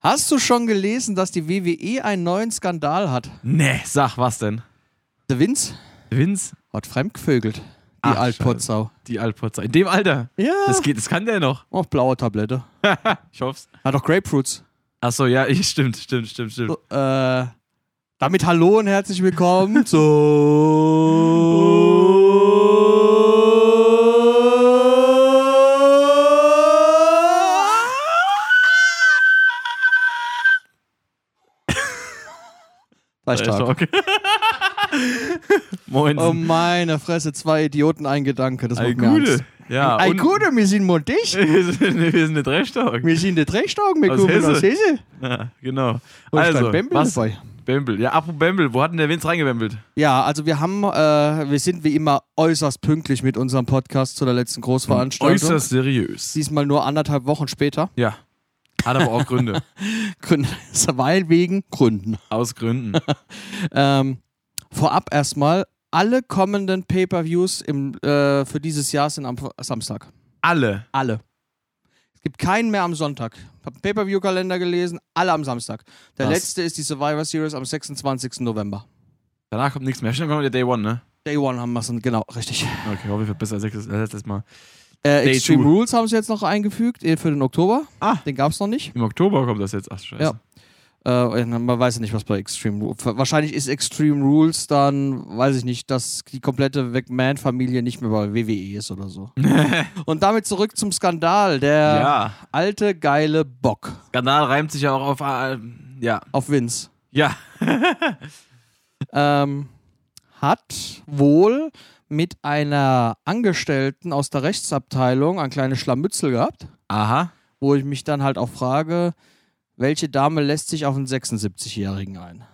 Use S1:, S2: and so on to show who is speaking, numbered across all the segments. S1: Hast du schon gelesen, dass die WWE einen neuen Skandal hat?
S2: Nee, sag was denn?
S1: Der Vince
S2: Vince,
S1: hat fremdgevögelt. Die
S2: Ach,
S1: Altpotzau.
S2: die Altputzer. In dem Alter.
S1: Ja.
S2: Das geht, das kann der noch.
S1: Auf blaue Tablette.
S2: Ich hoff's.
S1: Hat doch Grapefruits.
S2: Achso, ja, ich, stimmt, stimmt, stimmt, stimmt.
S1: So, äh, damit hallo und herzlich willkommen zu. War stark.
S2: Okay. Moin.
S1: Oh meine Fresse, zwei Idioten, ein Gedanke. Das
S2: Ei
S1: macht mir Angst.
S2: Gude. Ja,
S1: Ei
S2: und-
S1: Gude, wir sind mundig.
S2: wir sind wir sind eine Dreschstock.
S1: Wir sind der Dreckstaugen, wir
S2: Aus
S1: kommen
S2: Hesse.
S1: aus Hesse.
S2: Ja, genau.
S1: Und ich
S2: Also,
S1: stand Bembel
S2: was?
S1: dabei.
S2: Bembel. Ja, apropos Bembel. Wo hat denn der Vince reingebembelt?
S1: Ja, also wir haben, äh, wir sind wie immer äußerst pünktlich mit unserem Podcast zu der letzten Großveranstaltung.
S2: Äußerst seriös.
S1: Diesmal nur anderthalb Wochen später.
S2: Ja. Hat aber auch Gründe.
S1: Grün- Weil wegen Gründen.
S2: Aus Gründen.
S1: Ähm, vorab erstmal, alle kommenden Pay-Per-Views im, äh, für dieses Jahr sind am F- Samstag.
S2: Alle.
S1: Alle. Es gibt keinen mehr am Sonntag. Ich habe einen Pay-Per-View-Kalender gelesen, alle am Samstag. Der
S2: Krass.
S1: letzte ist die Survivor Series am 26. November.
S2: Danach kommt nichts mehr. Stimmt, kommt der Day One, ne?
S1: Day One haben wir es, genau, richtig.
S2: Okay, hoffe ich wird besser als letztes- als letztes Mal.
S1: Äh,
S2: Day
S1: Extreme
S2: Two.
S1: Rules haben sie jetzt noch eingefügt eh, für den Oktober.
S2: Ah.
S1: Den gab es noch nicht.
S2: Im Oktober kommt das jetzt. Ach, scheiße.
S1: Ja. Äh, man weiß ja nicht, was bei Extreme Rules. Wahrscheinlich ist Extreme Rules dann, weiß ich nicht, dass die komplette McMahon-Familie nicht mehr bei WWE ist oder so. Und damit zurück zum Skandal. Der
S2: ja.
S1: alte geile Bock
S2: Skandal reimt sich ja auch auf. äh, Ja.
S1: auf Vince
S2: Ja.
S1: ähm, hat wohl mit einer Angestellten aus der Rechtsabteilung ein kleines Schlammützel gehabt,
S2: Aha.
S1: wo ich mich dann halt auch frage, welche Dame lässt sich auf einen 76-Jährigen ein?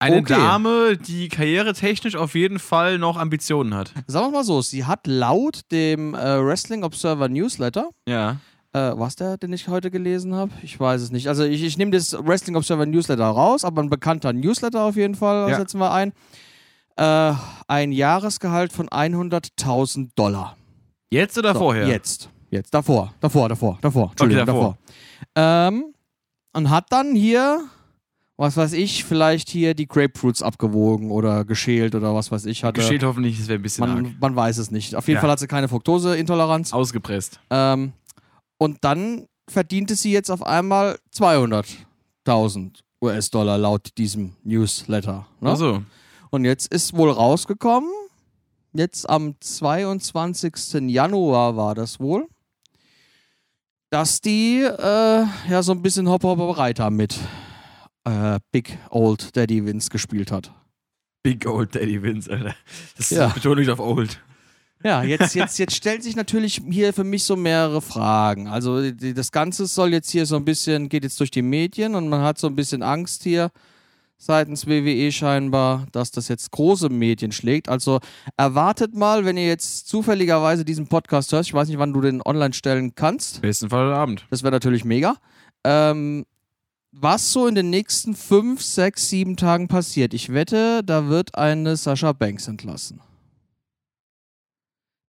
S2: Eine
S1: Okay.
S2: Dame, die karrieretechnisch auf jeden Fall noch Ambitionen hat.
S1: Sagen wir mal so, sie hat laut dem äh, Wrestling Observer Newsletter,
S2: Ja.
S1: äh, was der, den ich heute gelesen habe? Ich weiß es nicht. Also ich, ich nehme das Wrestling Observer Newsletter raus, aber ein bekannter Newsletter auf jeden Fall
S2: Ja.
S1: setzen wir ein. Äh, ein Jahresgehalt von 100.000 Dollar.
S2: Jetzt oder
S1: So,
S2: vorher?
S1: Jetzt. Jetzt, davor, davor, davor, davor. Entschuldigung,
S2: davor.
S1: davor. Ähm, und hat dann hier, was weiß ich, vielleicht hier die Grapefruits abgewogen oder geschält oder was weiß ich hatte.
S2: Geschält hoffentlich, das wäre ein bisschen arg.
S1: Man, man weiß es nicht. Auf jeden
S2: Ja.
S1: Fall hat sie keine Fructoseintoleranz.
S2: Ausgepresst.
S1: Ähm, und dann verdiente sie jetzt auf einmal 200.000 US-Dollar laut diesem Newsletter. Ne?
S2: Also,
S1: Und jetzt ist wohl rausgekommen, jetzt am 22. Januar war das wohl, dass die äh, ja so ein bisschen Hopper Hopper Reiter mit äh, Big Old Daddy Vince gespielt hat.
S2: Big Old Daddy Vince, Alter. Das
S1: Ja.
S2: ist betont nicht auf Old.
S1: Ja, jetzt, jetzt, jetzt stellt sich natürlich hier für mich so mehrere Fragen. Also die, das Ganze soll jetzt hier so ein bisschen, geht jetzt durch die Medien und man hat so ein bisschen Angst hier seitens WWE scheinbar, dass das jetzt große Medien schlägt. Also erwartet mal, wenn ihr jetzt zufälligerweise diesen Podcast hört, ich weiß nicht, wann du den online stellen kannst,
S2: Im besten Fall heute Abend.
S1: das wäre natürlich mega, ähm, was so in den nächsten fünf, sechs, sieben Tagen passiert. Ich wette, da wird eine Sascha Banks entlassen.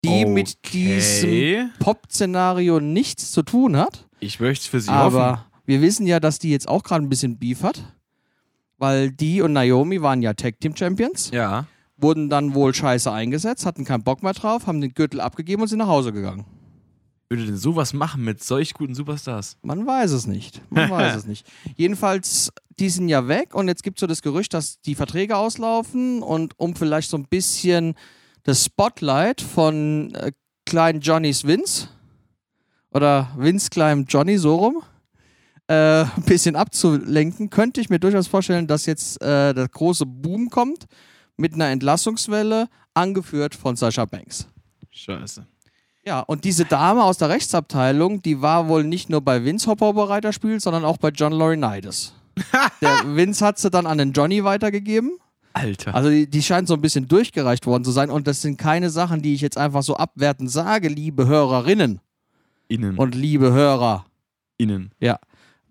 S1: Die mit diesem
S2: Okay.
S1: Pop-Szenario nichts zu tun hat.
S2: Ich möchte es für Sie
S1: aber
S2: hoffen.
S1: wir wissen ja, dass die jetzt auch gerade ein bisschen Beef hat. Weil die und Naomi waren ja Tag Team Champions,
S2: Ja.
S1: wurden dann wohl scheiße eingesetzt, hatten keinen Bock mehr drauf, haben den Gürtel abgegeben und sind nach Hause gegangen.
S2: Würde denn sowas machen mit solch guten Superstars?
S1: Man weiß es nicht. Man weiß es nicht. Jedenfalls, die sind ja weg und jetzt gibt es so das Gerücht, dass die Verträge auslaufen und um vielleicht so ein bisschen das Spotlight von äh, kleinen Johnnys Vince oder Vince kleinem Johnny so rum äh, ein bisschen abzulenken, könnte ich mir durchaus vorstellen, dass jetzt äh, der große Boom kommt mit einer Entlassungswelle, angeführt von Sascha Banks.
S2: Scheiße.
S1: Ja, und diese Dame aus der Rechtsabteilung, die war wohl nicht nur bei Vince Hopper spielt, sondern auch bei John Laurinaitis. der Vince hat sie dann an den Johnny weitergegeben.
S2: Alter.
S1: Also die, die scheint so ein bisschen durchgereicht worden zu sein. Und das sind keine Sachen, die ich jetzt einfach so abwertend sage, liebe Hörerinnen
S2: Innen.
S1: und liebe Hörer.
S2: Innen.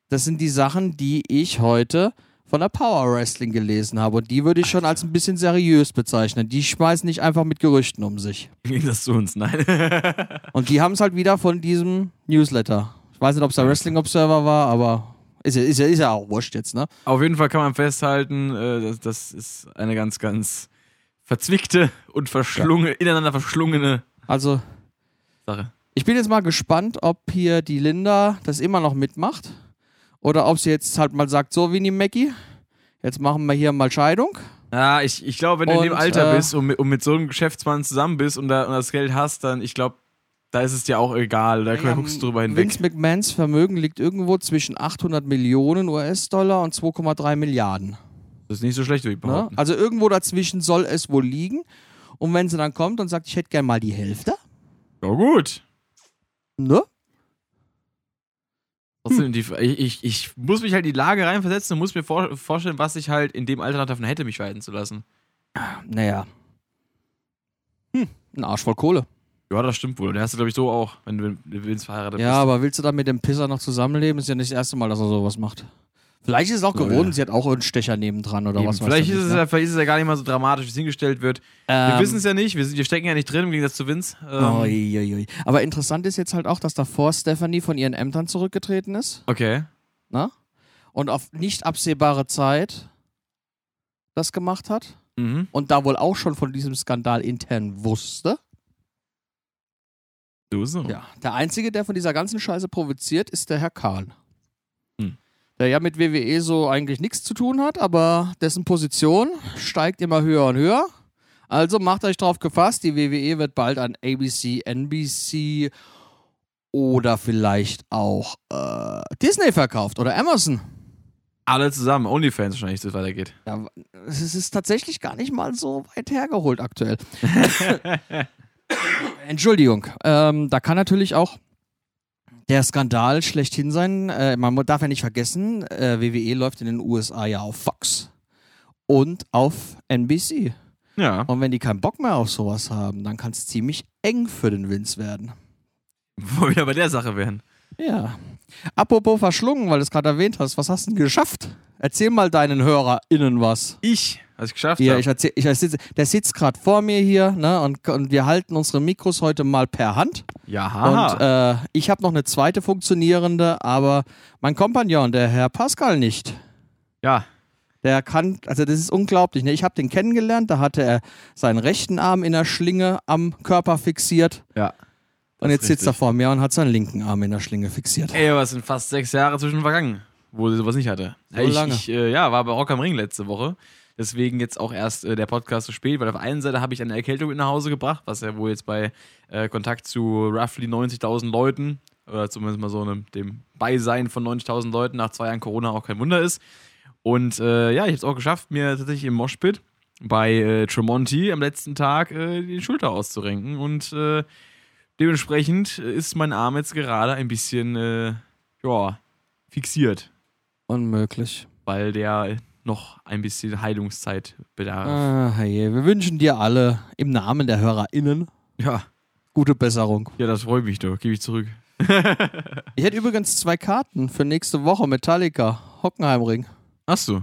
S1: Das sind die Sachen, die ich heute von der Power Wrestling gelesen habe. Und die würde ich schon als ein bisschen seriös bezeichnen. Die schmeißen nicht einfach mit Gerüchten um sich.
S2: Ging das zu uns? Nein.
S1: Und die haben es halt wieder von diesem Newsletter. Ich weiß nicht, ob es der Wrestling Observer war, aber Ist ja, ist ja, ist ja auch wurscht jetzt, ne?
S2: Auf jeden Fall kann man festhalten, äh, das, das ist eine ganz, ganz verzwickte und verschlungene, ineinander verschlungene
S1: Also,
S2: Sache.
S1: ich bin jetzt mal gespannt, ob hier die Linda das immer noch mitmacht. Oder ob sie jetzt halt mal sagt, so wie die Mackie, jetzt machen wir hier mal Scheidung.
S2: Ja, ich, ich glaube, wenn du in dem
S1: Und,
S2: Alter
S1: äh,
S2: bist und mit, und mit so einem Geschäftsmann zusammen bist und, da, und das Geld hast, dann, ich glaube, da ist es dir auch egal. Da
S1: Ja,
S2: guckst du drüber hinweg.
S1: Ähm, Vince McMahons Vermögen liegt irgendwo zwischen 800 Millionen US-Dollar und 2,3 Milliarden.
S2: Das ist nicht so schlecht, würde ich
S1: Ne?
S2: behaupten.
S1: Also irgendwo dazwischen soll es wohl liegen. Und wenn sie dann kommt und sagt, ich hätte gern mal die Hälfte,
S2: Ja, gut.
S1: ne?
S2: Trotzdem, die, ich, ich, ich muss mich halt in die Lage reinversetzen und muss mir vor, vorstellen, was ich halt in dem Alter noch davon hätte, mich scheiden zu lassen.
S1: Naja. Hm, ein Arsch voll Kohle.
S2: Ja, das stimmt wohl. Der hast du, glaube ich, so auch, wenn du wenn- wenn's verheiratet
S1: Ja, aber willst du dann mit dem Pisser noch zusammenleben? Ist ja nicht das erste Mal, dass er sowas macht. Vielleicht ist es auch
S2: Lol.
S1: gewohnt, sie hat auch einen Stecher nebendran oder
S2: bist. Eben.
S1: was weiß
S2: Vielleicht,
S1: ich,
S2: ist es
S1: ne?
S2: ja, vielleicht ist es ja gar nicht mal so dramatisch, wie es hingestellt wird. wir
S1: Ähm, Oh,
S2: wissen es ja nicht. Wir, sind, wir stecken ja nicht drin, im Gegensatz zu Vince. Ähm,
S1: oi, oi, oi. Aber interessant ist jetzt halt auch, dass davor Stephanie von ihren Ämtern zurückgetreten ist.
S2: okay.
S1: ne? Und auf nicht absehbare Zeit das gemacht hat
S2: Mhm.
S1: und da wohl auch schon von diesem Skandal intern wusste.
S2: Du so.
S1: Ja, der einzige, der von dieser ganzen Scheiße provoziert, ist der Herr Kahn.
S2: Hm.
S1: Der ja mit WWE so eigentlich nichts zu tun hat, aber dessen Position steigt immer höher und höher. Also macht euch drauf gefasst, die WWE wird bald an ABC, NBC oder vielleicht auch äh, Disney verkauft oder Amazon.
S2: Alle zusammen. Onlyfans wahrscheinlich, dass es weitergeht.
S1: Ja, es ist tatsächlich gar nicht mal so weit hergeholt aktuell. Entschuldigung. Ähm, da kann natürlich auch der Skandal schlechthin sein. Äh, man mu- darf ja nicht vergessen, äh, WWE läuft in den USA ja auf Fox und auf NBC.
S2: Ja.
S1: Und wenn die keinen Bock mehr auf sowas haben, dann kann es ziemlich eng für den Vince werden.
S2: Wo wir wieder bei der Sache wären.
S1: Ja. Apropos verschlungen, weil du es gerade erwähnt hast, was hast du denn geschafft? Erzähl mal deinen HörerInnen was.
S2: Ich, was ich geschafft
S1: Ja,
S2: habe.
S1: ich erzähl, ich erzähl, der sitzt gerade vor mir hier ne, und, und wir halten unsere Mikros heute mal per Hand.
S2: Ja, haha.
S1: Und äh, ich habe noch eine zweite funktionierende, aber mein Kompagnon, der Herr Pascal, nicht.
S2: ja.
S1: Der kann, also das ist unglaublich. Ne? Ich habe den kennengelernt, da hatte er seinen rechten Arm in der Schlinge am Körper fixiert.
S2: Ja.
S1: Und
S2: Das
S1: jetzt
S2: ist
S1: sitzt er
S2: richtig.
S1: vor mir und hat seinen linken Arm in der Schlinge fixiert.
S2: Ey, aber es sind fast sechs Jahre zwischen vergangen, wo sie sowas nicht hatte.
S1: So
S2: ich,
S1: lange.
S2: Ich, äh, ja, war bei Rock am Ring letzte Woche. Deswegen jetzt auch erst äh, der Podcast so spät, weil auf einer Seite habe ich eine Erkältung mit nach Hause gebracht, was ja wohl jetzt bei äh, Kontakt zu roughly 90.000 Leuten, oder zumindest mal so einem, dem Beisein von 90.000 Leuten nach zwei Jahren Corona auch kein Wunder ist. Und äh, ja, ich habe es auch geschafft, mir tatsächlich im Moshpit bei äh, Tremonti am letzten Tag äh, die Schulter auszurenken. Und äh, dementsprechend ist mein Arm jetzt gerade ein bisschen, äh, ja, fixiert,
S1: Unmöglich.
S2: weil der noch ein bisschen Heilungszeit bedarf.
S1: Ah, hey, wir wünschen dir alle im Namen der HörerInnen
S2: Ja,
S1: gute Besserung.
S2: ja, das freut mich doch, gebe ich zurück.
S1: Ich hätte übrigens zwei Karten für nächste Woche Metallica, Hockenheimring.
S2: Hast du,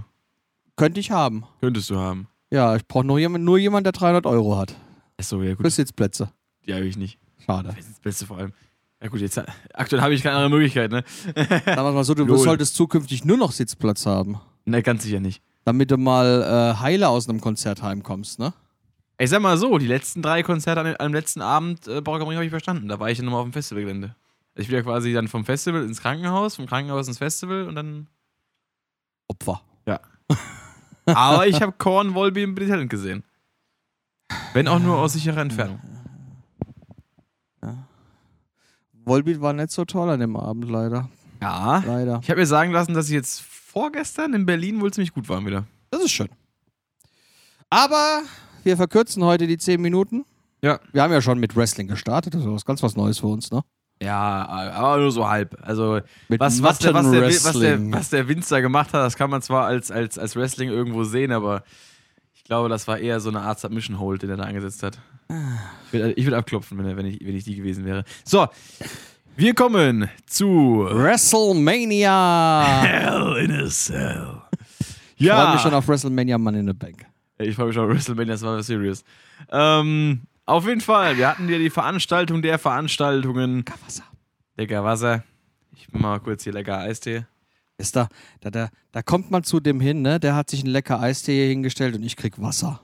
S1: Könnte ich haben.
S2: könntest du haben.
S1: Ja, ich brauche nur, jemand- nur jemand, der 300 Euro hat.
S2: Achso, ja
S1: Für
S2: gut,
S1: Sitzplätze.
S2: die habe ich nicht.
S1: Schade.
S2: Das ist das Beste vor allem. Ja gut, jetzt äh, aktuell habe ich keine andere Möglichkeit, ne?
S1: Sagen wir mal so, du
S2: Lol.
S1: solltest zukünftig nur noch Sitzplatz haben.
S2: Ne, ganz sicher nicht.
S1: Damit du mal äh, heiler aus einem Konzert heimkommst, ne?
S2: Ich sag mal so, die letzten drei Konzerte an, am letzten Abend äh, Borg am Ring habe ich verstanden. Da war ich ja nochmal auf dem Festivalgelände. Also Ich bin ja quasi dann vom Festival ins Krankenhaus, vom Krankenhaus ins Festival und dann.
S1: Opfer.
S2: Aber ich habe Korn, Wolby und Billy Talent gesehen. Wenn auch nur aus sicherer Entfernung.
S1: Volbeat war nicht so toll an dem Abend, leider.
S2: Ja.
S1: Leider.
S2: Ich habe mir sagen lassen, dass ich jetzt vorgestern in Berlin wohl ziemlich gut war wieder.
S1: Das ist schön. Aber wir verkürzen heute die 10 Minuten.
S2: Ja.
S1: Wir haben ja schon mit Wrestling gestartet, das ist was ganz was Neues für uns, ne?
S2: Ja, aber nur so halb. Also,
S1: Mit
S2: was, was, der, was,
S1: Matten
S2: der, was, der,
S1: Wrestling.
S2: was der Vince da gemacht hat, das kann man zwar als, als, als Wrestling irgendwo sehen, aber ich glaube, das war eher so eine Art Submission Hold, den er da angesetzt hat. Ich würde ich würd abklopfen, wenn, er- wenn, ich, wenn ich die gewesen wäre. So, wir kommen zu
S1: WrestleMania!
S2: Hell in a Cell.
S1: Ich
S2: Ja,
S1: freue mich schon auf WrestleMania Money in the Bank.
S2: ich freue mich schon auf WrestleMania, das war serious. Ähm, auf jeden Fall, wir hatten ja die Veranstaltung der Veranstaltungen.
S1: Kawasa.
S2: Lecker Wasser. Ich mach mal kurz hier lecker Eistee.
S1: Ist da, da, da, da kommt man zu dem hin, ne? Der hat sich einen lecker Eistee hier hingestellt und ich krieg Wasser.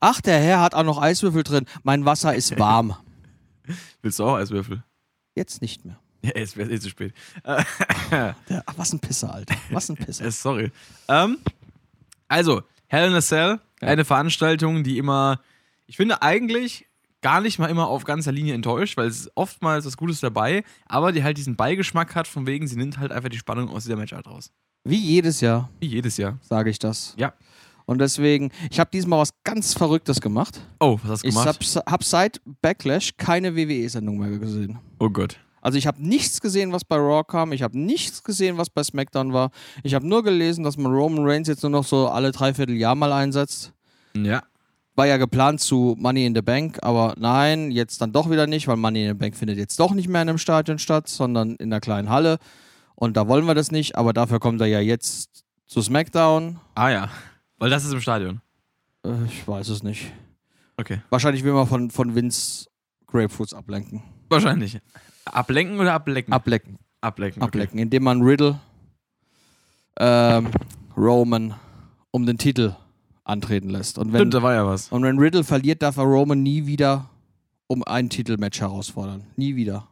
S1: Ach, der Herr hat auch noch Eiswürfel drin. Mein Wasser ist warm.
S2: Willst du auch Eiswürfel?
S1: Jetzt nicht mehr.
S2: Ja, jetzt wäre eh zu spät.
S1: Der, ach, was ein Pisser, Alter. Was ein Pisser.
S2: Äh, Sorry. Ähm, also, Hell in a Cell,
S1: Ja.
S2: eine Veranstaltung, die immer, ich finde eigentlich gar nicht mal immer auf ganzer Linie enttäuscht, weil es ist oftmals was Gutes dabei, aber die halt diesen Beigeschmack hat, von wegen, sie nimmt halt einfach die Spannung aus dieser Matchart raus.
S1: Wie jedes Jahr.
S2: Wie jedes Jahr.
S1: sage ich das.
S2: Ja.
S1: Und deswegen, ich habe diesmal was ganz Verrücktes gemacht.
S2: Oh, was hast du
S1: Ich
S2: gemacht?
S1: habe hab seit Backlash keine WWE-Sendung mehr gesehen.
S2: Oh Gott.
S1: Also ich habe nichts gesehen, was bei Raw kam. Ich habe nichts gesehen, was bei SmackDown war. Ich habe nur gelesen, dass man Roman Reigns jetzt nur noch so alle dreiviertel Jahr mal einsetzt.
S2: Ja.
S1: War ja geplant zu Money in the Bank, aber nein, jetzt dann doch wieder nicht, weil Money in the Bank findet jetzt doch nicht mehr in einem Stadion statt, sondern in einer kleinen Halle. Und da wollen wir das nicht, aber dafür kommt er ja jetzt zu SmackDown.
S2: Ah ja. Weil das ist im Stadion.
S1: Äh, Ich weiß es nicht.
S2: Okay.
S1: Wahrscheinlich will man von, von Vince Grapefruits ablenken.
S2: Wahrscheinlich. Ablenken oder ablecken?
S1: Ablecken.
S2: ablecken. okay.
S1: Ablecken, indem man Riddle ähm, Roman um den Titel antreten lässt. Und wenn,
S2: Stimmt, da war ja was.
S1: und wenn Riddle verliert, darf er Roman nie wieder um ein Titelmatch herausfordern. Nie wieder.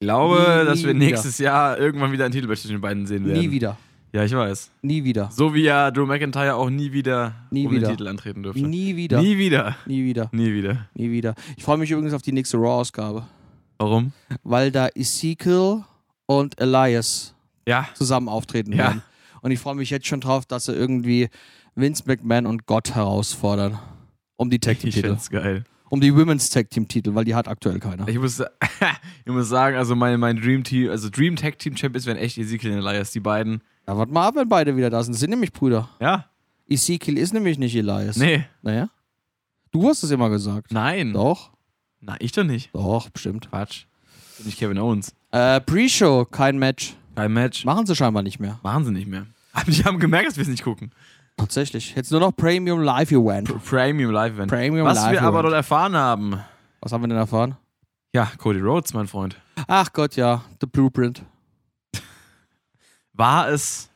S2: Ich glaube,
S1: Nie
S2: dass wir
S1: wieder.
S2: nächstes Jahr irgendwann wieder ein Titelmatch zwischen den beiden sehen werden.
S1: Nie wieder.
S2: Ja, ich weiß.
S1: Nie wieder.
S2: So wie ja Drew McIntyre auch nie wieder
S1: Nie
S2: um
S1: wieder.
S2: den Titel antreten durfte.
S1: Nie wieder.
S2: Nie wieder.
S1: Nie wieder.
S2: Nie wieder.
S1: Nie wieder. Ich freue mich übrigens auf die nächste Raw-Ausgabe,
S2: Warum?
S1: weil da Ezekiel und Elias
S2: Ja.
S1: zusammen auftreten
S2: Ja.
S1: werden. Und ich freue mich jetzt schon drauf, dass sie irgendwie Vince McMahon und Gott herausfordern. Um die Tag Team
S2: Ich
S1: Titel.
S2: find's geil.
S1: Um die Women's Tag Team Titel, weil die hat aktuell keiner.
S2: Ich muss, ich muss sagen, also mein, mein Dream Team, also Dream Tag Team Champions wären echt Ezekiel und Elias, die beiden.
S1: Ja, warte mal ab, wenn beide wieder da sind. Sind nämlich Brüder.
S2: Ja.
S1: Ezekiel ist nämlich nicht Elias.
S2: Nee. Hm.
S1: Naja. Du hast es immer gesagt.
S2: Nein.
S1: Doch.
S2: Nein, ich doch nicht.
S1: Doch, bestimmt.
S2: Quatsch. Bin ich Kevin Owens.
S1: Äh, Pre-Show, kein Match.
S2: Kein Match.
S1: Machen sie scheinbar nicht mehr.
S2: Machen sie nicht mehr. Aber die haben gemerkt, dass wir es nicht gucken.
S1: Tatsächlich. Jetzt nur noch Premium Live Event.
S2: Premium Live Event.
S1: Premium
S2: Was
S1: Live
S2: wir aber
S1: Event.
S2: dort erfahren haben.
S1: Was haben wir denn erfahren?
S2: Ja, Cody Rhodes, mein Freund.
S1: Ach Gott, ja. The Blueprint.
S2: War es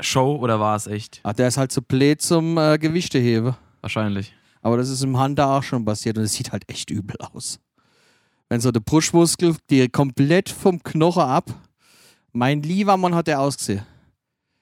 S2: Show oder war es echt?
S1: Ach, der ist halt zu blöd zum äh, Gewichtehebe.
S2: Wahrscheinlich.
S1: Aber das ist im Hunter auch schon passiert und es sieht halt echt übel aus. Wenn so der Brustmuskel, die komplett vom Knochen ab. Mein lieber Mann hat der ausgesehen.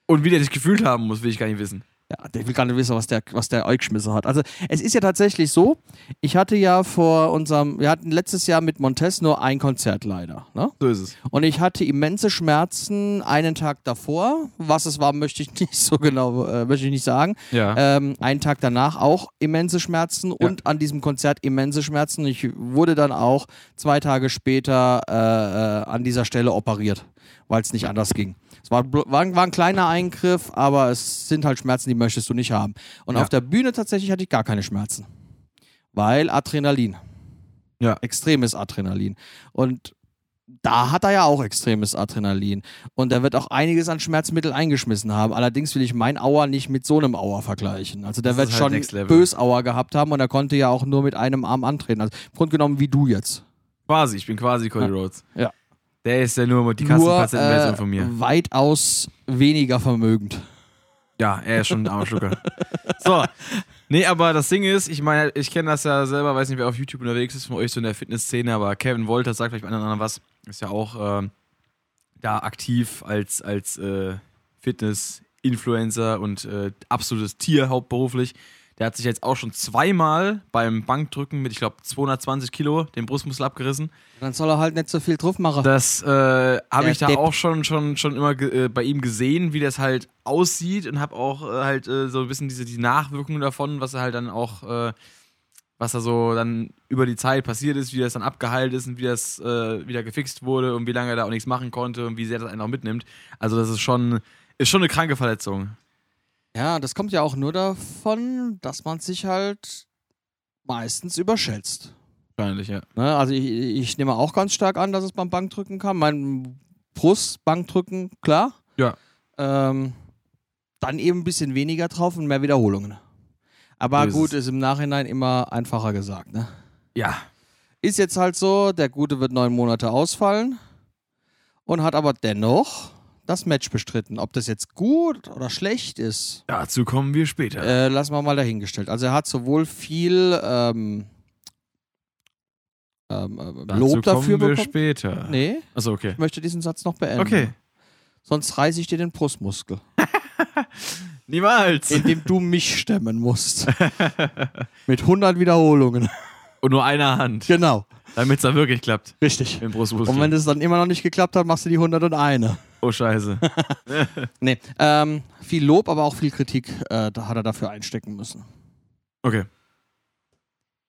S2: Und wie der dich gefühlt haben muss, will ich gar nicht wissen.
S1: Ja, der will gar nicht wissen, was der, was der Eugschmisser hat. Also es ist ja tatsächlich so, ich hatte ja vor unserem, wir hatten letztes Jahr mit Montes nur ein Konzert leider. Ne?
S2: So ist es.
S1: Und ich hatte immense Schmerzen einen Tag davor. Was es war, möchte ich nicht so genau, äh, möchte ich nicht sagen.
S2: Ja.
S1: Ähm, einen Tag danach auch immense Schmerzen und an diesem Konzert immense Schmerzen. Ich wurde dann auch zwei Tage später äh, äh, an dieser Stelle operiert, weil es nicht anders ging. Es war, blo- war, ein- war ein kleiner Eingriff, aber es sind halt Schmerzen, die möchtest du nicht haben. Und
S2: Ja.
S1: auf der Bühne tatsächlich hatte ich gar keine Schmerzen, weil Adrenalin.
S2: Ja.
S1: Extremes Adrenalin. Und da hat er ja auch extremes Adrenalin. Und er wird auch einiges an Schmerzmittel eingeschmissen haben. Allerdings will ich mein Auer nicht mit so einem Auer vergleichen. Also der
S2: Das
S1: wird
S2: ist halt Next
S1: schon
S2: Level.
S1: Bösauer gehabt haben und er konnte ja auch nur mit einem Arm antreten. Also im Grunde genommen wie du jetzt.
S2: quasi, ich bin quasi Cody Rhodes.
S1: Ja.
S2: Der ist ja nur die
S1: nur
S2: Kassenpatientenversion
S1: äh,
S2: von mir.
S1: weitaus weniger vermögend.
S2: Ja, er ist schon ein armer Schlucker. so. Nee, aber das Ding ist, ich meine, ich kenne das ja selber, weiß nicht, wer auf YouTube unterwegs ist von euch so in der Fitnessszene, aber Kevin Wolter sagt vielleicht bei anderen was, ist ja auch ähm, da aktiv als, als äh, Fitness-Influencer und äh, absolutes Tier hauptberuflich. Der hat sich jetzt auch schon zweimal beim Bankdrücken mit, ich glaube, 220 Kilo den Brustmuskel abgerissen.
S1: Dann soll er halt nicht so viel drauf machen.
S2: Das äh, habe
S1: Der
S2: ich da
S1: Depp.
S2: auch schon, schon, schon immer ge äh, bei ihm gesehen, wie das halt aussieht und habe auch äh, halt äh, so ein bisschen diese die Nachwirkungen davon, was er halt dann auch, äh, was da so dann über die Zeit passiert ist, wie das dann abgeheilt ist und wie das äh, wieder gefixt wurde und wie lange er da auch nichts machen konnte und wie sehr das einen auch mitnimmt. Also das ist schon, ist schon eine kranke Verletzung.
S1: Ja, das kommt ja auch nur davon, dass man sich halt meistens überschätzt.
S2: Wahrscheinlich, ja.
S1: Ne? Also ich, ich nehme auch ganz stark an, dass es beim Bankdrücken kann. Mein Brust, Bankdrücken, klar.
S2: Ja.
S1: Ähm, dann eben ein bisschen weniger drauf und mehr Wiederholungen.
S2: So
S1: Aber
S2: ist
S1: gut, ist im Nachhinein immer einfacher gesagt. Ne?
S2: Ja.
S1: Ist jetzt halt so, der Gute wird neun Monate ausfallen und hat aber dennoch das Match bestritten. Ob das jetzt gut oder schlecht ist,
S2: Dazu kommen wir später.
S1: äh, lassen wir mal dahingestellt. Also er hat sowohl viel ähm, ähm, ähm,
S2: Dazu
S1: Lob dafür
S2: kommen wir
S1: bekommen.
S2: später.
S1: Nee, Ähm,
S2: Achso, okay.
S1: ich möchte diesen Satz noch beenden.
S2: Äh. Okay.
S1: Sonst reiße ich dir den Brustmuskel,
S2: Niemals.
S1: indem du mich stemmen musst. Mit 100 Wiederholungen.
S2: Und nur einer Hand,
S1: genau,
S2: damit es da wirklich klappt.
S1: richtig.
S2: Im Brustmuskel.
S1: Und wenn das dann immer noch nicht geklappt hat, machst du die 101.
S2: oh, scheiße.
S1: Nee, ähm, viel Lob, aber auch viel Kritik äh, da hat er dafür einstecken müssen.
S2: Okay.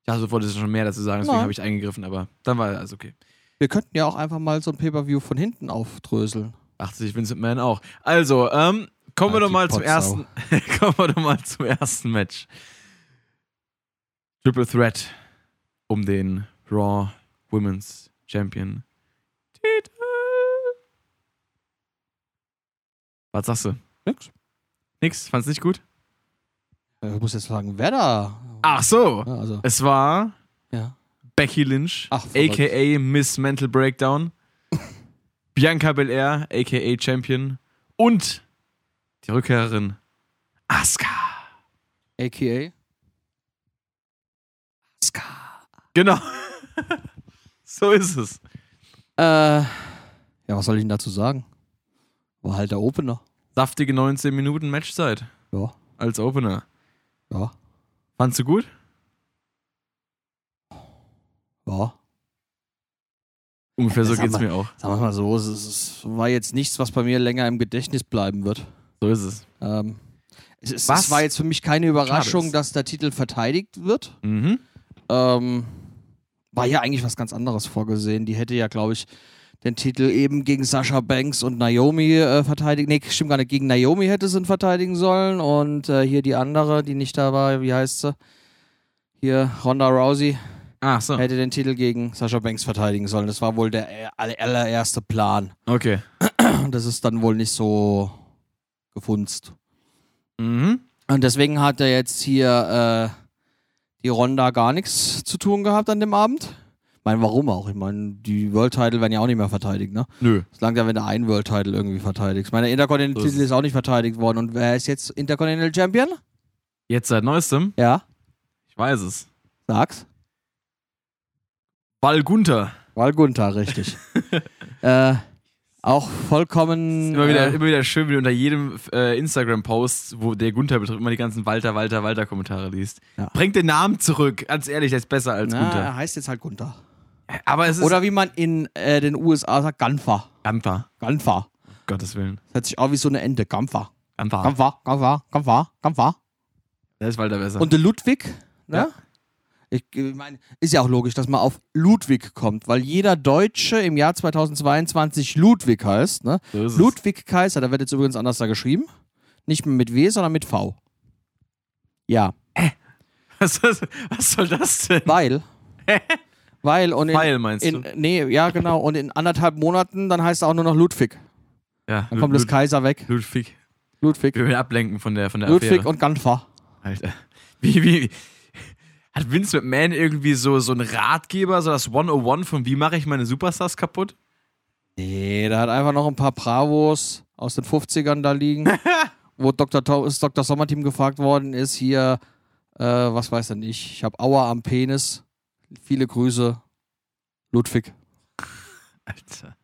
S2: Ich dachte, du wolltest schon mehr dazu sagen, deswegen
S1: Nein.
S2: habe ich eingegriffen, aber dann war alles okay.
S1: Wir könnten ja auch einfach mal so ein Pay-Per-View von hinten aufdröseln.
S2: Dachte sich Vincent Man auch. Also, ähm, kommen wir
S1: Ah,
S2: doch
S1: die
S2: mal zum
S1: Potsau.
S2: ersten. kommen wir doch mal zum ersten Match. Triple Threat um den Raw Women's Champion Titel. Was sagst du?
S1: Nix.
S2: Nix? Fand's nicht gut?
S1: Äh, Ich muss jetzt sagen, wer da?
S2: Ach so.
S1: Ja, also,
S2: Es war
S1: ja.
S2: Becky Lynch,
S1: Ach, verrückt.
S2: aka Miss Mental Breakdown, Bianca Belair, aka Champion und die Rückkehrerin Asuka.
S1: AKA. Ska.
S2: Genau. so ist es.
S1: Äh, ja, was soll ich denn dazu sagen? War halt der Opener.
S2: Saftige 19 Minuten Matchzeit
S1: Ja,
S2: als Opener.
S1: ja,
S2: Fandst du gut?
S1: ja.
S2: Ungefähr so
S1: Sag
S2: geht's
S1: mal.
S2: mir auch.
S1: Sagen wir mal so, es, ist, es war jetzt nichts, was bei mir länger im Gedächtnis bleiben wird.
S2: So ist es.
S1: Ähm, es, ist,
S2: Was?
S1: es war jetzt für mich keine Überraschung,
S2: ist.
S1: dass der Titel verteidigt wird.
S2: Mhm.
S1: Ähm, war ja eigentlich was ganz anderes vorgesehen. Die hätte ja, glaube ich, den Titel eben gegen Sasha Banks und Naomi äh, verteidigen. Nee, stimmt gar nicht. Gegen Naomi hätte sie ihn verteidigen sollen. Und äh, hier die andere, die nicht da war, wie heißt sie? Hier, Ronda Rousey,
S2: Ach Ah, so.
S1: hätte den Titel gegen Sasha Banks verteidigen sollen. Das war wohl der äh, aller- allererste Plan.
S2: Okay.
S1: Und das ist dann wohl nicht so gefunzt.
S2: Mhm.
S1: Und deswegen hat er jetzt hier äh, die Ronda gar nichts zu tun gehabt an dem Abend. Ich meine, warum auch? Ich meine, die World Title werden ja auch nicht mehr verteidigt, ne?
S2: Nö.
S1: Es langt ja, wenn du einen World Title irgendwie verteidigst. Ich meine, der Intercontinental
S2: So ist
S1: Titel ist auch nicht verteidigt worden. Und wer ist jetzt Intercontinental Champion?
S2: Jetzt seit neuestem,
S1: Ja,
S2: ich weiß es.
S1: sag's.
S2: Ball Gunther.
S1: Val Gunther, richtig. äh, auch vollkommen.
S2: Immer wieder,
S1: äh,
S2: immer wieder schön, wie du unter jedem äh, Instagram-Post, wo der Gunther betrifft, immer die ganzen Walter, Walter, Walter-Kommentare liest.
S1: Ja.
S2: Bringt den Namen zurück. Ganz ehrlich, der ist besser als
S1: na,
S2: Gunther.
S1: er heißt jetzt halt Gunther.
S2: Aber es ist
S1: Oder wie man in äh, den USA sagt, Ganfa.
S2: Gampfer.
S1: Ganfa.
S2: Gottes Willen.
S1: Das hört sich auch wie so eine Ente. Ganfa.
S2: Gampfer.
S1: Ganfa, Ganfa, Ganfa, Ganfa.
S2: Der ist Walter besser.
S1: Und der Ludwig, ne?
S2: Ja.
S1: Ich äh, meine, ist ja auch logisch, dass man auf Ludwig kommt, weil jeder Deutsche im Jahr 2022 Ludwig heißt, ne?
S2: so ist es.
S1: Ludwig Kaiser, da wird jetzt übrigens anders da geschrieben. Nicht mehr mit W, sondern mit V. Ja,
S2: Was, was, was soll das denn?
S1: weil. weil und in,
S2: Weil, meinst
S1: in.
S2: du?
S1: Nee, ja, genau. Und in anderthalb Monaten, dann heißt er auch nur noch Ludwig.
S2: Ja,
S1: Dann kommt das Kaiser weg.
S2: Ludwig.
S1: Ludwig.
S2: Wir werden ablenken von der, von der
S1: Ludwig
S2: Affäre.
S1: und Ganfa.
S2: Alter. Wie, wie, wie. Hat Vince McMahon irgendwie so, so einen Ratgeber, so das 101 von wie mache ich meine Superstars kaputt?
S1: Nee, da hat einfach noch ein paar Bravos aus den 50ern da liegen, wo Dr. Tau- ist Dr. Sommerteam gefragt worden ist, hier, äh, was weiß denn ich, ich habe Auer am Penis, viele Grüße, Ludwig.
S2: Alter.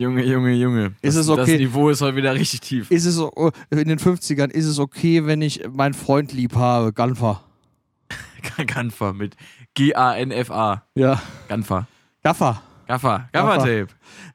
S2: Junge, Junge, Junge.
S1: Ist
S2: das,
S1: es okay?
S2: Das Niveau ist heute wieder richtig tief.
S1: Ist es, o- oh, in den 50ern ist es okay, wenn ich meinen Freund lieb habe, Ganfa.
S2: Ganfa mit G-A-N-F-A.
S1: Ja.
S2: Ganfa.
S1: Gaffer.
S2: Gaffa.
S1: Gaffa.
S2: Gaffa-Tape.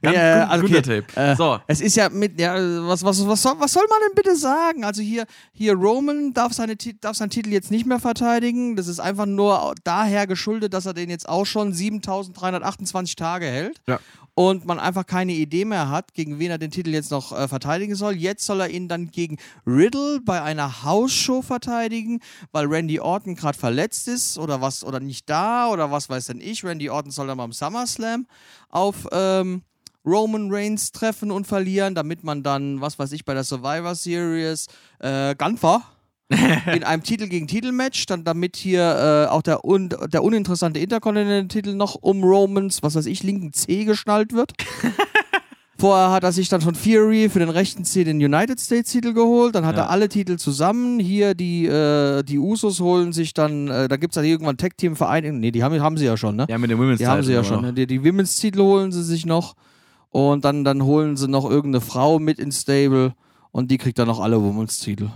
S1: Nee,
S2: Gan-
S1: äh,
S2: Gun-
S1: also okay,
S2: Gunter-Tape.
S1: äh,
S2: so.
S1: Es ist ja mit, ja, was, was, was, soll, was soll man denn bitte sagen? Also hier, hier Roman darf, seine, Ti- darf seinen Titel jetzt nicht mehr verteidigen. Das ist einfach nur daher geschuldet, dass er den jetzt auch schon 7328 Tage hält.
S2: Ja.
S1: Und man einfach keine Idee mehr hat, gegen wen er den Titel jetzt noch äh, verteidigen soll. Jetzt soll er ihn dann gegen Riddle bei einer Hausshow verteidigen, weil Randy Orton gerade verletzt ist oder was oder nicht da oder was weiß denn ich. Randy Orton soll dann beim SummerSlam auf ähm, Roman Reigns treffen und verlieren, damit man dann, was weiß ich, bei der Survivor Series äh, Gunfer in einem Titel gegen Titel Match, dann damit hier äh, auch der, un der uninteressante Intercontinental Titel noch um Romans, was weiß ich, linken C geschnallt wird. Vorher hat er sich dann von Fury für den rechten Zeh den United States Titel geholt. Dann hat
S2: Ja.
S1: er alle Titel zusammen. Hier die, äh, die Usos holen sich dann, äh, da gibt es dann irgendwann Tag Team Vereinigung. Nee, die haben, haben sie ja schon, ne?
S2: Ja, mit dem Women's
S1: Die haben sie ja
S2: Title
S1: schon.
S2: aber
S1: Ne?
S2: noch.
S1: Die, die Women's Titel holen sie sich noch. Und dann, dann holen sie noch irgendeine Frau mit ins Stable. Und die kriegt dann noch alle Women's Titel.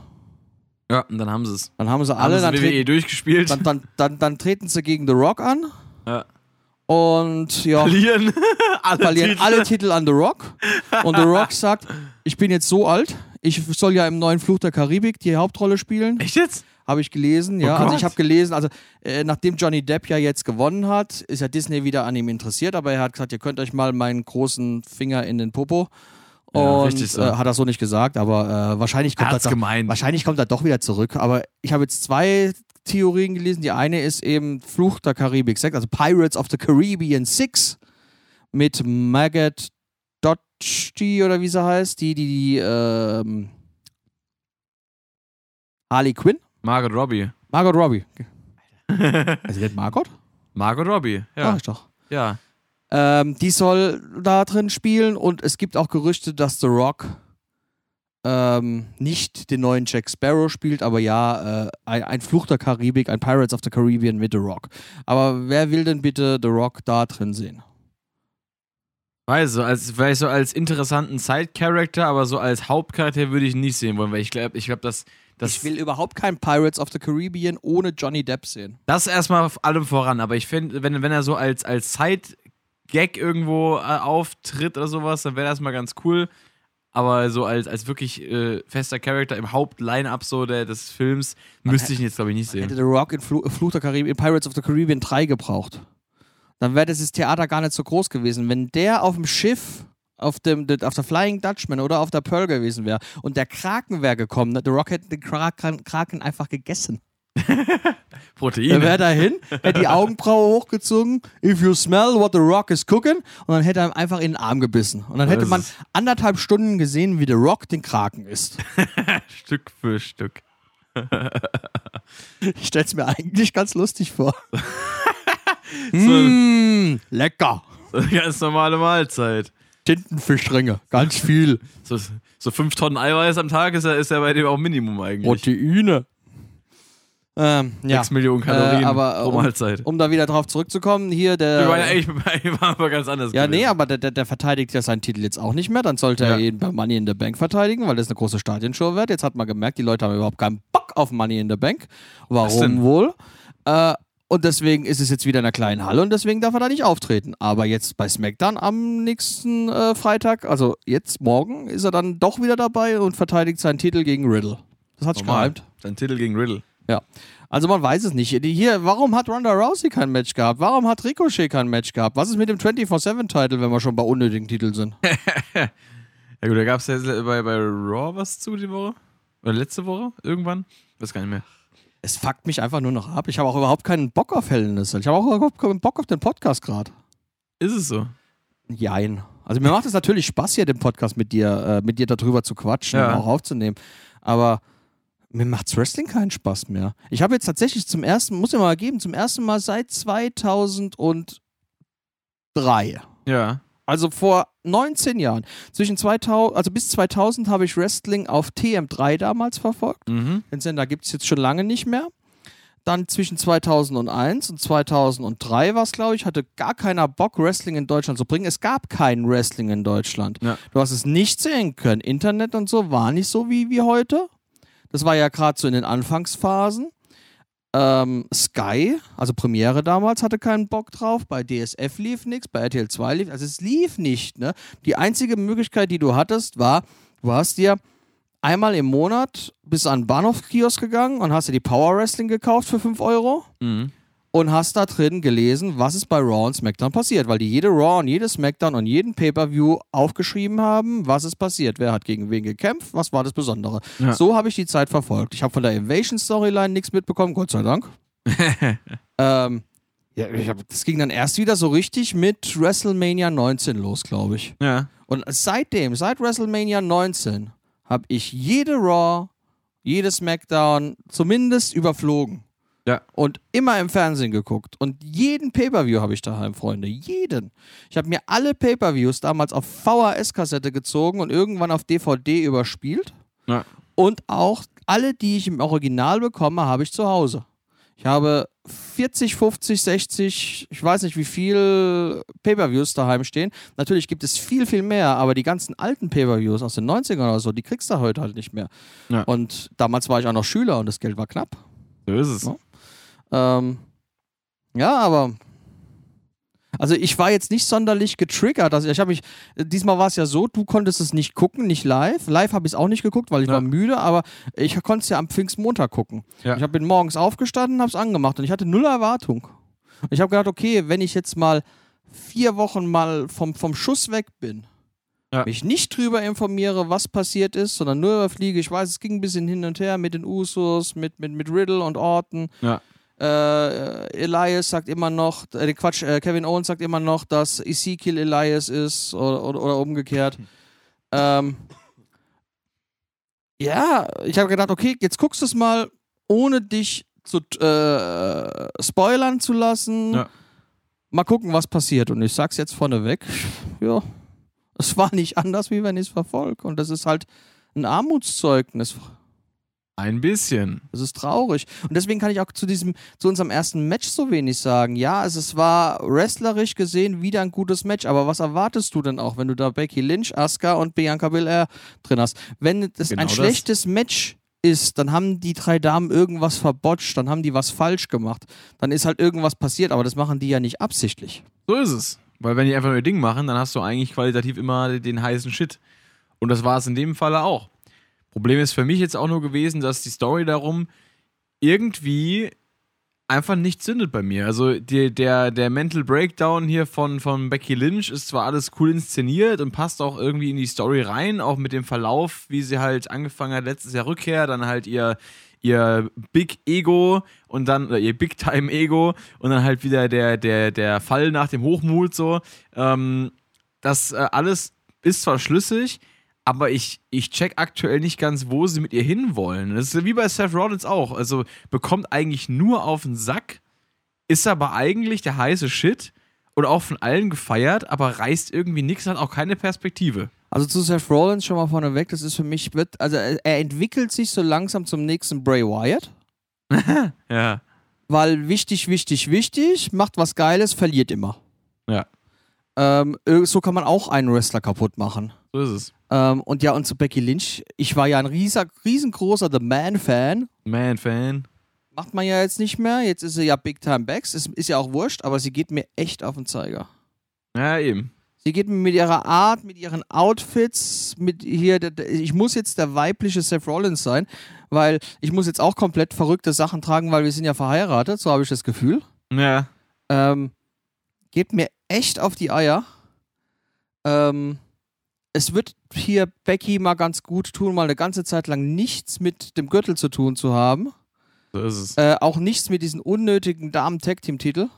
S2: Ja, und dann haben sie es.
S1: Dann haben sie alle.
S2: haben
S1: dann
S2: sie
S1: treten-
S2: WWE E durchgespielt.
S1: dann, dann, dann, dann treten sie gegen The Rock an.
S2: Ja.
S1: Und ja,
S2: verlieren alle
S1: verlieren
S2: Titel.
S1: alle Titel an The Rock. Und The Rock sagt, ich bin jetzt so alt, ich soll ja im neuen Fluch der Karibik die Hauptrolle spielen.
S2: Echt jetzt?
S1: Habe ich gelesen, ja.
S2: Oh
S1: also
S2: Gott.
S1: ich habe gelesen, also äh, nachdem Johnny Depp ja jetzt gewonnen hat, ist ja Disney wieder an ihm interessiert, aber er hat gesagt, ihr könnt euch mal meinen großen Finger in den Popo. Und
S2: Ja, richtig so.
S1: äh, hat er so nicht gesagt, aber äh, wahrscheinlich kommt
S2: Er hat's
S1: das doch,
S2: gemeint.
S1: Wahrscheinlich kommt er doch wieder zurück, aber ich habe jetzt zwei Theorien gelesen. Die eine ist eben Fluch der Karibik 6, also Pirates of the Caribbean 6 mit Maggot Dodgy oder wie sie heißt, die, die, die, ähm, Harley Quinn?
S2: Margot Robbie.
S1: Margot Robbie. Also nicht Margot?
S2: Margot Robbie,
S1: Ja.
S2: ja.
S1: ich doch.
S2: ja.
S1: Ähm, die soll da drin spielen und es gibt auch Gerüchte, dass The Rock ähm, nicht den neuen Jack Sparrow spielt, aber ja, äh, ein, ein Fluch der Karibik, ein Pirates of the Caribbean mit The Rock. Aber wer will denn bitte The Rock da drin sehen?
S2: Weiß so, als, vielleicht so als interessanten Side-Character, aber so als Hauptcharakter würde ich ihn nicht sehen wollen, weil ich glaube, ich glaube, dass das,
S1: ich will überhaupt kein Pirates of the Caribbean ohne Johnny Depp sehen.
S2: das erstmal auf allem voran. Aber ich finde, wenn, wenn er so als, als Side-Gag irgendwo äh, auftritt oder sowas, dann wäre das mal ganz cool. Aber so als, als wirklich äh, fester Charakter im Haupt-Line-Up so der, des Films müsste ich ihn jetzt, glaube ich, nicht
S1: Hätte
S2: sehen.
S1: The Rock in, Flu Fluch der Karibik, in Pirates of the Caribbean 3 gebraucht. Dann wäre dieses Theater gar nicht so groß gewesen. Wenn der auf dem Schiff, auf, dem, auf der Flying Dutchman oder auf der Pearl gewesen wäre und der Kraken wäre gekommen, ne, The Rock hätte den Kraken, Kraken einfach gegessen. Er
S2: Proteine.
S1: wäre dahin, hätte die Augenbraue hochgezogen, if you smell what the rock is cooking, und dann hätte er ihm einfach in den Arm gebissen. Und dann
S2: Das
S1: hätte man
S2: ist-
S1: anderthalb Stunden gesehen, wie The Rock den Kraken isst.
S2: Stück für Stück.
S1: Ich stell's mir eigentlich ganz lustig vor.
S2: So,
S1: Mmh, lecker.
S2: Ganz normale Mahlzeit.
S1: Tintenfischringe, ganz viel
S2: So, so fünf Tonnen Eiweiß am Tag ist ja, ist ja bei dem auch Minimum eigentlich.
S1: Proteine. Ähm, ja.
S2: Sechs Millionen Kalorien
S1: äh, aber, äh,
S2: pro
S1: um-
S2: Mahlzeit.
S1: Um da wieder drauf zurückzukommen, hier
S2: ich war ja
S1: der.
S2: eigentlich ich war aber ganz anders.
S1: Ja,
S2: gewesen.
S1: nee, aber der, der, der verteidigt ja seinen Titel jetzt auch nicht mehr. Dann sollte er
S2: Ja.
S1: ihn bei Money in the Bank verteidigen, weil das eine große Stadionshow wird. Jetzt hat man gemerkt, die Leute haben überhaupt keinen Bock auf Money in the Bank.
S2: denn?
S1: Warum wohl? Äh, und deswegen ist es jetzt wieder in einer kleinen Halle und deswegen darf er da nicht auftreten. Aber jetzt bei SmackDown am nächsten äh, Freitag, also jetzt morgen, ist er dann doch wieder dabei und verteidigt seinen Titel gegen Riddle. Das hat sich
S2: Normal.
S1: geheim.
S2: Sein Titel gegen Riddle.
S1: Ja. Also man weiß es nicht. Die Hier, warum hat Ronda Rousey kein Match gehabt? Warum hat Ricochet kein Match gehabt? Was ist mit dem 24-7-Title, wenn wir schon bei unnötigen Titeln sind?
S2: Ja gut, da gab es ja bei, bei Raw was zu die Woche. Oder letzte Woche irgendwann. Weiß gar nicht mehr.
S1: es fuckt mich einfach nur noch ab. Ich habe auch überhaupt keinen Bock auf Hell in a Cell. Ich habe auch überhaupt keinen Bock auf den Podcast gerade.
S2: Ist es so?
S1: Jein. Also mir macht es natürlich Spaß, hier den Podcast mit dir, äh, mit dir darüber zu quatschen
S2: Ja.
S1: und auch aufzunehmen. Aber mir macht's Wrestling keinen Spaß mehr. Ich habe jetzt tatsächlich zum ersten, muss ich mal geben, zum ersten Mal seit 2003
S2: Ja.
S1: Also vor 19 Jahren. Zwischen 2000, also bis 2000 habe ich Wrestling auf TM3 damals verfolgt.
S2: Mhm.
S1: Den Sender gibt es jetzt schon lange nicht mehr. Dann zwischen 2001 und 2003 war es, glaube ich, hatte gar keiner Bock, Wrestling in Deutschland zu bringen. Es gab kein Wrestling in Deutschland.
S2: Ja.
S1: Du hast es nicht sehen können. Internet und so war nicht so wie, wie heute. Das war ja gerade so in den Anfangsphasen. Ähm, Sky, also Premiere damals, hatte keinen Bock drauf. Bei DSF lief nichts, bei RTL 2 lief. Also es lief nicht. Ne? Die einzige Möglichkeit, die du hattest, war, du hast dir einmal im Monat bis an den Bahnhofskiosk gegangen und hast dir die Power Wrestling gekauft für 5 Euro
S2: Mhm.
S1: und hast da drin gelesen, was ist bei Raw und SmackDown passiert, weil die jede Raw und jede SmackDown und jeden Pay-Per-View aufgeschrieben haben, was ist passiert, wer hat gegen wen gekämpft, was war das Besondere.
S2: Ja.
S1: So habe ich die Zeit verfolgt. Ich habe von der Invasion-Storyline nichts mitbekommen, Gott sei Dank. ähm, ja, ich hab, das ging dann erst wieder so richtig mit WrestleMania 19 los, glaube ich.
S2: Ja.
S1: Und seitdem, seit WrestleMania 19, habe ich jede Raw, jede SmackDown zumindest überflogen.
S2: Ja.
S1: Und immer im Fernsehen geguckt. Und jeden Pay-Per-View habe ich daheim, Freunde. Jeden. Ich habe mir alle Pay-Per-Views damals auf VHS-Kassette gezogen und irgendwann auf DVD überspielt.
S2: Ja.
S1: Und auch alle, die ich im Original bekomme, habe ich zu Hause. Ich habe 40, 50, 60, ich weiß nicht wie viel Pay-Per-Views daheim stehen. Natürlich gibt es viel, viel mehr, aber die ganzen alten Pay-Per-Views aus den 90ern oder so, die kriegst du heute halt nicht mehr.
S2: Ja.
S1: Und damals war ich auch noch Schüler und das Geld war knapp.
S2: So ist es.
S1: Ja. Ähm, ja, aber. Also ich war jetzt nicht sonderlich getriggert. Also ich habe mich, diesmal war es ja so, du konntest es nicht gucken, nicht live. Live habe ich es auch nicht geguckt, weil ich
S2: Ja.
S1: war müde, aber ich konnte es ja am Pfingstmontag gucken.
S2: Ja.
S1: Ich hab- bin morgens aufgestanden, habe es angemacht und ich hatte null Erwartung. Und ich habe gedacht, okay, wenn ich jetzt mal vier Wochen mal vom, vom Schuss weg bin,
S2: Ja.
S1: mich nicht drüber informiere, was passiert ist, sondern nur überfliege, ich weiß, es ging ein bisschen hin und her mit den Usos, mit, mit, mit Riddle und Orton.
S2: Ja.
S1: Äh, Elias sagt immer noch, äh, Quatsch, äh, Kevin Owens sagt immer noch, dass Ezekiel Elias ist oder, oder, oder umgekehrt. ähm, ja, ich habe gedacht, okay, jetzt guckst du es mal, ohne dich zu äh, spoilern zu lassen.
S2: Ja.
S1: Mal gucken, was passiert. Und ich sag's jetzt vorneweg, ja, es war nicht anders, wie wenn ich es verfolge. Und das ist halt ein Armutszeugnis.
S2: Ein bisschen.
S1: Das ist traurig. Und deswegen kann ich auch zu diesem, zu unserem ersten Match so wenig sagen. Ja, es, es war wrestlerisch gesehen wieder ein gutes Match, aber was erwartest du denn auch, wenn du da Becky Lynch, Asuka und Bianca Belair drin hast? Wenn das
S2: Genau
S1: ein
S2: das.
S1: schlechtes Match ist, dann haben die drei Damen irgendwas verbotscht, dann haben die was falsch gemacht, dann ist halt irgendwas passiert, aber das machen die ja nicht absichtlich.
S2: So ist es. Weil wenn die einfach nur ihr Ding machen, dann hast du eigentlich qualitativ immer den heißen Shit. Und das war es in dem Falle auch. Problem ist für mich jetzt auch nur gewesen, dass die Story darum irgendwie einfach nicht zündet bei mir. Also die, der, der Mental Breakdown hier von, von Becky Lynch ist zwar alles cool inszeniert und passt auch irgendwie in die Story rein, auch mit dem Verlauf, wie sie halt angefangen hat, letztes Jahr Rückkehr, dann halt ihr, ihr Big Ego und dann, oder ihr Big Time Ego und dann halt wieder der, der, der Fall nach dem Hochmut so. Ähm, das äh, alles ist zwar schlüssig, aber ich, ich check aktuell nicht ganz, wo sie mit ihr hinwollen. Das ist wie bei Seth Rollins auch. Also bekommt eigentlich nur auf den Sack, ist aber eigentlich der heiße Shit und auch von allen gefeiert, aber reißt irgendwie nichts, hat auch keine Perspektive.
S1: Also zu Seth Rollins schon mal vorneweg, das ist für mich, wird, also er er entwickelt sich so langsam zum nächsten Bray Wyatt.
S2: Ja.
S1: Weil wichtig, wichtig, wichtig, macht was Geiles, verliert immer.
S2: Ja.
S1: Ähm, ir- so kann man auch einen Wrestler kaputt machen.
S2: So ist es.
S1: Ähm, und ja, und zu Becky Lynch, ich war ja ein rieser, riesengroßer The Man-Fan.
S2: Man, Fan.
S1: Macht man ja jetzt nicht mehr. Jetzt ist sie ja Big Time Backs. Ist, ist ja auch wurscht, aber sie geht mir echt auf den Zeiger.
S2: Ja, eben.
S1: Sie geht mir mit ihrer Art, mit ihren Outfits, mit hier, der- der- ich muss jetzt der weibliche Seth Rollins sein, weil ich muss jetzt auch komplett verrückte Sachen tragen, weil wir sind ja verheiratet, so habe ich das Gefühl.
S2: Ja.
S1: Ähm, geht mir echt auf die Eier. Ähm, es wird hier Becky mal ganz gut tun, mal eine ganze Zeit lang nichts mit dem Gürtel zu tun zu haben.
S2: So ist es.
S1: Äh, auch nichts mit diesen unnötigen Damen-Tag-Team-Titel.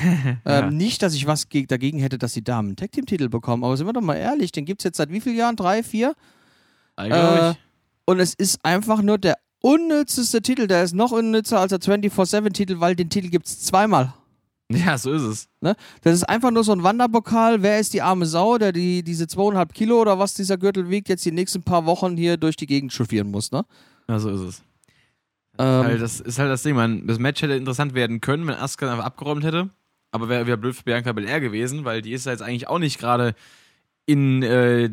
S1: ähm,
S2: Ja.
S1: Nicht, dass ich was geg- dagegen hätte, dass die Damen einen Tag-Team-Titel bekommen, aber sind wir doch mal ehrlich, den gibt es jetzt seit wie vielen Jahren? Drei, vier?
S2: Eigentlich.
S1: Und es ist einfach nur der unnützeste Titel. Der ist noch unnützer als der 24-7-Titel, weil den Titel gibt es zweimal.
S2: ja, so ist es.
S1: Ne? Das ist einfach nur so ein Wanderpokal. Wer ist die arme Sau, der die, diese zweieinhalb Kilo oder was dieser Gürtel wiegt, jetzt die nächsten paar Wochen hier durch die Gegend chauffieren muss, ne?
S2: Ja, so ist es.
S1: Ähm,
S2: Weil das ist halt das Ding, man. Das Match hätte interessant werden können, wenn Asuka einfach abgeräumt hätte. Aber wäre wieder blöd für Bianca Belair gewesen, weil die ist ja jetzt eigentlich auch nicht gerade in, äh,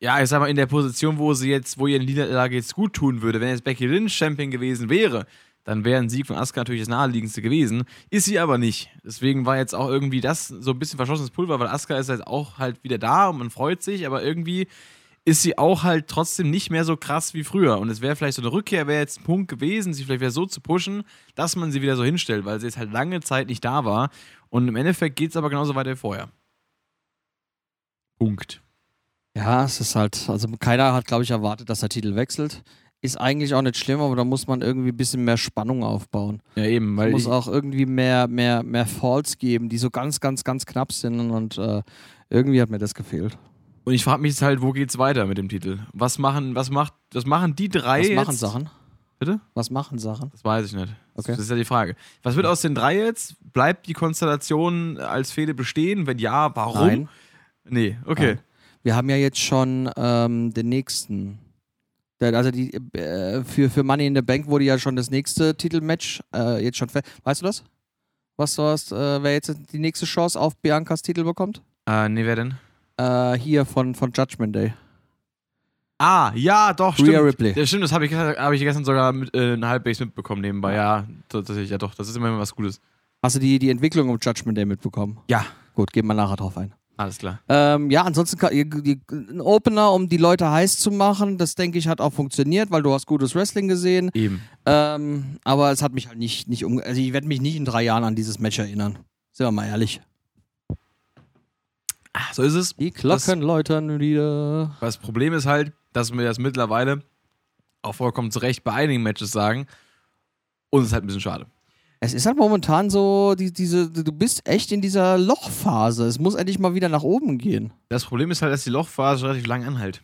S2: ja, ich sag mal, in der Position, wo sie jetzt, wo ihr in Niederlage jetzt gut tun würde. Wenn jetzt Becky Lynch Champion gewesen wäre, dann wäre ein Sieg von Asuka natürlich das naheliegendste gewesen. Ist sie aber nicht. Deswegen war jetzt auch irgendwie das so ein bisschen verschossenes Pulver, weil Asuka ist jetzt auch halt wieder da und man freut sich, aber irgendwie ist sie auch halt trotzdem nicht mehr so krass wie früher. Und es wäre vielleicht so eine Rückkehr, wäre jetzt ein Punkt gewesen, sie vielleicht wieder so zu pushen, dass man sie wieder so hinstellt, weil sie jetzt halt lange Zeit nicht da war. Und im Endeffekt geht es aber genauso weiter wie vorher. Punkt.
S1: ja, es ist halt, also keiner hat, glaube ich, erwartet, dass der Titel wechselt. Ist eigentlich auch nicht schlimm, aber da muss man irgendwie ein bisschen mehr Spannung aufbauen.
S2: Ja, eben,
S1: Es
S2: weil
S1: muss
S2: ich,
S1: auch irgendwie mehr, mehr, mehr Falls geben, die so ganz, ganz, ganz knapp sind und äh, irgendwie hat mir das gefehlt.
S2: und ich frage mich jetzt halt, wo geht's weiter mit dem Titel? Was machen, was macht, was machen die drei
S1: Was machen
S2: jetzt?
S1: Sachen?
S2: Bitte?
S1: Was machen Sachen?
S2: Das weiß ich nicht.
S1: Okay.
S2: Das ist ja die Frage. Was wird aus den drei jetzt? Bleibt die Konstellation äh, als Fehde bestehen? Wenn ja, warum?
S1: Nein.
S2: Nee, okay.
S1: Nein. Wir haben ja jetzt schon ähm, den nächsten. Der- Also die, äh, für, für Money in the Bank wurde ja schon das nächste Titelmatch äh, jetzt schon. fe- Weißt du das? Was, was äh, wer jetzt die nächste Chance auf Biancas Titel bekommt?
S2: Äh, nee, wer denn?
S1: Äh, hier von, von Judgment Day.
S2: Ah, ja, doch, stimmt.
S1: Rhea Ripley.
S2: Ja, stimmt, das habe ich, hab ich gestern sogar mit, äh, halbwegs mitbekommen nebenbei. Ja, tatsächlich, ja doch, das ist immer was Gutes.
S1: Hast du die, die Entwicklung um Judgment Day mitbekommen?
S2: Ja.
S1: Gut, gehen wir nachher drauf ein.
S2: Alles klar.
S1: Ähm, ja, ansonsten kann, die, die, ein Opener, um die Leute heiß zu machen, das denke ich hat auch funktioniert, weil du hast gutes Wrestling gesehen.
S2: Eben.
S1: Ähm, aber es hat mich halt nicht, nicht um, also ich werde mich nicht in drei Jahren an dieses Match erinnern. Sind wir mal ehrlich.
S2: Ah, so ist es.
S1: Die Glocken läutern wieder.
S2: Das Problem ist halt, dass wir das mittlerweile auch vollkommen zu Recht bei einigen Matches sagen. Und es ist halt ein bisschen schade.
S1: Es ist halt momentan so, die, diese, du bist echt in dieser Lochphase. Es muss endlich mal wieder nach oben gehen.
S2: Das Problem ist halt, dass die Lochphase relativ lang anhält.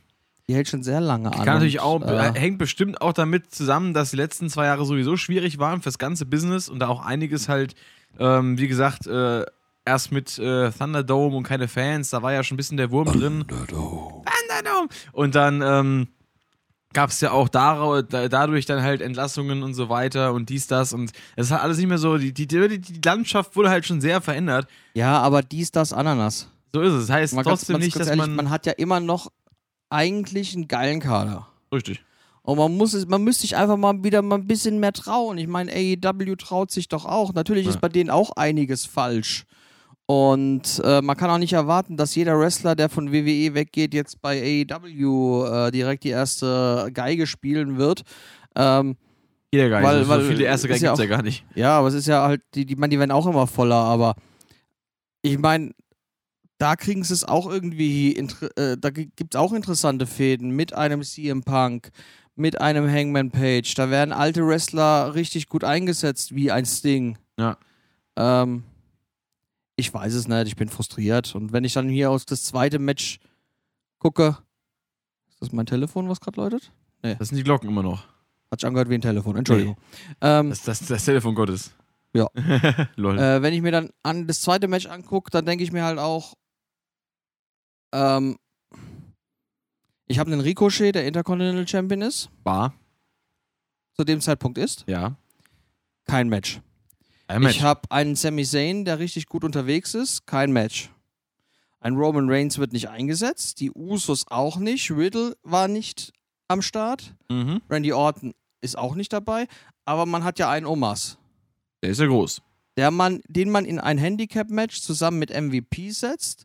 S1: Die hält schon sehr lange an.
S2: Kann natürlich auch,
S1: und, äh,
S2: hängt bestimmt auch damit zusammen, dass die letzten zwei Jahre sowieso schwierig waren fürs ganze Business und da auch einiges halt, ähm, wie gesagt, äh, erst mit äh, Thunderdome und keine Fans, da war ja schon ein bisschen der Wurm drin. Thunderdome! Und dann ähm, gab es ja auch darau- da, dadurch dann halt Entlassungen und so weiter und dies, das und es hat alles nicht mehr so, die, die, die die Landschaft wurde halt schon sehr verändert.
S1: ja, aber dies, das, Ananas.
S2: So ist es. Das heißt
S1: Mal ganz-
S2: trotzdem
S1: ganz
S2: nicht,
S1: kurz
S2: dass
S1: ehrlich,
S2: man,
S1: man hat ja immer noch eigentlich einen geilen Kader.
S2: Richtig.
S1: Und man muss es, man müsste sich einfach mal wieder mal ein bisschen mehr trauen. Ich meine, AEW traut sich doch auch. Natürlich
S2: Ja.
S1: ist bei denen auch einiges falsch. Und äh, man kann auch nicht erwarten, dass jeder Wrestler, der von WWE weggeht, jetzt bei AEW äh, direkt die erste Geige spielen wird. Ähm,
S2: Jeder Geil.
S1: Weil-
S2: so
S1: weil-
S2: viele erste Geil
S1: ist
S2: gibt
S1: ja
S2: es ja
S1: auch-
S2: gar nicht.
S1: ja, aber es ist ja halt, die, die, man, die werden auch immer voller, aber ich meine, da kriegen sie es auch irgendwie, inter- äh, da gibt es auch interessante Fäden mit einem CM Punk, mit einem Hangman Page. Da werden alte Wrestler richtig gut eingesetzt, wie ein Sting.
S2: Ja.
S1: Ähm, ich weiß es nicht, ich bin frustriert. Und wenn ich dann hier aus das zweite Match gucke, ist das mein Telefon, was gerade läutet?
S2: Das sind die Glocken immer noch.
S1: Hat sich angehört wie ein Telefon, Entschuldigung. Ähm,
S2: Das, das, das Telefon Gottes.
S1: Ja.
S2: Lol.
S1: Äh, wenn ich mir dann an das zweite Match angucke, dann denke ich mir halt auch, ähm, ich habe einen Ricochet, der Intercontinental Champion ist,
S2: Bar.
S1: zu dem Zeitpunkt ist.
S2: Ja.
S1: Kein Match.
S2: Ein
S1: Ich habe einen Sami Zayn, der richtig gut unterwegs ist. Kein Match. Ein Roman Reigns wird nicht eingesetzt. Die Usos auch nicht. Riddle war nicht am Start.
S2: Mhm.
S1: Randy Orton ist auch nicht dabei. Aber man hat ja einen Omas.
S2: Der ist ja groß.
S1: der man, den man in ein Handicap-Match zusammen mit MVP setzt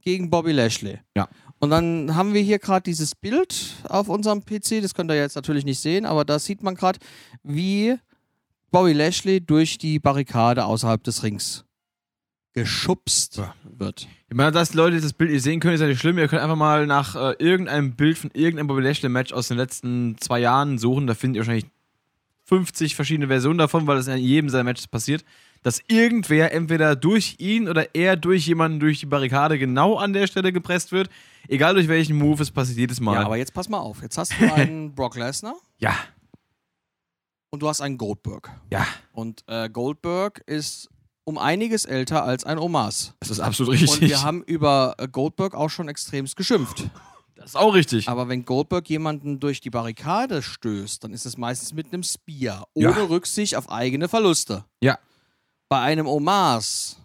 S1: gegen Bobby Lashley.
S2: Ja.
S1: Und dann haben wir hier gerade dieses Bild auf unserem PC, das könnt ihr jetzt natürlich nicht sehen, aber da sieht man gerade, wie Bobby Lashley durch die Barrikade außerhalb des Rings geschubst
S2: Ja.
S1: wird.
S2: Ich meine, dass die Leute das Bild nicht sehen können, ist ja nicht schlimm. Ihr könnt einfach mal nach äh, irgendeinem Bild von irgendeinem Bobby Lashley-Match aus den letzten zwei Jahren suchen. Da findet ihr wahrscheinlich 50 verschiedene Versionen davon, weil das in jedem seiner Matches passiert. Dass irgendwer entweder durch ihn oder er durch jemanden durch die Barrikade genau an der Stelle gepresst wird. Egal durch welchen Move, es passiert jedes Mal.
S1: Ja, aber jetzt pass mal auf. Jetzt hast du einen Brock Lesnar
S2: ja.
S1: und du hast einen Goldberg.
S2: Ja.
S1: Und äh, Goldberg ist um einiges älter als ein Omas.
S2: Das ist absolut
S1: Und
S2: richtig.
S1: wir haben über äh, Goldberg auch schon extremst geschimpft.
S2: das ist auch richtig.
S1: Aber wenn Goldberg jemanden durch die Barrikade stößt, dann ist es meistens mit einem Spear, ohne
S2: Ja.
S1: Rücksicht auf eigene Verluste.
S2: Ja.
S1: Bei einem Omas,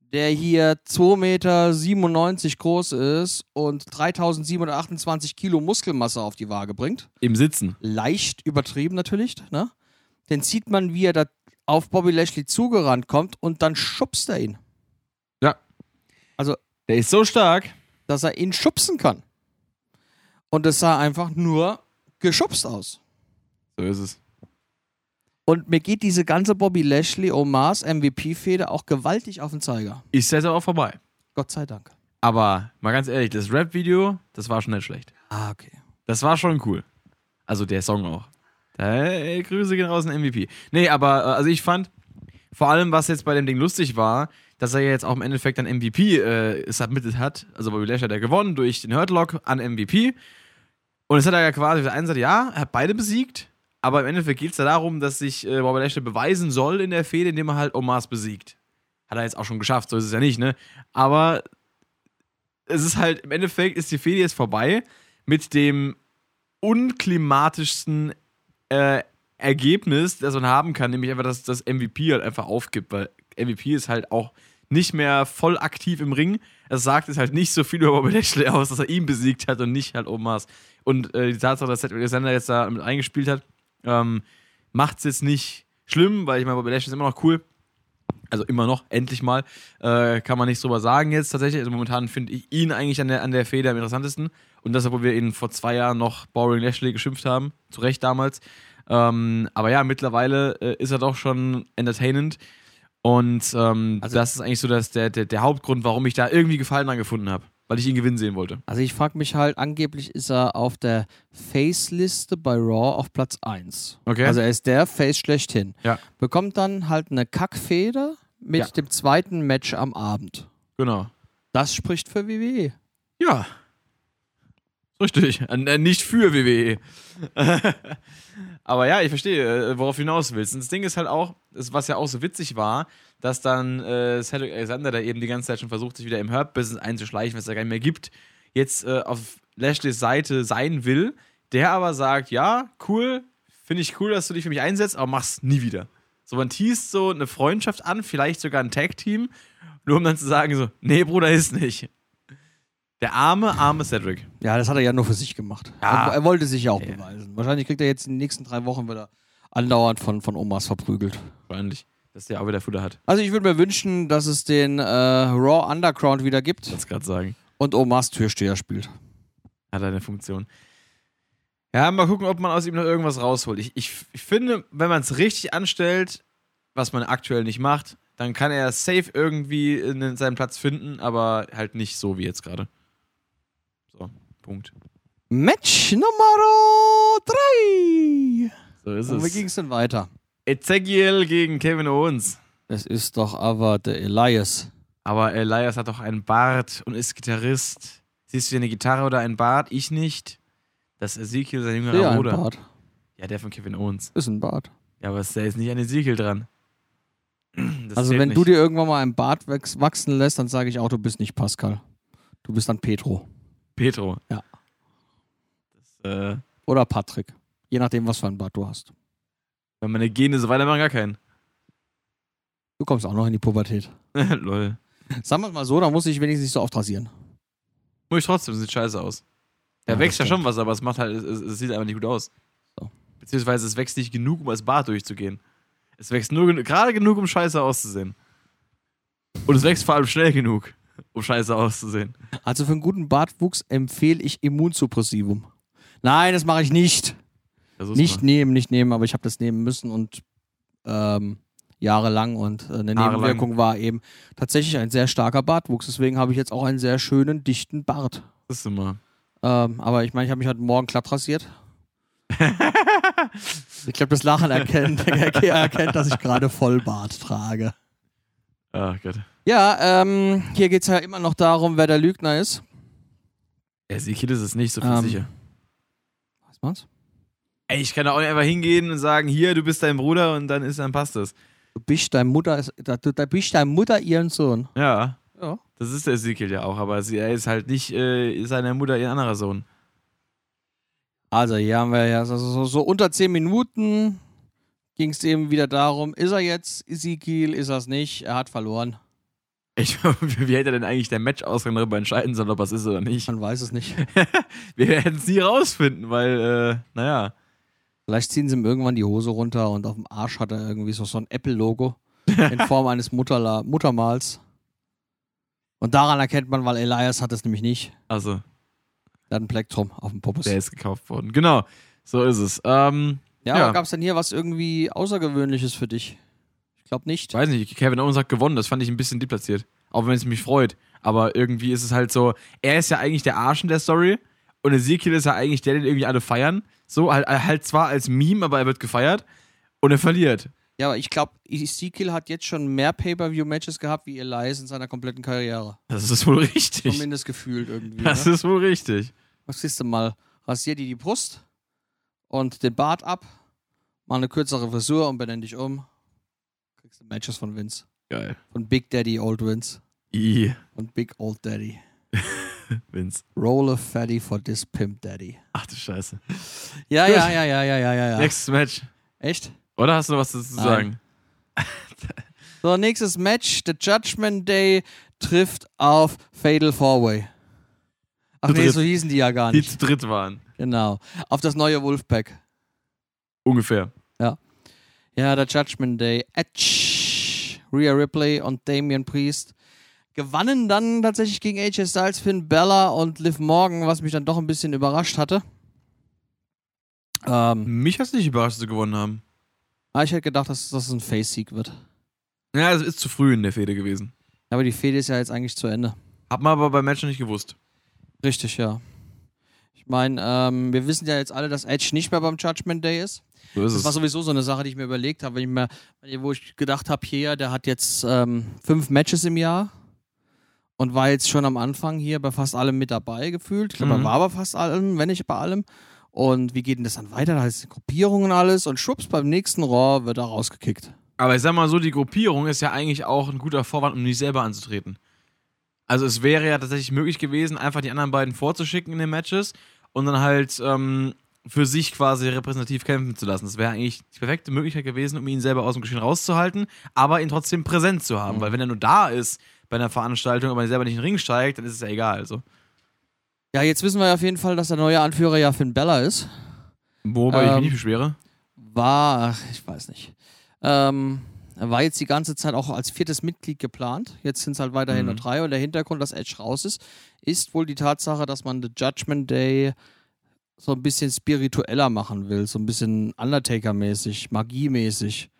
S1: der hier 2,97 Meter groß ist und 3728 Kilo Muskelmasse auf die Waage bringt,
S2: Im Sitzen.
S1: leicht übertrieben natürlich, ne? Den sieht man, wie er da auf Bobby Lashley zugerannt kommt und dann schubst er ihn,
S2: Der ist so stark.
S1: dass er ihn schubsen kann. Und es sah einfach nur geschubst aus.
S2: So ist es.
S1: Und mir geht diese ganze Bobby Lashley Omas MVP-Fehde auch gewaltig auf den Zeiger.
S2: Ist jetzt aber auch vorbei.
S1: Gott sei Dank.
S2: Aber mal ganz ehrlich, das Rap-Video, das war schon nicht schlecht.
S1: Ah, okay.
S2: Das war schon cool. Also der Song auch. Da, äh, Grüße gehen raus an MVP. Nee, aber äh, also ich fand, vor allem was jetzt bei dem Ding lustig war, dass er ja jetzt auch im Endeffekt dann MVP äh, submitted hat. Also Bobby Lashley hat er gewonnen durch den Hurtlock an MVP. Und es hat er ja quasi auf der einen Seite, ja, er hat beide besiegt, Aber im Endeffekt geht es ja darum, dass sich äh, Bobby Lashley beweisen soll in der Fehde, indem er halt Omas besiegt. Hat er jetzt auch schon geschafft, so ist es ja nicht, ne? Aber es ist halt, im Endeffekt ist die Fehde jetzt vorbei mit dem unklimatischsten äh, Ergebnis, das man haben kann, nämlich einfach, dass das MVP halt einfach aufgibt, weil MVP ist halt auch nicht mehr voll aktiv im Ring. Es sagt es halt nicht so viel über Bobby Lashley aus, dass er ihn besiegt hat und nicht halt Omas. Und äh, die Tatsache, dass Cedric Alexander jetzt da mit eingespielt hat, ähm, macht es jetzt nicht schlimm, weil ich meine, Bobby Lashley ist immer noch cool. Also immer noch, endlich mal. Äh, kann man nichts drüber sagen jetzt tatsächlich. Also momentan finde ich ihn eigentlich an der, an der Feder am interessantesten. Und das, obwohl wir ihn vor zwei Jahren noch Boring Lashley geschimpft haben. Zu Recht damals. Ähm, aber ja, mittlerweile äh, ist er doch schon entertainend. Und ähm,
S1: Also-
S2: das ist eigentlich so dass der, der, der Hauptgrund, warum ich da irgendwie Gefallen dran gefunden habe. Weil ich ihn gewinnen sehen wollte.
S1: Also ich frage mich halt, angeblich ist er auf der Face-Liste bei Raw auf Platz 1.
S2: Okay.
S1: Also er ist der Face schlechthin.
S2: Ja.
S1: Bekommt dann halt eine Kackfeder mit
S2: Ja.
S1: dem zweiten Match am Abend.
S2: Genau.
S1: Das spricht für E. WWE.
S2: Ja. Richtig. Äh, äh, Nicht für WWE. Aber ja, ich verstehe, äh, worauf du hinaus willst. Und das Ding ist halt auch, das- was ja auch so witzig war, dass dann äh, Cedric Alexander, der eben die ganze Zeit schon versucht, sich wieder im Herb-Business einzuschleichen, was es ja gar nicht mehr gibt, jetzt äh, auf Lashleys Seite sein will, der aber sagt, ja, cool, finde ich cool, dass du dich für mich einsetzt, aber mach's nie wieder. So, man teast so eine Freundschaft an, vielleicht sogar ein Tag-Team, nur um dann zu sagen so, nee, Bruder, ist nicht. Der arme, arme Cedric.
S1: Ja, das hat er ja nur für sich gemacht.
S2: Ja.
S1: Er, er wollte sich ja auch
S2: Ja.
S1: beweisen. Wahrscheinlich kriegt er jetzt in den nächsten drei Wochen wieder andauernd von, von Omas verprügelt.
S2: Wahrscheinlich, dass der auch wieder Futter hat.
S1: Also ich würde mir wünschen, dass es den äh, Raw Underground wieder gibt
S2: Kannst gerade sagen.
S1: und Omas Türsteher spielt.
S2: Hat er eine Funktion. Ja, mal gucken, ob man aus ihm noch irgendwas rausholt. Ich, ich, ich finde, wenn man es richtig anstellt, was man aktuell nicht macht, dann kann er safe irgendwie in seinen Platz finden, aber halt nicht so wie jetzt gerade. So, Punkt.
S1: Match Nummer 3.
S2: So ist
S1: Und wie ging
S2: es.
S1: es denn weiter?
S2: Ezekiel gegen Kevin Owens.
S1: Es ist doch aber der Elias.
S2: Aber Elias hat doch einen Bart und ist Gitarrist. Siehst du hier eine Gitarre oder einen Bart? Ich nicht. Das ist Ezekiel, sein jüngerer
S1: Ja, ein
S2: Bruder.
S1: Bart.
S2: Ja, der von Kevin Owens.
S1: Ist ein Bart.
S2: Ja, aber der ist nicht an Ezekiel dran. Das
S1: also
S2: zählt
S1: wenn
S2: nicht.
S1: du dir irgendwann mal einen Bart wachs- wachsen lässt, dann sage ich auch, du bist nicht Pascal. Du bist dann Petro
S2: Petro.
S1: Ja.
S2: Das, äh,
S1: oder Patrick. Je nachdem, was für einen Bart du hast.
S2: wenn meine Gene so weitermachen, gar keinen.
S1: Du kommst auch noch in die Pubertät.
S2: Lol.
S1: Sagen wir mal so, da muss ich wenigstens nicht so oft rasieren.
S2: Muss ich trotzdem, sieht scheiße aus. Da
S1: Ja,
S2: wächst ja
S1: das
S2: schon was, aber es macht halt, es, es es sieht einfach nicht gut aus.
S1: So.
S2: Beziehungsweise es wächst nicht genug, um als Bart durchzugehen. Es wächst nur genu- gerade genug, um scheiße auszusehen. Und es wächst vor allem schnell genug, um scheiße auszusehen.
S1: Also für einen guten Bartwuchs empfehle ich Immunsuppressivum. Nein, das mache ich nicht.
S2: Versuch's
S1: Nicht
S2: mal.
S1: nehmen, nicht nehmen, aber ich habe das nehmen müssen und ähm, jahrelang und äh, eine
S2: Jahrelang.
S1: Nebenwirkung war eben tatsächlich ein sehr starker Bartwuchs. Deswegen habe ich jetzt auch einen sehr schönen, dichten Bart.
S2: Das ist immer.
S1: Ähm, aber ich meine, ich habe mich heute Morgen glatt rasiert. ich glaube, das Lachen erkennt, erkennt, dass ich gerade Vollbart trage.
S2: Ach Gott.
S1: Ja, ähm, hier geht es ja immer noch darum, wer der Lügner ist.
S2: Ezekiel ist es nicht, so viel
S1: Ähm.
S2: sicher.
S1: Was meinst du?
S2: Ey, ich kann da auch nicht einfach hingehen und sagen, hier, du bist dein Bruder und dann ist, dann passt das.
S1: Du bist dein Mutter, da, du, da bist dein Mutter ihren Sohn.
S2: Ja,
S1: Ja.
S2: das ist der Ezekiel ja auch, aber sie, er ist halt nicht äh, seiner Mutter ihr anderer Sohn.
S1: Also hier haben wir ja so, so, so unter 10 Minuten ging es eben wieder darum, ist er jetzt Ezekiel, ist er es nicht, er hat verloren.
S2: Ich, wie hätte denn eigentlich der Matchausgang darüber entscheiden sollen, ob er es ist oder nicht?
S1: Man weiß es nicht.
S2: Wir hätten es nie rausfinden, weil, äh, naja.
S1: Vielleicht ziehen sie ihm irgendwann die Hose runter und auf dem Arsch hat er irgendwie so, so ein Apple-Logo in Form eines Mutterla Muttermals. Und daran erkennt man, weil Elias hat es nämlich nicht.
S2: Also,
S1: Der hat ein Plektrum auf dem Poppes.
S2: der ist gekauft worden. Genau, so ist es. Ähm,
S1: Ja,
S2: Ja.
S1: aber gab es denn hier was irgendwie Außergewöhnliches für dich? Ich glaube nicht.
S2: ich weiß nicht, Kevin Owens hat gewonnen, das fand ich ein bisschen deplatziert. Auch wenn es mich freut. Aber irgendwie ist es halt so, er ist ja eigentlich der Arsch in der Story und Ezekiel ist ja eigentlich der, den irgendwie alle feiern. So, halt, halt zwar als Meme, aber er wird gefeiert und er verliert.
S1: Ja, aber ich glaube, Ezekiel hat jetzt schon mehr Pay-Per-View-Matches gehabt wie Elias in seiner kompletten Karriere.
S2: Das ist wohl richtig.
S1: Zumindest gefühlt irgendwie.
S2: Das
S1: ne?
S2: ist wohl richtig.
S1: Was siehst du mal? Rasier dir die Brust und den Bart ab mach eine kürzere Frisur und benenn dich um. Kriegst du Matches von Vince.
S2: Geil.
S1: Von Big Daddy Old Vince.
S2: I,
S1: Und Big Old Daddy.
S2: Vince.
S1: Roll a fatty for this Pimp Daddy.
S2: Ach du Scheiße.
S1: Ja,
S2: Gut.
S1: ja, ja, ja, ja, ja, ja. ja.
S2: Nächstes Match.
S1: Echt?
S2: Oder hast du noch was dazu zu
S1: Nein.
S2: sagen?
S1: So, nächstes Match. The Judgment Day trifft auf Fatal Four Way. Ach
S2: Zu
S1: nee,
S2: dritt.
S1: so hießen die ja gar
S2: Die
S1: nicht.
S2: zu dritt waren.
S1: Genau. Auf das neue Wolfpack.
S2: Ungefähr.
S1: Ja, der Judgment Day. Edge, Rhea Ripley und Damian Priest gewannen dann tatsächlich gegen AJ Styles, Finn Bella und Liv Morgan, was mich dann doch ein bisschen überrascht hatte. Ähm,
S2: Mich hat es nicht überrascht, dass sie gewonnen haben.
S1: aber ich hätte gedacht, dass das ein Face-Sieg wird.
S2: Ja, es ist zu früh in der Fehde gewesen.
S1: Aber die Fehde ist ja jetzt eigentlich zu Ende.
S2: Hab man aber beim Match noch nicht gewusst.
S1: Richtig, ja. Ich meine, ähm, wir wissen ja jetzt alle, dass Edge nicht mehr beim Judgment Day ist.
S2: So ist
S1: Das
S2: es.
S1: war sowieso so eine Sache, die ich mir überlegt habe, wenn ich mir, wenn ich- wo ich gedacht habe, hier, der hat jetzt ähm, fünf Matches im Jahr und war jetzt schon am Anfang hier bei fast allem mit dabei gefühlt. Ich glaube,
S2: Mhm.
S1: er war bei fast allem, wenn nicht bei allem. Und wie geht denn das dann weiter? Da heißt es Gruppierungen und alles und schwupps, beim nächsten Raw wird er rausgekickt.
S2: Aber ich sag mal so, die Gruppierung ist ja eigentlich auch ein guter Vorwand, um nicht selber anzutreten. Also es wäre ja tatsächlich möglich gewesen, einfach die anderen beiden vorzuschicken in den Matches und dann halt ähm, für sich quasi repräsentativ kämpfen zu lassen. Das wäre eigentlich die perfekte Möglichkeit gewesen, um ihn selber aus dem Geschehen rauszuhalten, aber ihn trotzdem präsent zu haben. Weil wenn er nur da ist bei einer Veranstaltung, aber selber nicht in den Ring steigt, dann ist es ja egal. Also.
S1: Ja, jetzt wissen wir ja auf jeden Fall, dass der neue Anführer ja Finn Bella ist.
S2: Wobei ich
S1: Ähm,
S2: mich nicht beschwere.
S1: war, ach, ich weiß nicht, ähm, war jetzt die ganze Zeit auch als viertes Mitglied geplant. Jetzt sind es halt weiterhin
S2: Mhm.
S1: nur drei und der Hintergrund, dass Edge raus ist, ist wohl die Tatsache, dass man The Judgment Day so ein bisschen spiritueller machen will, so ein bisschen Undertaker-mäßig, Magie-mäßig.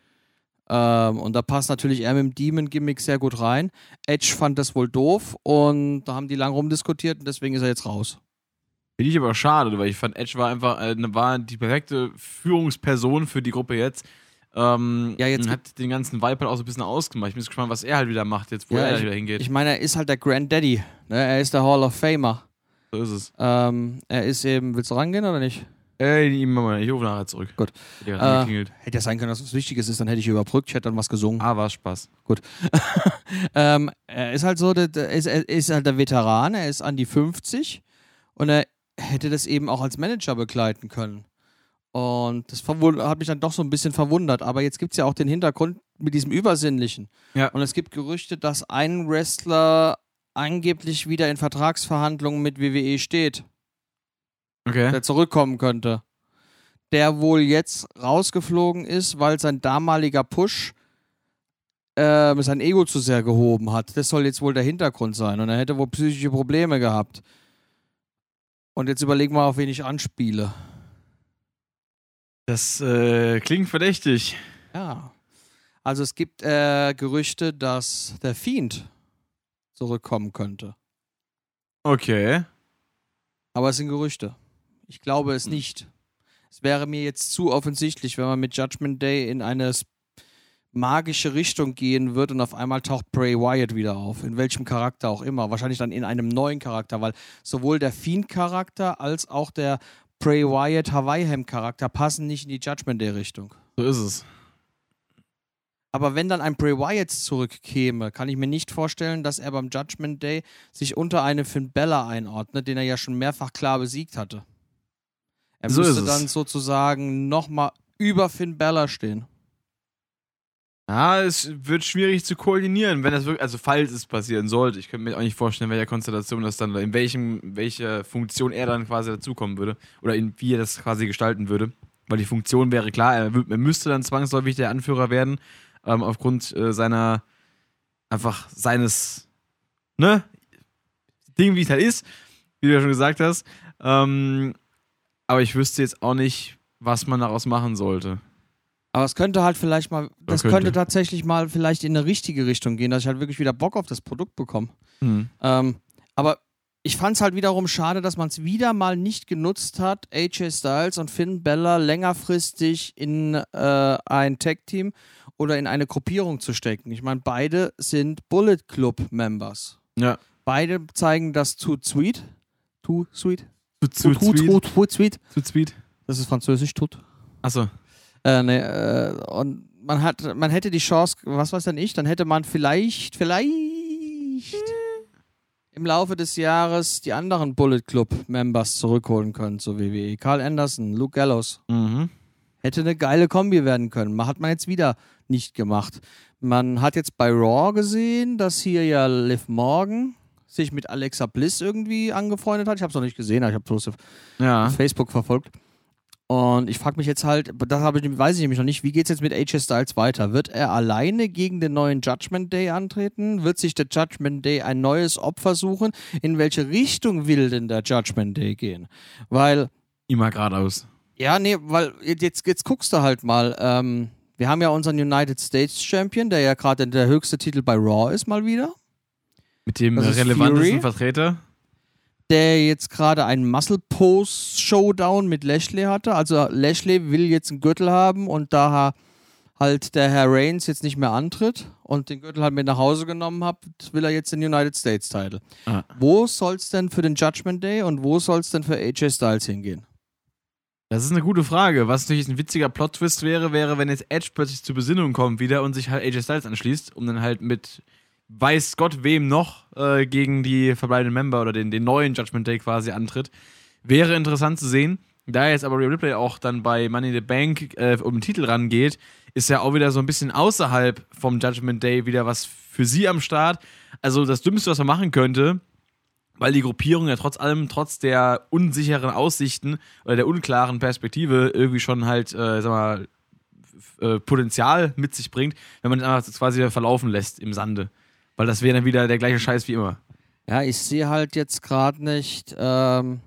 S1: Ähm, und da passt natürlich er mit dem Demon-Gimmick sehr gut rein. Edge fand das wohl doof und da haben die lang rumdiskutiert und deswegen ist er jetzt raus.
S2: Finde ich aber schade, weil ich fand, Edge war einfach äh, ne- war die perfekte Führungsperson für die Gruppe jetzt. Ähm,
S1: Ja, jetzt
S2: und hat den ganzen Vibe halt auch so ein bisschen ausgemacht. Ich bin jetzt gespannt, was er halt wieder macht, jetzt wo
S1: Ja,
S2: er wieder hingeht.
S1: Ich meine, er ist halt der Granddaddy. Ne? Er ist der Hall of Famer.
S2: so ist es.
S1: Ähm, er ist eben, willst du rangehen oder nicht?
S2: Ey, ich mal, ich rufe nachher zurück.
S1: Gut.
S2: Der
S1: Äh,
S2: hat geklingelt.
S1: Hätte ja sein können, dass was Wichtiges ist, dann hätte ich überbrückt, ich hätte dann was gesungen.
S2: Ah, war Spaß.
S1: Ähm, er ist halt so, der, der ist, er ist halt der Veteran, er ist an die 50 und er hätte das eben auch als Manager begleiten können. Und das verwund- hat mich dann doch so ein bisschen verwundert. Aber jetzt gibt es ja auch den Hintergrund mit diesem Übersinnlichen.
S2: Ja.
S1: Und es gibt Gerüchte, dass ein Wrestler angeblich wieder in Vertragsverhandlungen mit WWE steht.
S2: Okay.
S1: der zurückkommen könnte, der wohl jetzt rausgeflogen ist, weil sein damaliger Push ähm, sein Ego zu sehr gehoben hat. Das soll jetzt wohl der Hintergrund sein. Und er hätte wohl psychische Probleme gehabt. Und jetzt überleg mal, auf wen ich anspiele.
S2: Das äh, klingt verdächtig.
S1: Ja. Also es gibt äh, Gerüchte, dass der Fiend zurückkommen könnte.
S2: Okay.
S1: Aber es sind Gerüchte. Ich glaube es nicht. Es wäre mir jetzt zu offensichtlich, wenn man mit Judgment Day in eine s- magische Richtung gehen wird und auf einmal taucht Bray Wyatt wieder auf. In welchem Charakter auch immer. Wahrscheinlich dann in einem neuen Charakter, weil sowohl der Fiend-Charakter als auch der Bray Wyatt Hawaii-Ham-Charakter passen nicht in die Judgment Day-Richtung.
S2: So ist es.
S1: Aber wenn dann ein Bray Wyatt zurückkäme, kann ich mir nicht vorstellen, dass er beim Judgment Day sich unter einen Finn Bella einordnet, den er ja schon mehrfach klar besiegt hatte. Er
S2: So ist
S1: müsste
S2: es.
S1: dann sozusagen nochmal über Finn Bella stehen.
S2: Ja, es wird schwierig zu koordinieren, wenn das wirklich, also falls es passieren sollte. Ich könnte mir auch nicht vorstellen, in welcher Konstellation das dann, in welchem, welcher Funktion er dann quasi dazukommen würde. Oder in wie er das quasi gestalten würde. Weil die Funktion wäre klar, er, wü- er müsste dann zwangsläufig der Anführer werden, ähm, aufgrund äh, seiner, einfach seines, ne, Ding, wie es halt ist, wie du ja schon gesagt hast. Ähm, aber ich wüsste jetzt auch nicht, was man daraus machen sollte.
S1: Aber es könnte halt vielleicht mal, das könnte.
S2: könnte.
S1: tatsächlich mal vielleicht in eine richtige Richtung gehen, dass ich halt wirklich wieder Bock auf das Produkt bekomme.
S2: Hm.
S1: Ähm, aber ich fand es halt wiederum schade, dass man es wieder mal nicht genutzt hat, AJ Styles und Finn Bella längerfristig in äh, ein Tag-Team oder in eine Gruppierung zu stecken. Ich meine, beide sind Bullet Club-Members.
S2: Ja.
S1: Beide zeigen das zu sweet. Too sweet?
S2: Zu, zu,
S1: Too- too- too- too sweet.
S2: zu Tweet.
S1: Das ist französisch, tut.
S2: Achso.
S1: Äh, nee, äh, und man hat, man hätte die Chance, was weiß denn ich, dann hätte man vielleicht, vielleicht im Laufe des Jahres die anderen Bullet Club Members zurückholen können, so WWE. Carl Anderson, Luke Gallows.
S2: Mhm.
S1: Hätte eine geile Kombi werden können. Ma- Hat man jetzt wieder nicht gemacht. Man hat jetzt bei Raw gesehen, dass hier ja Liv Morgan sich mit Alexa Bliss irgendwie angefreundet hat. Ich habe es noch nicht gesehen, aber ich habe bloß auf
S2: Ja.
S1: auf Facebook verfolgt. Und ich frage mich jetzt halt, das hab ich, weiß ich nämlich noch nicht, wie geht's jetzt mit AJ Styles weiter? Wird er alleine gegen den neuen Judgment Day antreten? Wird sich der Judgment Day ein neues Opfer suchen? In welche Richtung will denn der Judgment Day gehen? Weil,
S2: Immer geradeaus.
S1: ja, nee, weil jetzt, jetzt guckst du halt mal, ähm, wir haben ja unseren United States Champion, der ja gerade der höchste Titel bei Raw ist, mal wieder.
S2: Mit dem
S1: Das ist Fury.
S2: relevantesten Vertreter.
S1: der jetzt gerade einen Muscle Pose Showdown mit Lashley hatte. Also Lashley will jetzt einen Gürtel haben und da halt der Herr Reigns jetzt nicht mehr antritt und den Gürtel halt mit nach Hause genommen hat, will er jetzt den United States Title.
S2: Ah.
S1: Wo soll's denn für den Judgment Day und wo soll's denn für AJ Styles hingehen?
S2: Das ist eine gute Frage. Was natürlich ein witziger Plot-Twist wäre, wäre, wenn jetzt Edge plötzlich zur Besinnung kommt wieder und sich halt AJ Styles anschließt, um dann halt mit weiß Gott wem noch äh, gegen die verbleibenden Member oder den, den neuen Judgment Day quasi antritt. Wäre interessant zu sehen. Da jetzt aber Real Ripley auch dann bei Money in the Bank äh, um den Titel rangeht, ist ja auch wieder so ein bisschen außerhalb vom Judgment Day wieder was für sie am Start. Also das Dümmste, was man machen könnte, weil die Gruppierung ja trotz allem, trotz der unsicheren Aussichten oder der unklaren Perspektive irgendwie schon halt, äh, sag mal, f- äh, Potenzial mit sich bringt, wenn man es einfach quasi verlaufen lässt im Sande. Weil das wäre dann wieder der gleiche Scheiß wie immer.
S1: Ja, ich sehe halt jetzt gerade nicht, ähm,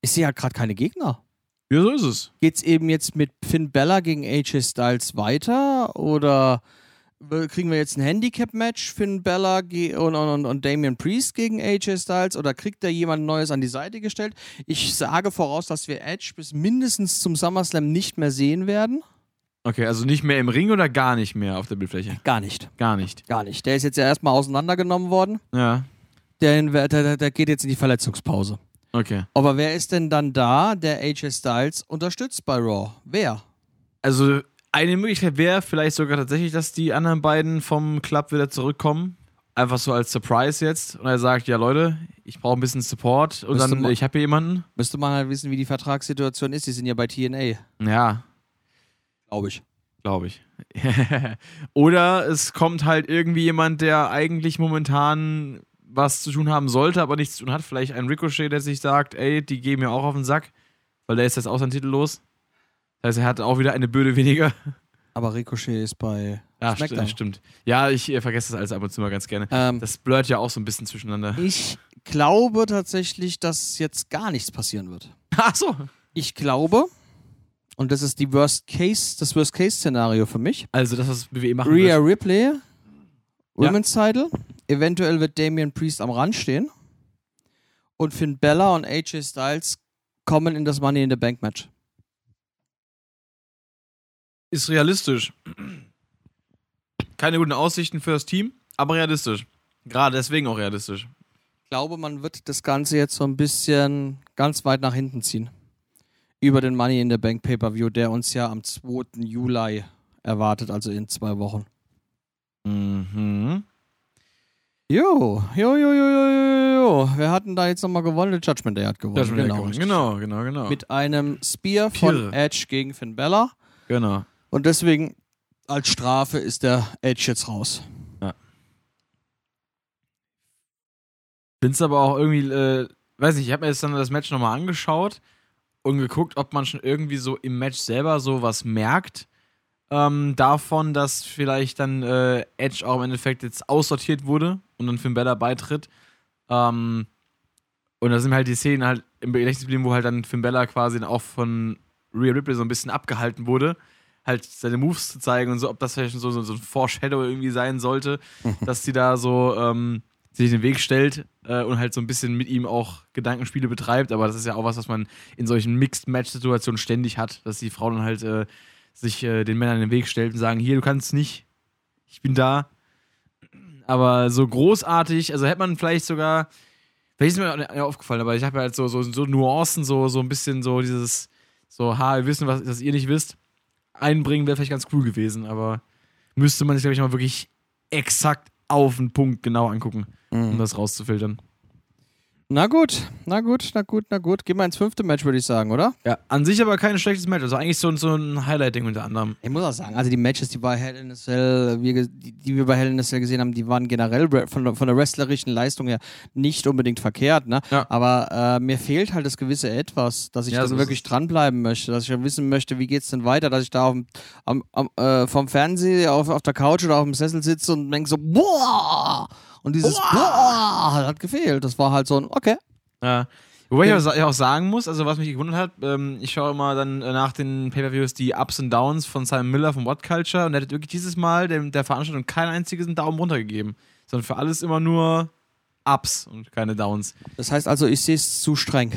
S1: ich sehe halt gerade keine Gegner.
S2: Ja, so ist es.
S1: geht's eben jetzt mit Finn Bella gegen AJ Styles weiter oder w- kriegen wir jetzt ein Handicap-Match Finn Bella ge- und, und, und- und Damian Priest gegen AJ Styles oder kriegt da jemand Neues an die Seite gestellt? Ich sage voraus, dass wir Edge bis mindestens zum SummerSlam nicht mehr sehen werden.
S2: Okay, also nicht mehr im Ring oder gar nicht mehr auf der Bildfläche?
S1: Gar nicht.
S2: Gar nicht.
S1: Gar nicht. Der ist jetzt ja erstmal auseinandergenommen worden.
S2: Ja,
S1: Der, der, der, der geht jetzt in die Verletzungspause.
S2: okay.
S1: Aber wer ist denn dann da, der AJ Styles unterstützt bei Raw? Wer?
S2: Also eine Möglichkeit wäre vielleicht sogar tatsächlich, dass die anderen beiden vom Club wieder zurückkommen. Einfach so als Surprise jetzt. Und er sagt, ja Leute, ich brauche ein bisschen Support. Und
S1: Müsste
S2: dann,
S1: ma-
S2: ich habe hier jemanden.
S1: Müsste man halt wissen, wie die Vertragssituation ist. Die sind ja bei TNA.
S2: Ja,
S1: glaube ich.
S2: Glaube ich. Oder es kommt halt irgendwie jemand, der eigentlich momentan was zu tun haben sollte, aber nichts zu tun hat. Vielleicht ein Ricochet, der sich sagt, ey, die gehen mir auch auf den Sack, weil der ist jetzt auch sein Titel los. Das heißt, er hat auch wieder eine Böde weniger.
S1: Aber Ricochet ist bei
S2: Ja, st
S1: SmackDown.
S2: stimmt. Ja, ich äh, vergesse das alles ab und zu mal ganz gerne.
S1: Ähm,
S2: Das blurrt ja auch so ein bisschen zueinander.
S1: ich glaube tatsächlich, dass jetzt gar nichts passieren wird.
S2: Ach so.
S1: Ich glaube, und das ist die Worst Case, das Worst Case Szenario für mich.
S2: Also das, was WWE machen
S1: Rhea
S2: wird.
S1: Ripley, Women's Title. Eventuell wird Damian Priest am Rand stehen. Und Finn Bella und AJ Styles kommen in das Money in the Bank Match.
S2: ist realistisch. Keine guten Aussichten für das Team, aber realistisch. Gerade deswegen auch realistisch.
S1: Ich glaube, man wird das Ganze jetzt so ein bisschen ganz weit nach hinten ziehen. Über den Money in the Bank Pay-Per-View, der uns ja am 2. Juli erwartet, also in zwei Wochen.
S2: Mhm.
S1: Jo, jo, jo, jo, jo, jo, jo. Wer hat denn da jetzt nochmal gewonnen? Der Judgment Day hat gewonnen.
S2: Das genau,
S1: richtig.
S2: genau, genau, genau.
S1: Mit einem Spear von
S2: Pire.
S1: Edge gegen Finn Bella.
S2: genau.
S1: Und deswegen als Strafe ist der Edge jetzt raus.
S2: Find's aber auch irgendwie, äh, weiß nicht, ich habe mir jetzt dann das Match nochmal angeschaut und geguckt, ob man schon irgendwie so im Match selber so was merkt. Ähm, davon, dass vielleicht dann äh, Edge auch im Endeffekt jetzt aussortiert wurde und dann Finn Bella beitritt. Ähm, und da sind mir halt die Szenen halt im Gedächtnis geblieben, wo halt dann Finn Bella quasi dann auch von Rhea Ripley so ein bisschen abgehalten wurde, halt seine Moves zu zeigen und so, ob das vielleicht schon so, so, so ein Foreshadow irgendwie sein sollte, dass sie da so ähm, sich in den Weg stellt äh, und halt so ein bisschen mit ihm auch Gedankenspiele betreibt. Aber das ist ja auch was, was man in solchen Mixed-Match-Situationen ständig hat, dass die Frauen dann halt äh, sich äh, den Männern in den Weg stellt und sagen, hier, du kannst nicht, ich bin da. Aber so großartig, also hätte man vielleicht sogar, vielleicht ist mir auch nicht aufgefallen, aber ich habe halt so, so, so Nuancen, so, so ein bisschen so dieses, so, ha, wir wissen, was, was ihr nicht wisst. einbringen, wäre vielleicht ganz cool gewesen, aber müsste man sich, glaube ich, mal wirklich exakt auf den Punkt genau angucken, um das rauszufiltern.
S1: Na gut, na gut, na gut, na gut. Gehen wir ins fünfte Match, würde ich sagen, oder?
S2: Ja, an sich aber kein schlechtes Match. Also eigentlich so, ein- so ein Highlight-Ding unter anderem.
S1: Ich muss auch sagen, also die Matches, die bei Hell in a Cell, wir, ge- die, die wir bei Hell in a Cell gesehen haben, die waren generell bre- von, der- von der wrestlerischen Leistung her nicht unbedingt verkehrt, ne?
S2: Ja.
S1: Aber äh, mir fehlt halt das gewisse Etwas, dass ich
S2: Ja,
S1: dann
S2: so ist
S1: wirklich dranbleiben möchte, dass ich ja wissen möchte, wie geht's denn weiter, dass ich da auf dem, am, am, äh, vom Fernseher auf, auf der Couch oder auf dem Sessel sitze und denk so, boah! Und dieses boah hat gefehlt. Das war halt so ein, okay,
S2: Ja. Wobei ich auch, sa- ich auch sagen muss, also was mich gewundert hat, ähm, ich schaue immer dann äh, nach den Pay-Per-Views die Ups und Downs von Simon Miller von What Culture und er hat wirklich dieses Mal dem, der Veranstaltung keinen einzigen Daumen runtergegeben, sondern für alles immer nur Ups und keine Downs.
S1: Das heißt also, ich sehe es zu streng.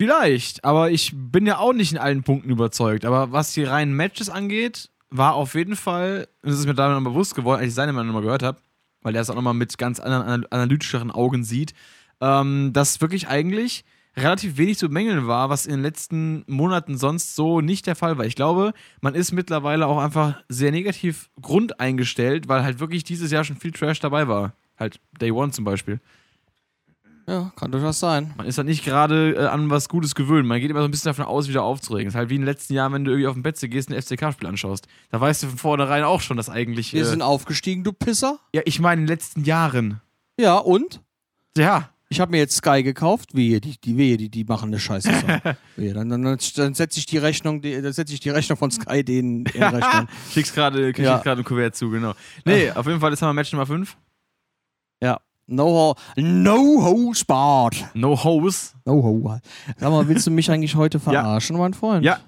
S2: Vielleicht, aber ich bin ja auch nicht in allen Punkten überzeugt. Aber was die reinen Matches angeht, war auf jeden Fall, und das ist mir damit nochmal bewusst geworden, als ich seine Meinung nochmal gehört habe, weil er es auch nochmal mit ganz anderen anal- analytischeren Augen sieht, ähm, dass wirklich eigentlich relativ wenig zu bemängeln war, was in den letzten Monaten sonst so nicht der Fall war. Ich glaube, man ist mittlerweile auch einfach sehr negativ grundeingestellt, weil halt wirklich dieses Jahr schon viel Trash dabei war. Halt Day One zum Beispiel.
S1: Ja, kann durchaus sein.
S2: Man ist halt nicht gerade äh, an was Gutes gewöhnt. Man geht immer so ein bisschen davon aus, wieder aufzuregen. Ist halt wie in den letzten Jahren, wenn du irgendwie auf den Betze gehst und ein FCK-Spiel anschaust. Da weißt du von vornherein auch schon, dass eigentlich.
S1: Wir
S2: Äh,
S1: sind aufgestiegen, du Pisser.
S2: ja, ich meine, in den letzten Jahren.
S1: Ja, und?
S2: Ja.
S1: Ich habe mir jetzt Sky gekauft. Wehe, die, die, wehe, die, die machen eine Scheiße. So. wehe, dann dann, dann setze ich die Rechnung, die, dann setze ich die Rechnung von Sky denen in Rechnung.
S2: Schickst gerade kriegst
S1: Ja.
S2: gerade ein Kuvert zu, genau. Nee, auf jeden Fall, das haben wir Match Nummer 5.
S1: ja. No ho, no ho spart.
S2: No Hose.
S1: No ho. Sag mal, willst du mich eigentlich heute verarschen, mein Freund?
S2: Ja,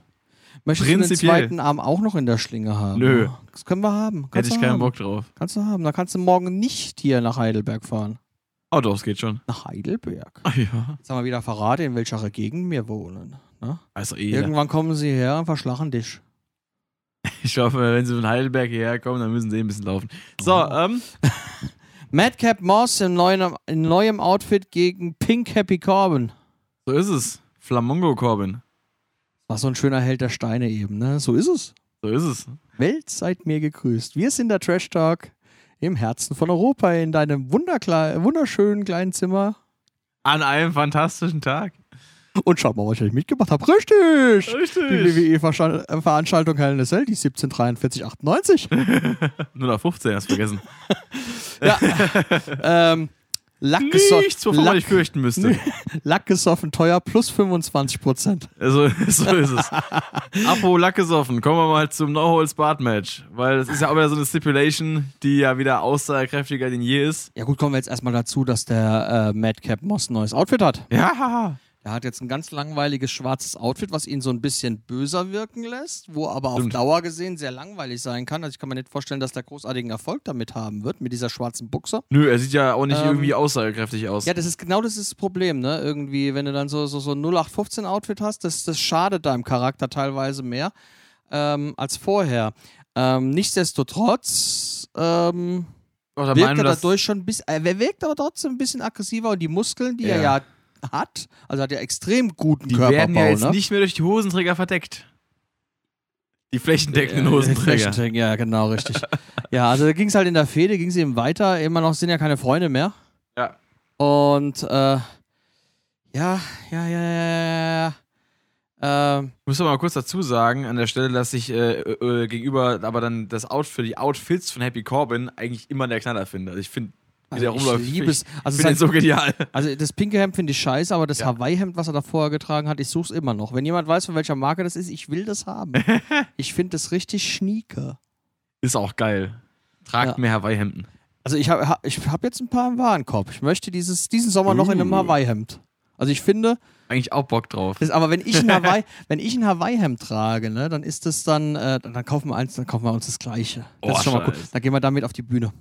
S1: Möchtest
S2: prinzipiell.
S1: du den zweiten Arm auch noch in der Schlinge haben?
S2: Nö.
S1: Das können wir haben.
S2: hätte
S1: Kannst
S2: ich
S1: du
S2: keinen
S1: haben.
S2: Bock drauf.
S1: Kannst du haben. Da kannst du morgen nicht hier nach Heidelberg fahren.
S2: Oh, doch, es geht schon.
S1: Nach Heidelberg.
S2: Ah, ja.
S1: Jetzt haben wir wieder verraten, in welcher Gegend wir wohnen. Ne?
S2: Also, eh.
S1: Irgendwann kommen sie her und verschlachen dich.
S2: Ich hoffe, wenn sie von Heidelberg hierher kommen, dann müssen sie eh ein bisschen laufen. So,
S1: Mhm.
S2: ähm.
S1: Madcap Moss in neuem, in neuem Outfit gegen Pink Happy Corbin.
S2: So ist es. Flamongo Corbin.
S1: War so ein schöner Held der Steine eben, ne? So ist es.
S2: So ist es.
S1: Welt seid mir gegrüßt. Wir sind der Trash Talk im Herzen von Europa in deinem wunderkle wunderschönen kleinen Zimmer.
S2: An einem fantastischen Tag.
S1: Und schaut mal, was ich euch mitgebracht habe. Richtig! Die
S2: Richtig.
S1: WWE-Veranstaltung Hell in a Cell, die 174398.
S2: 0 auf 15, hast vergessen.
S1: ähm, Lack, geso
S2: Nichts, wovon man
S1: Lack,
S2: dich fürchten müsste.
S1: Lack gesoffen teuer plus 25%.
S2: Also, so ist es. Apo Lackesoffen, kommen wir mal zum No-Hole-Spart-Match. Weil das ist ja auch wieder so eine Stipulation, die ja wieder aussagekräftiger denn je ist.
S1: Ja gut, kommen wir jetzt erstmal dazu, dass der äh, Madcap Moss ein neues Outfit hat.
S2: Ja.
S1: Er hat jetzt ein ganz langweiliges schwarzes Outfit, was ihn so ein bisschen böser wirken lässt, wo aber auf
S2: Stimmt.
S1: Dauer gesehen sehr langweilig sein kann. Also ich kann mir nicht vorstellen, dass der großartigen Erfolg damit haben wird, mit dieser schwarzen Buchse.
S2: Nö, er sieht ja auch nicht
S1: Ähm,
S2: irgendwie aussagekräftig aus.
S1: Ja, das ist genau das ist das Problem, ne? Irgendwie, wenn du dann so, so, so ein 0815-Outfit hast, das, das schadet deinem Charakter teilweise mehr ähm, als vorher. Ähm, nichtsdestotrotz ähm,
S2: Auch der
S1: wirkt
S2: Meinung,
S1: er
S2: dass-
S1: dadurch schon ein bisschen, äh, er wirkt aber trotzdem ein bisschen aggressiver und die Muskeln, die er
S2: Ja.
S1: ja hat, also hat er extrem guten
S2: die
S1: Körperbau,
S2: werden ja jetzt
S1: ne?
S2: nicht mehr durch die Hosenträger verdeckt. Die
S1: Äh,
S2: flächendeckenden Hosenträger.
S1: Flächenträger, Ja, genau, richtig. ja, also ging es halt in der Fehde, ging es eben weiter. Immer noch sind ja keine Freunde mehr.
S2: Ja.
S1: Und äh, ja, ja, ja, ja, ja, ja. Ähm,
S2: Ich muss aber mal kurz dazu sagen, an der Stelle, dass ich äh, äh, gegenüber aber dann das Outfit, die Outfits von Happy Corbin eigentlich immer der Knaller finde. Also ich finde, wie
S1: also
S2: der rumläuft,
S1: ich liebe es.
S2: Ich
S1: Also,
S2: finde
S1: sein,
S2: den so genial.
S1: also das pinke Hemd finde ich scheiße, aber das
S2: Ja.
S1: Hawaii-Hemd, was er da vorher getragen hat, ich suche es immer noch. Wenn jemand weiß, von welcher Marke das ist, ich will das haben. ich finde das richtig schnieke.
S2: Ist auch geil. Tragt
S1: Ja.
S2: mehr Hawaii-Hemden.
S1: Also ich habe ich hab jetzt ein paar im Warenkorb. Ich möchte dieses, diesen Sommer noch in einem
S2: Uh.
S1: Hawaii-Hemd. Also ich finde,
S2: Eigentlich auch Bock drauf.
S1: Das, aber wenn ich ein Hawaii, wenn ich ein Hawaii-Hemd trage, ne, dann ist das dann, äh, dann dann kaufen wir eins, dann kaufen wir uns das gleiche. Das
S2: Oh,
S1: ist schon mal cool.
S2: scheiße.
S1: Dann gehen wir damit auf die Bühne.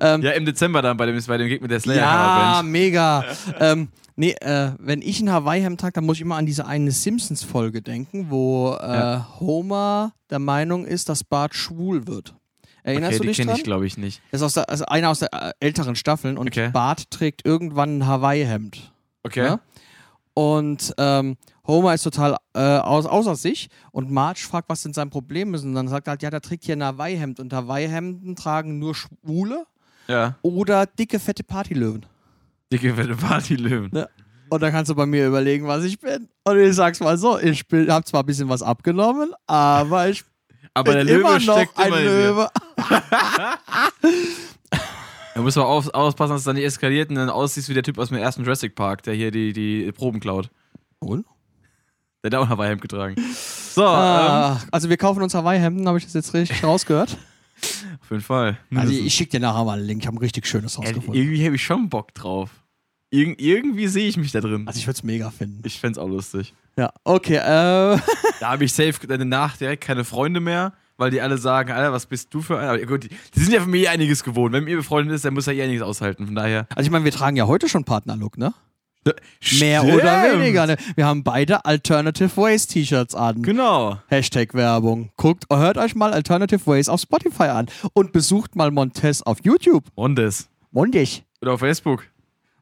S1: ähm,
S2: Ja, im Dezember dann bei dem, bei dem Gegner der
S1: ja,
S2: Slayer Coverband.
S1: mega. ähm, nee, äh, wenn ich ein Hawaii-Hemd trage, dann muss ich immer an diese eine Simpsons-Folge denken, wo äh, Homer der Meinung ist, dass Bart schwul wird. Erinnerst
S2: Okay,
S1: du
S2: die
S1: dich
S2: kenne
S1: dran?
S2: ich, glaube ich, nicht.
S1: das ist aus der, also einer aus der äh, älteren Staffeln und
S2: Okay.
S1: Bart trägt irgendwann ein Hawaii-Hemd.
S2: Okay.
S1: Ja? Ne? Und ähm, Homer ist total äh, aus, außer sich und Marge fragt, was denn sein Problem ist. Und dann sagt er halt, ja, der trägt hier ein Hawaii-Hemd. Und Hawaii-Hemden tragen nur Schwule
S2: Ja.
S1: oder dicke, fette Partylöwen.
S2: Dicke fette Partylöwen.
S1: Ja. Und dann kannst du bei mir überlegen, was ich bin. Und ich sag's mal so, ich bin, hab zwar ein bisschen was abgenommen, aber ich
S2: Aber der
S1: bin Äh,
S2: Löwe
S1: immer noch
S2: steckt
S1: ein
S2: immer in dir.
S1: Löwe.
S2: Da muss man auf, aufpassen, dass es dann nicht eskaliert und dann aussiehst wie der Typ aus dem ersten Jurassic Park, der hier die, die Proben klaut.
S1: Und?
S2: Der hat auch ein Hawaii-Hemd getragen. So,
S1: Ah, also wir kaufen uns Hawaii-Hemden, habe ich das jetzt richtig rausgehört?
S2: ähm, auf jeden Fall.
S1: Also
S2: Mindestens.
S1: ich schicke dir nachher mal einen Link, ich habe ein richtig schönes Haus
S2: Ey,
S1: gefunden.
S2: irgendwie habe ich schon Bock drauf. Irg irgendwie sehe ich mich da drin.
S1: Also ich würde es mega finden.
S2: ich fände es auch lustig.
S1: Ja, okay. Äh,
S2: Da habe ich safe danach direkt keine Freunde mehr, weil die alle sagen, Alter, was bist du für ein... Aber gut, die, die sind ja von mir eh einiges gewohnt. Wenn ihr befreundet ist, dann muss er eh einiges aushalten. Von daher...
S1: also ich meine, wir tragen ja heute schon Partnerlook, ne? Mehr oder
S2: Stimmt.
S1: weniger. Ne? Wir haben beide Alternative Ways T-Shirts an.
S2: Genau.
S1: Hashtag Werbung. Guckt, hört euch mal Alternative Ways auf Spotify an und besucht mal Montez auf YouTube.
S2: Mondes.
S1: Mondig.
S2: Oder auf Facebook.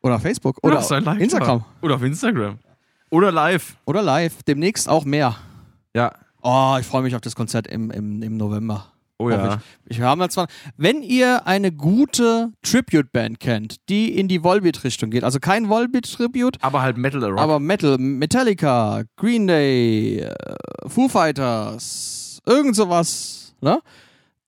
S1: Oder auf Facebook.
S2: Oder,
S1: Oder,
S2: auf sein Live.
S1: Instagram.
S2: Oder auf Instagram. Oder live.
S1: Oder live. Demnächst auch mehr.
S2: Ja.
S1: Oh, ich freue mich auf das Konzert im, im, im November.
S2: Oh ja.
S1: Hoffe Ich, ich habe mal zwar, wenn ihr eine gute Tribute-Band kennt, die in die Volbeat-Richtung geht, also kein Volbeat-Tribute,
S2: Aber halt Metal oder Rock.
S1: aber Metal, Metallica, Green Day, äh, Foo Fighters, irgend sowas, ne?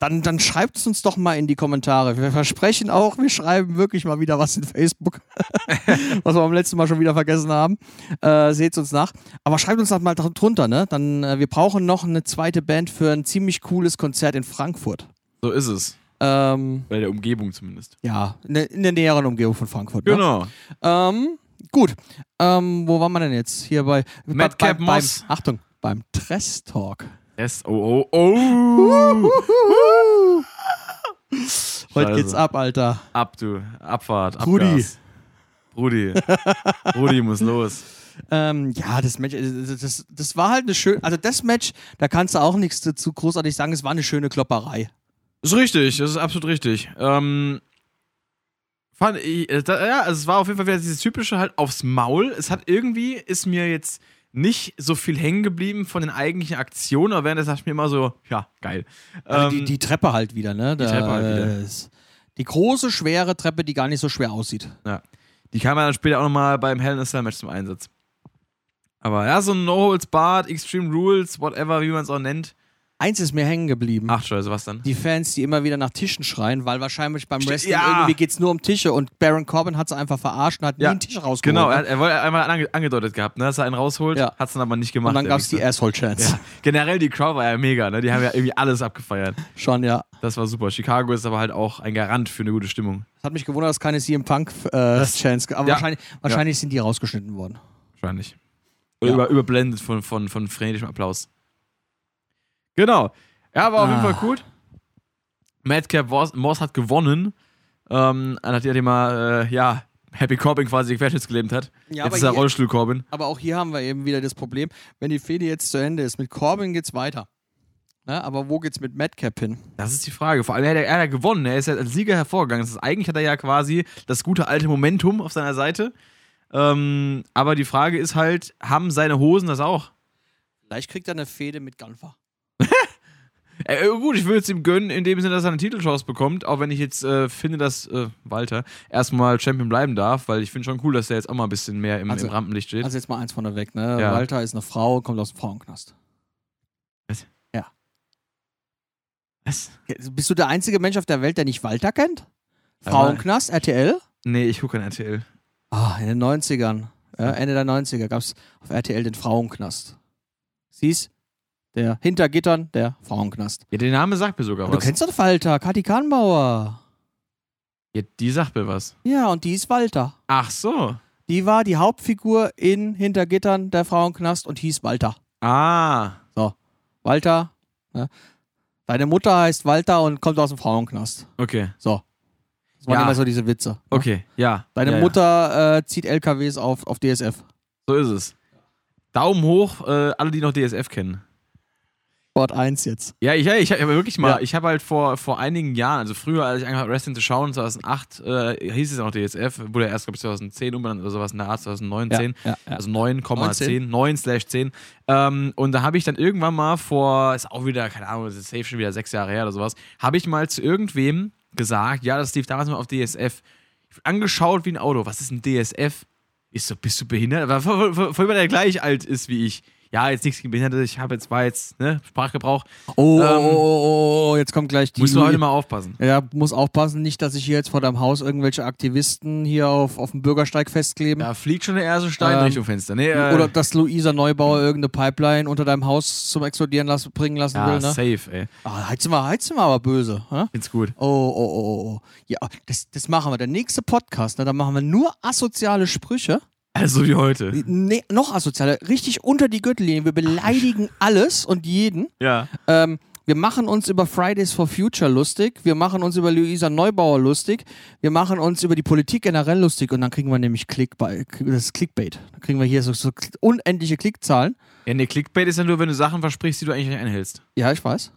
S1: Dann, dann schreibt es uns doch mal in die Kommentare. Wir versprechen auch, wir schreiben wirklich mal wieder was in Facebook, was wir beim letzten Mal schon wieder vergessen haben. Äh, Seht uns nach. Aber schreibt uns doch mal dr- drunter, ne? Dann, äh, wir brauchen noch eine zweite Band für ein ziemlich cooles Konzert in Frankfurt.
S2: so ist es.
S1: Ähm,
S2: Bei der Umgebung zumindest.
S1: ja, in der, in der näheren Umgebung von Frankfurt. Ne?
S2: Genau.
S1: Ähm, gut. Ähm, wo waren wir denn jetzt? Hier bei.
S2: Madcap
S1: beim,
S2: Moss.
S1: Beim, Achtung, beim Tress Talk.
S2: S oh oh oh.
S1: Heute
S2: Scheiße.
S1: geht's ab, Alter.
S2: Ab du Abfahrt.
S1: Brudi.
S2: Abgas. Brudi. Brudi muss los.
S1: Ähm, ja, das Match, äh, das, das, das war halt eine schöne. Also, das Match, da kannst du auch nichts dazu großartig sagen. Es war eine schöne Klopperei.
S2: Ist richtig. Das ist absolut richtig. Ähm, fand ich, äh, da, ja, also es war auf jeden Fall wieder dieses typische halt aufs Maul. Es hat irgendwie ist mir jetzt nicht so viel hängen geblieben von den eigentlichen Aktionen, aber während das dachte ich mir immer so, ja, geil.
S1: Also
S2: Ähm,
S1: die, die Treppe halt wieder, ne? Die
S2: Treppe halt wieder.
S1: Die große, schwere Treppe, die gar nicht so schwer aussieht.
S2: Ja. Die kam ja dann später auch nochmal beim Hell in a Cell Match zum Einsatz. Aber ja, so ein No-Holds-Bart, Extreme Rules, whatever, wie man es auch nennt.
S1: Eins ist mir hängen geblieben.
S2: Ach, scheiße, was dann?
S1: Die Fans, die immer wieder nach Tischen schreien, weil wahrscheinlich beim
S2: Sti-
S1: Wrestling
S2: ja.
S1: irgendwie geht's nur um Tische und Baron Corbin hat's einfach verarscht und hat nie einen Tisch rausgeholt.
S2: Genau,
S1: ne?
S2: er, er wollte einmal ange angedeutet gehabt, ne, dass er einen rausholt,
S1: Ja.
S2: hat's dann aber nicht gemacht.
S1: Und dann
S2: der
S1: gab es die
S2: Wichser.
S1: Asshole-Chance.
S2: ne? ja. Generell, die Crowd war ja mega, ne? die haben ja irgendwie alles abgefeiert.
S1: Schon, ja.
S2: Das war super. Chicago ist aber halt auch ein Garant für eine gute Stimmung.
S1: Es hat mich gewundert, dass keine CM Punk-Chance äh, gab. Aber
S2: Ja.
S1: wahrscheinlich, wahrscheinlich sind die rausgeschnitten worden.
S2: Wahrscheinlich. Oder
S1: Ja.
S2: über, überblendet von, von, von frenetischem Applaus. Genau. Ja, war auf jeden
S1: Ah.
S2: Fall gut. Madcap Moss, Moss hat gewonnen, ähm, nachdem er mal, äh, ja, Happy Corbin quasi Querschnitt gelebt hat.
S1: Ja,
S2: Jetzt
S1: aber
S2: ist er
S1: hier-
S2: Rollstuhl Corbin.
S1: Aber auch hier haben wir eben wieder das Problem, wenn die Fehde jetzt zu Ende ist, mit Corbin geht's weiter. Ne? Aber wo geht's mit Madcap hin?
S2: Das ist die Frage. Vor allem, er hat ja, er hat ja gewonnen. Er ist ja als Sieger hervorgegangen. Das ist, eigentlich hat er ja quasi das gute alte Momentum auf seiner Seite. Ähm, aber die Frage ist halt, haben seine Hosen das auch?
S1: Vielleicht kriegt er eine Fehde mit Gunfer.
S2: Äh, äh, gut, ich würde es ihm gönnen, in dem Sinne, dass er eine Titelchance bekommt, auch wenn ich jetzt äh, finde, dass äh, Walter erstmal Champion bleiben darf, weil ich finde schon cool, dass der jetzt auch mal ein bisschen mehr im,
S1: Also-
S2: im Rampenlicht steht.
S1: Also jetzt mal eins vorneweg, ne?
S2: Ja.
S1: Walter ist eine Frau, kommt aus dem Frauenknast.
S2: Was?
S1: Ja.
S2: Was?
S1: Bist du der einzige Mensch auf der Welt, der nicht Walter kennt?
S2: Einmal-
S1: Frauenknast, RTL?
S2: Nee, ich gucke kein RTL.
S1: Ah, in den 90ern, ja, Ende der 90er gab es auf RTL den Frauenknast. Siehst? Der hinter Gittern, der Frauenknast.
S2: Ja, der Name sagt mir sogar
S1: du
S2: was.
S1: kennst doch Walter, Kati Kahnbauer.
S2: Ja, die sagt mir was.
S1: Ja, und die ist Walter.
S2: Ach so.
S1: Die war die Hauptfigur in Hinter Gittern, der Frauenknast und hieß Walter.
S2: Ah.
S1: Walter, ne? deine Mutter heißt Walter und kommt aus dem Frauenknast.
S2: Okay.
S1: So. Das waren
S2: Ja.
S1: immer so diese Witze. ne?
S2: Okay, ja.
S1: Deine
S2: ja, ja.
S1: Mutter äh, zieht LKWs auf, auf DSF.
S2: So ist es. Daumen hoch, äh, alle, die noch DSF kennen.
S1: Sport 1 jetzt.
S2: Ja, ich, ja, ich habe wirklich mal,
S1: Ja.
S2: ich habe halt vor, vor einigen Jahren, also früher, als ich angefangen habe, Wrestling zu schauen, 2008, äh, hieß es ja noch DSF, wurde ja erst, glaube ich, 2010 umbenannt oder sowas in der Art, 2019.
S1: Ja, ja, ja.
S2: Also 9,10, 9 slash 10. Ähm, und da habe ich dann irgendwann mal vor, ist auch wieder, keine Ahnung, das ist safe schon wieder sechs Jahre her oder sowas, habe ich mal zu irgendwem gesagt, ja, das lief damals mal auf DSF. Ich wurde angeschaut wie ein Auto, was ist ein DSF? Ich so, bist du behindert? Aber voll, voll, voll jemand, der gleich alt ist wie ich. Ja, jetzt nichts gegen Behinderte, ich habe jetzt, war jetzt, ne, Sprachgebrauch.
S1: Oh, oh,
S2: Ähm,
S1: oh, oh, oh, jetzt kommt gleich die.
S2: Musst du heute mal aufpassen.
S1: ja, muss aufpassen, nicht, dass sich hier jetzt vor deinem Haus irgendwelche Aktivisten hier auf, auf dem Bürgersteig festkleben.
S2: Da fliegt schon der erste Stein
S1: Ähm,
S2: Richtung Fenster. Nee, äh,
S1: Oder dass Luisa Neubauer irgendeine Pipeline unter deinem Haus zum Explodieren lassen, bringen lassen
S2: ja,
S1: will, ne?
S2: safe, ey.
S1: Ah, heizen wir, heizen wir aber böse, ne?
S2: Find's gut.
S1: Oh, oh, oh, oh, oh. Ja, das, das machen wir. Der nächste Podcast, ne, da machen wir nur asoziale Sprüche.
S2: Also wie heute.
S1: Nee, noch asoziale, richtig unter die Gürtellinie. Wir beleidigen alles und jeden.
S2: Ja.
S1: Ähm, wir machen uns über Fridays for Future lustig. Wir machen uns über Luisa Neubauer lustig. Wir machen uns über die Politik generell lustig. Und dann kriegen wir nämlich Clickbait. Das ist Clickbait. Dann kriegen wir hier so, so unendliche Klickzahlen.
S2: Ja, nee, Clickbait ist ja nur, wenn du Sachen versprichst, die du eigentlich nicht einhältst.
S1: Ja, ich weiß.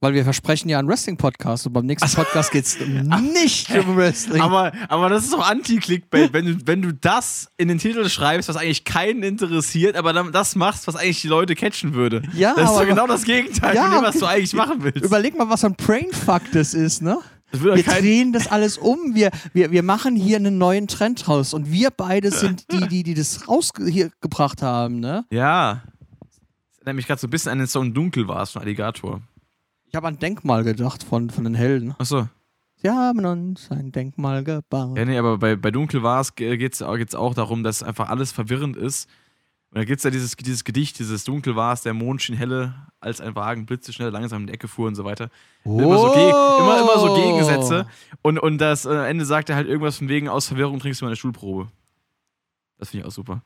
S1: Weil wir versprechen ja einen Wrestling-Podcast und beim nächsten Podcast geht's nicht um Wrestling.
S2: Aber, aber das ist doch Anti-Clickbait, wenn du, wenn du das in den Titel schreibst, was eigentlich keinen interessiert, aber dann das machst, was eigentlich die Leute catchen würde.
S1: Ja,
S2: das ist doch
S1: aber-
S2: genau das Gegenteil
S1: Ja,
S2: von dem, was du
S1: okay.
S2: eigentlich machen willst.
S1: Überleg mal, was für ein Brainfuck das ist, ne?
S2: das würde
S1: Wir
S2: doch kein,
S1: drehen das alles um. Wir, wir, wir machen hier einen neuen Trend raus. Und wir beide sind die, die, die das rausgebracht haben, ne?
S2: ja. Das erinnert mich gerade so ein bisschen an den Song Dunkel war es von Alligator.
S1: Ich habe an Denkmal gedacht von, von den Helden.
S2: Achso.
S1: Sie haben uns ein Denkmal gebaut.
S2: Ja, nee, aber bei, bei Dunkel äh, war es, geht es auch darum, dass einfach alles verwirrend ist. Und da gibt es ja dieses, dieses Gedicht, dieses Dunkel war es, der Mond schien helle, als ein Wagen blitzeschnell langsam in die Ecke fuhr und so weiter. Immer, so geg- immer, immer so Gegensätze.
S1: Oh.
S2: Und, und das äh, am Ende sagt er halt irgendwas von wegen, aus Verwirrung trinkst du meine Schulprobe. Das finde ich auch super.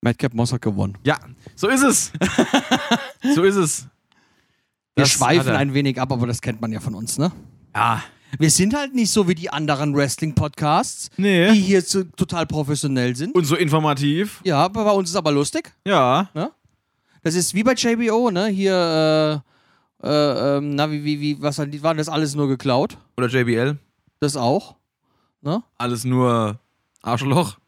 S1: Madcap Moss hat gewonnen.
S2: Ja, so ist es. so ist es.
S1: Wir
S2: Das hat
S1: schweifen
S2: er.
S1: ein wenig ab, aber das kennt man ja von uns, ne?
S2: Ja.
S1: Wir sind halt nicht so wie die anderen Wrestling-Podcasts,
S2: Nee.
S1: die hier so total professionell sind.
S2: Und so informativ.
S1: Ja, aber bei uns ist aber lustig.
S2: Ja.
S1: Das ist wie bei JBO, ne? Hier, äh, äh, ähm, na, wie, wie, wie, was war waren das alles nur geklaut?
S2: Oder JBL.
S1: Das auch. Ne?
S2: Alles nur Arschloch.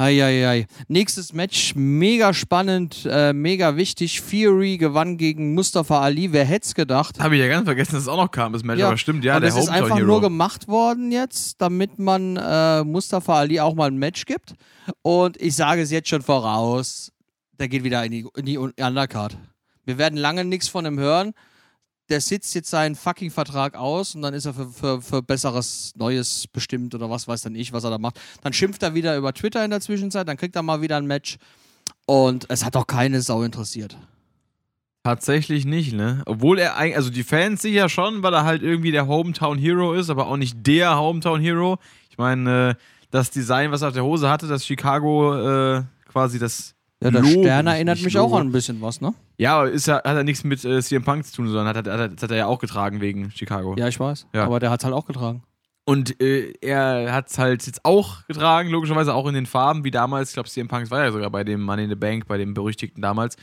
S1: Eieiei. Nächstes Match, mega spannend, äh, mega wichtig. Fury gewann gegen Mustafa Ali. Wer hätte es gedacht?
S2: Habe ich ja ganz vergessen, dass es auch noch kam, das Match. Aber stimmt, ja,
S1: Und
S2: der
S1: das ist
S2: Hometown
S1: einfach
S2: Hero.
S1: nur gemacht worden jetzt, damit man äh, Mustafa Ali auch mal ein Match gibt. Und ich sage es jetzt schon voraus, der geht wieder in die, in die Undercard. Wir werden lange nichts von ihm hören. Der sitzt jetzt seinen fucking Vertrag aus und dann ist er für, für, für besseres Neues bestimmt oder was weiß dann ich, was er da macht. Dann schimpft er wieder über Twitter in der Zwischenzeit, dann kriegt er mal wieder ein Match. Und es hat doch keine Sau interessiert.
S2: Tatsächlich nicht, ne? Obwohl er eigentlich, also die Fans sicher schon, weil er halt irgendwie der Hometown Hero ist, aber auch nicht der Hometown Hero. Ich meine, äh, das Design, was er auf der Hose hatte, das Chicago äh, quasi das.
S1: Ja, der
S2: Logo,
S1: Stern
S2: nicht-
S1: erinnert
S2: nicht
S1: mich auch
S2: Logo.
S1: an ein bisschen was, ne?
S2: Ja, aber ist ja, hat er nichts mit äh, CM Punk zu tun, sondern hat, hat, hat, das hat er ja auch getragen wegen Chicago.
S1: Ja, ich weiß.
S2: Ja.
S1: Aber der hat es halt auch getragen.
S2: Und äh, er hat es halt jetzt auch getragen, logischerweise auch in den Farben, wie damals, ich glaube, CM Punk war ja sogar bei dem Money in the Bank, bei dem berüchtigten damals,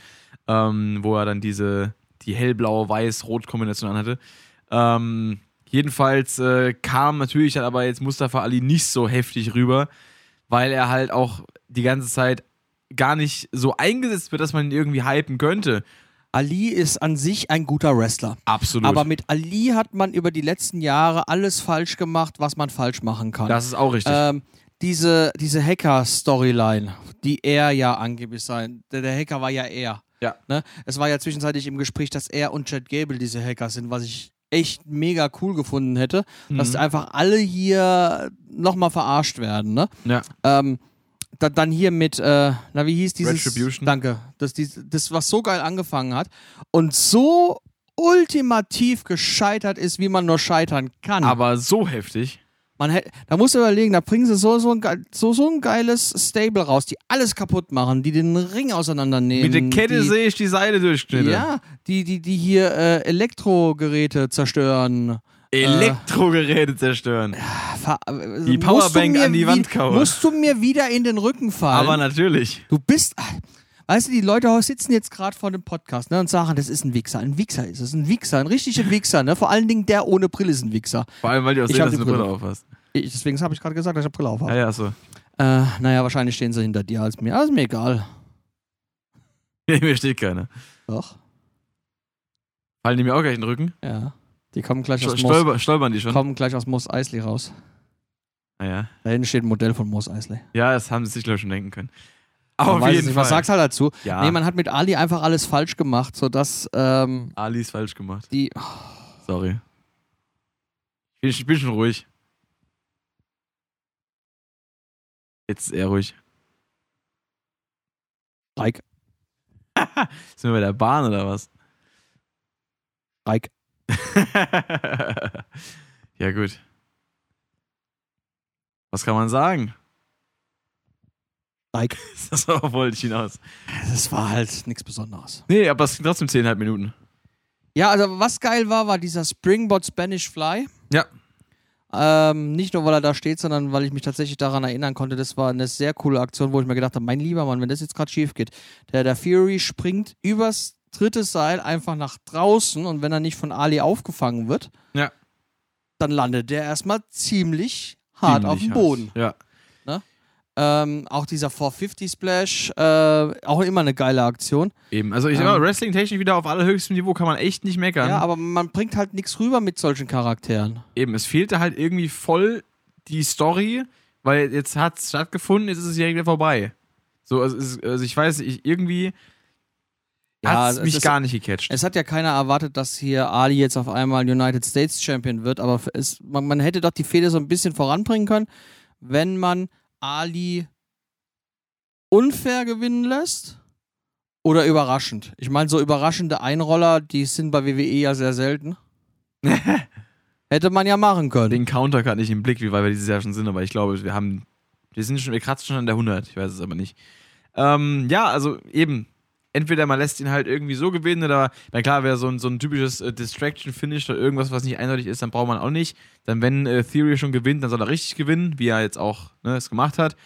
S2: ähm, wo er dann diese, die hellblaue Weiß-Rot-Kombination anhatte. Ähm, jedenfalls äh, kam natürlich dann aber jetzt Mustafa Ali nicht so heftig rüber, weil er halt auch die ganze Zeit gar nicht so eingesetzt wird, dass man ihn irgendwie hypen könnte.
S1: Ali ist an sich ein guter Wrestler.
S2: Absolut.
S1: Aber mit Ali hat man über die letzten Jahre alles falsch gemacht, was man falsch machen kann.
S2: das ist auch richtig.
S1: ähm, diese diese Hacker-Storyline, die er ja angeblich sein, der, der Hacker war ja er.
S2: Ja.
S1: Ne? Es war ja zwischenzeitlich im Gespräch, dass er und Chad Gable diese Hacker sind, was ich echt mega cool gefunden hätte, dass
S2: Mhm.
S1: einfach alle hier nochmal verarscht werden. Ne?
S2: ja.
S1: Ähm, da, dann hier mit, äh, na wie hieß dieses?
S2: Retribution.
S1: Danke. Das, die, das, was so geil angefangen hat und so ultimativ gescheitert ist, wie man nur scheitern kann.
S2: Aber so heftig.
S1: man hätt, da musst du überlegen, da bringen sie so, so, ein, ge- so, so ein geiles Stable raus, die alles kaputt machen, die den Ring auseinandernehmen.
S2: Mit der Kette
S1: die,
S2: sehe ich die Seile durchschnitten.
S1: Ja, die, die, die hier äh, Elektrogeräte zerstören.
S2: Elektrogeräte zerstören.
S1: Ver äh,
S2: Die Powerbank an die Wand kauen.
S1: Musst du mir wieder in den Rücken fallen?
S2: Aber natürlich.
S1: Du bist. ah, Weißt du, die Leute sitzen jetzt gerade vor dem Podcast ne, und sagen, das ist ein Wichser. Ein Wichser ist es, ein Wichser, ein richtiger Wichser. Ne? Vor allen Dingen der ohne Brille ist ein Wichser.
S2: Vor allem, weil die auch
S1: Ich
S2: sehen,
S1: hab
S2: dass du
S1: die
S2: eine Brille
S1: Brille.
S2: auf hast.
S1: Ich, deswegen habe ich gerade gesagt, dass ich eine Brille auf
S2: Ja,
S1: habe.
S2: ja, so.
S1: Äh, naja, wahrscheinlich stehen sie hinter dir als mir. Ah, ist mir egal.
S2: Mir steht keiner.
S1: Doch,
S2: Fallen die mir auch gleich in den Rücken?
S1: ja. Die kommen gleich
S2: Stol-
S1: aus Moss,
S2: Stolper, stolpern die schon?
S1: kommen gleich aus Moss Eisley raus.
S2: Ah, ja.
S1: Da hinten steht ein Modell von Moss Eisley.
S2: ja, das haben sie sich, glaube ich, schon denken können.
S1: Man
S2: Aber auf
S1: weiß es
S2: jeden
S1: nicht,
S2: Fall.
S1: Man sagt halt dazu.
S2: Ja,
S1: Nee, man hat mit Ali einfach alles falsch gemacht, sodass ähm,
S2: Ali ist falsch gemacht.
S1: die.
S2: Sorry. Ich bin, ich bin schon ruhig. Jetzt ist er ruhig.
S1: Reik,
S2: Sind wir bei der Bahn oder was?
S1: Reik.
S2: ja, gut. Was kann man sagen?
S1: Like.
S2: Das wollte ich hinaus.
S1: Das war halt nichts Besonderes.
S2: Nee, aber es sind trotzdem 10,5 Minuten.
S1: Ja, also was geil war, war dieser Springboard Spanish Fly.
S2: Ja.
S1: Ähm, nicht nur, weil er da steht, sondern weil ich mich tatsächlich daran erinnern konnte, das war eine sehr coole Aktion, wo ich mir gedacht habe, mein lieber Mann, wenn das jetzt gerade schief geht, der, der Fury springt übers dritte Seil einfach nach draußen und wenn er nicht von Ali aufgefangen wird,
S2: Ja.
S1: dann landet der erstmal ziemlich hart
S2: Ziemlich
S1: auf dem
S2: hart.
S1: Boden.
S2: Ja.
S1: Ähm, auch dieser 450 Splash, äh, auch immer eine geile Aktion.
S2: Eben. Also ich
S1: Ähm.
S2: sag mal, Wrestling-technisch wieder auf allerhöchstem Niveau kann man echt nicht meckern.
S1: Ja, aber man bringt halt nichts rüber mit solchen Charakteren.
S2: Eben, es fehlte halt irgendwie voll die Story, weil jetzt hat es stattgefunden, jetzt ist es direkt wieder vorbei. So, also, es, ist- also ich weiß, ich irgendwie
S1: Ja,
S2: hat es
S1: es
S2: mich
S1: ist-
S2: gar nicht gecatcht.
S1: Es hat ja keiner erwartet, dass hier Ali jetzt auf einmal United States Champion wird, aber f- es, man, man hätte doch die Fehde so ein bisschen voranbringen können, wenn man Ali unfair gewinnen lässt oder überraschend. Ich meine, so überraschende Einroller, die sind bei WWE ja sehr selten. hätte man ja machen können.
S2: den Counter gerade nicht im Blick, wie weit wir dieses Jahr schon sind, aber ich glaube, wir haben, wir sind schon, wir kratzen schon an der 100, ich weiß es aber nicht. Ähm, ja, also eben, entweder man lässt ihn halt irgendwie so gewinnen oder, na klar, wäre so ein, so ein typisches äh, Distraction-Finish oder irgendwas, was nicht eindeutig ist, dann braucht man auch nicht. Dann, wenn äh, Theory schon gewinnt, dann soll er richtig gewinnen, wie er jetzt auch ne, es gemacht hat.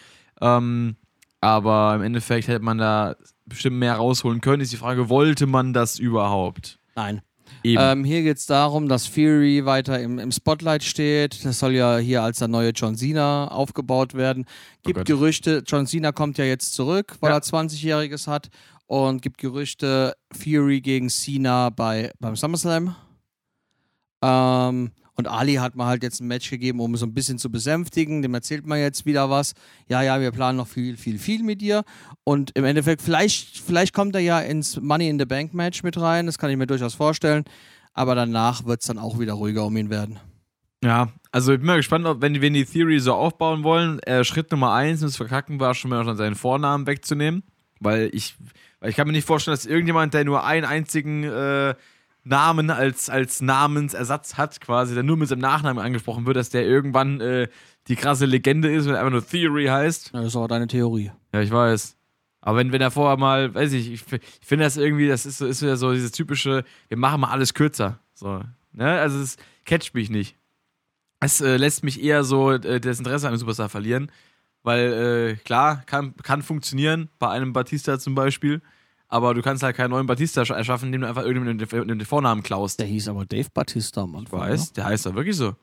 S2: Ähm, aber im Endeffekt hätte man da bestimmt mehr rausholen können. Ist die Frage, wollte man das überhaupt?
S1: Nein.
S2: Eben.
S1: Ähm, hier geht es darum, dass Fury weiter im, im Spotlight steht. Das soll ja hier als der neue John Cena aufgebaut werden. Gibt
S2: Gott.
S1: Gerüchte, John Cena kommt Oh ja jetzt zurück, weil
S2: Ja.
S1: er 20-Jähriges hat. Und gibt Gerüchte, Fury gegen Cena bei, beim SummerSlam. Ähm, und Ali hat mal halt jetzt ein Match gegeben, um so ein bisschen zu besänftigen. Dem erzählt man jetzt wieder was. Ja, ja, wir planen noch viel, viel, viel mit dir. Und im Endeffekt, vielleicht, vielleicht kommt er ja ins Money in the Bank Match mit rein. Das kann ich mir durchaus vorstellen. Aber danach wird es dann auch wieder ruhiger um ihn werden.
S2: Ja, also ich bin mal gespannt, ob wenn, die- wenn die Theory so aufbauen wollen, äh, Schritt Nummer eins, um es verkacken war, schon mal seinen Vornamen wegzunehmen. Weil ich, weil ich kann mir nicht vorstellen, dass irgendjemand, der nur einen einzigen äh, Namen als, als Namensersatz hat, quasi, der nur mit seinem Nachnamen angesprochen wird, dass der irgendwann äh, die krasse Legende ist, wenn er einfach nur Theory heißt.
S1: Na, Das ist auch deine Theorie.
S2: Ja, ich weiß. Aber wenn, wenn er vorher mal, weiß ich, ich, f- ich finde das irgendwie, das ist, so- ist wieder so dieses typische, wir machen mal alles kürzer. So, ne? Also es catcht mich nicht. Es äh, lässt mich eher so äh, das Interesse an dem Superstar verlieren. Weil, äh, klar, kann, kann funktionieren, bei einem Batista zum Beispiel. Aber du kannst halt keinen neuen Batista sch- erschaffen, indem du einfach irgendjemandem den, den Vornamen klaust.
S1: Der hieß aber Dave Bautista am Anfang.
S2: Weiß, der heißt doch wirklich so.
S1: Ne?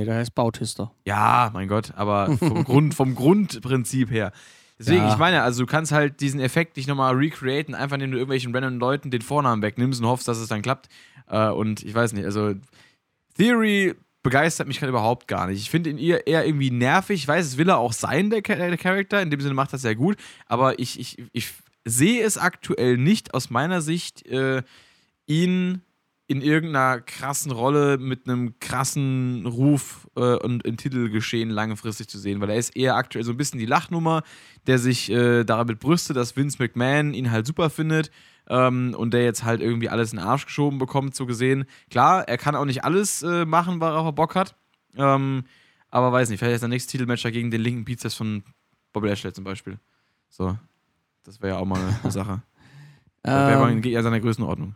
S1: Nee, der heißt Bautista.
S2: Ja, mein Gott, aber vom, Grund, vom Grundprinzip her. Deswegen,
S1: Ja.
S2: ich meine, also du kannst halt diesen Effekt nicht nochmal recreaten, einfach indem du irgendwelchen random Leuten den Vornamen wegnimmst und hoffst, dass es dann klappt. Äh, und ich weiß nicht, also Theory begeistert mich gerade überhaupt gar nicht. Ich finde ihn eher, eher irgendwie nervig. Ich weiß, es will er auch sein, der, Cha- der Charakter. In dem Sinne macht das sehr gut. Aber ich, ich, ich sehe es aktuell nicht aus meiner Sicht, äh, ihn in irgendeiner krassen Rolle mit einem krassen Ruf äh, und im Titelgeschehen langfristig zu sehen, weil er ist eher aktuell so ein bisschen die Lachnummer, der sich äh, damit brüstet, dass Vince McMahon ihn halt super findet ähm, und der jetzt halt irgendwie alles in den Arsch geschoben bekommt, so gesehen. Klar, er kann auch nicht alles äh, machen, worauf er Bock hat, ähm, aber weiß nicht, vielleicht ist der nächste Titelmatch ja gegen den linken Pizzas von Bobby Lashley zum Beispiel. So, das wäre ja auch mal eine Sache. Das wäre mal
S1: Ähm,
S2: in seiner Größenordnung.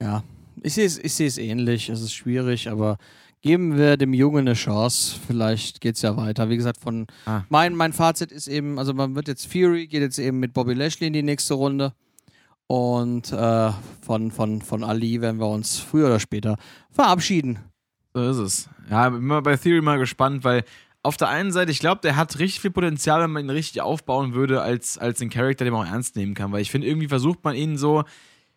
S1: ja. Ich sehe es ich seh's ähnlich. Es ist schwierig, aber geben wir dem Jungen eine Chance. Vielleicht geht's ja weiter. Wie gesagt, von
S2: Ah.
S1: mein, mein Fazit ist eben, also man wird jetzt Fury, geht jetzt eben mit Bobby Lashley in die nächste Runde. Und äh, von, von, von Ali werden wir uns früher oder später verabschieden.
S2: So ist es. Ja, bin immer bei Theory mal gespannt, weil auf der einen Seite, ich glaube, der hat richtig viel Potenzial, wenn man ihn richtig aufbauen würde, als, als den Charakter, den man auch ernst nehmen kann. Weil ich finde, irgendwie versucht man ihn so,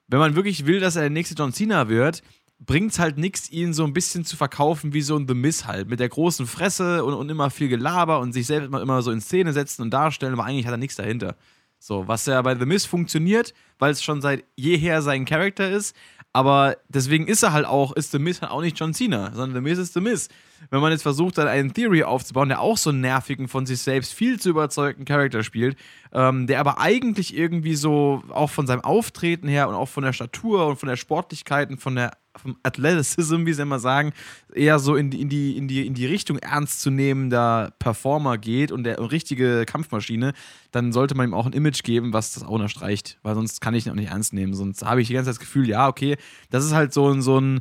S2: wenn man wirklich will, dass er der nächste John Cena wird, bringt's halt nichts, ihn so ein bisschen zu verkaufen wie so ein The Miss halt. Mit der großen Fresse und, und immer viel Gelaber und sich selbst immer, immer so in Szene setzen und darstellen, aber eigentlich hat er nichts dahinter. So, was ja bei The Miss funktioniert, weil es schon seit jeher sein Charakter ist. Aber deswegen ist er halt auch, ist The Miss halt auch nicht John Cena, sondern The Miss ist The Miss. Wenn man jetzt versucht, dann einen Theory aufzubauen, der auch so einen nervigen, von sich selbst viel zu überzeugten Charakter spielt, ähm, der aber eigentlich irgendwie so auch von seinem Auftreten her und auch von der Statur und von der Sportlichkeit und von der vom Athleticism, wie sie immer sagen, eher so in die, in die, in die, in die Richtung ernstzunehmender Performer geht und der und richtige Kampfmaschine, dann sollte man ihm auch ein Image geben, was das auch unterstreicht. Weil sonst kann ich ihn auch nicht ernst nehmen. Sonst habe ich die ganze Zeit das Gefühl, ja, okay, das ist halt so ein, so ein.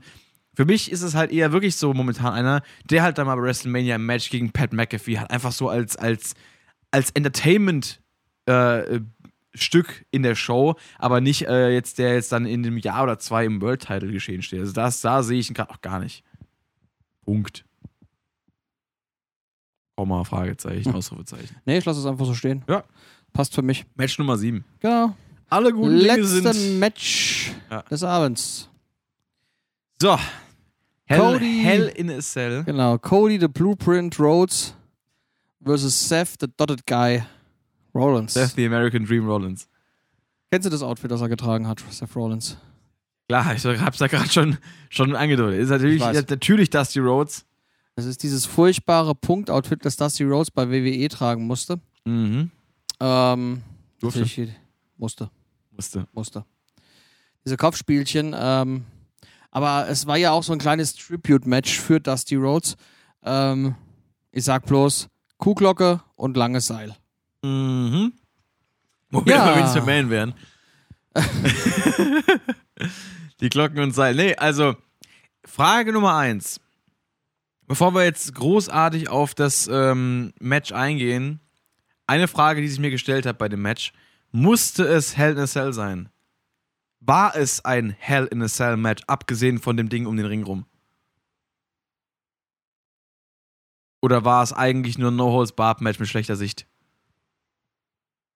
S2: Für mich ist es halt eher wirklich so momentan einer, der halt dann mal bei WrestleMania im Match gegen Pat McAfee hat, einfach so als, als, als Entertainment äh, Stück in der Show, aber nicht äh, jetzt der jetzt dann in einem Jahr oder zwei im World Title geschehen steht. Also das, da sehe ich ihn gerade auch gar nicht. Punkt. Komma, Fragezeichen, Ausrufezeichen.
S1: Nee, ich lasse es einfach so stehen.
S2: Ja.
S1: Passt für mich.
S2: Match Nummer 7.
S1: Genau.
S2: Alle guten Dinge
S1: Letzte
S2: sind.
S1: Match
S2: Ja.
S1: des Abends.
S2: So. Hell,
S1: Cody.
S2: Hell in a Cell.
S1: Genau. Cody, the Blueprint Rhodes versus Seth, the Dotted Guy Rollins.
S2: Seth the American Dream Rollins.
S1: Kennst du das Outfit, das er getragen hat, Seth Rollins?
S2: Klar, ich hab's da gerade schon, schon angedeutet. Ist natürlich,
S1: Ich weiß.
S2: natürlich Dusty Rhodes.
S1: Das ist dieses furchtbare Punkt-Outfit, das Dusty Rhodes bei WWE tragen musste.
S2: Mhm.
S1: Ähm,
S2: Durfte.
S1: natürlich- Musste,
S2: Musste.
S1: musste. Diese Kopfspielchen. Ähm, aber es war ja auch so ein kleines Tribute-Match für Dusty Rhodes. Ähm, ich sag bloß Kuhglocke und langes Seil.
S2: Mhm. Wo wir
S1: Ja.
S2: mal Vince McMahon wären. Die Glocken und Seil. Nee, also, Frage Nummer eins. Bevor wir jetzt großartig auf das ähm, Match eingehen, eine Frage, die sich mir gestellt hat bei dem Match. Musste es Hell in a Cell sein? War es ein Hell in a Cell Match, abgesehen von dem Ding um den Ring rum? Oder war es eigentlich nur ein No-Holds-Barb-Match mit schlechter Sicht?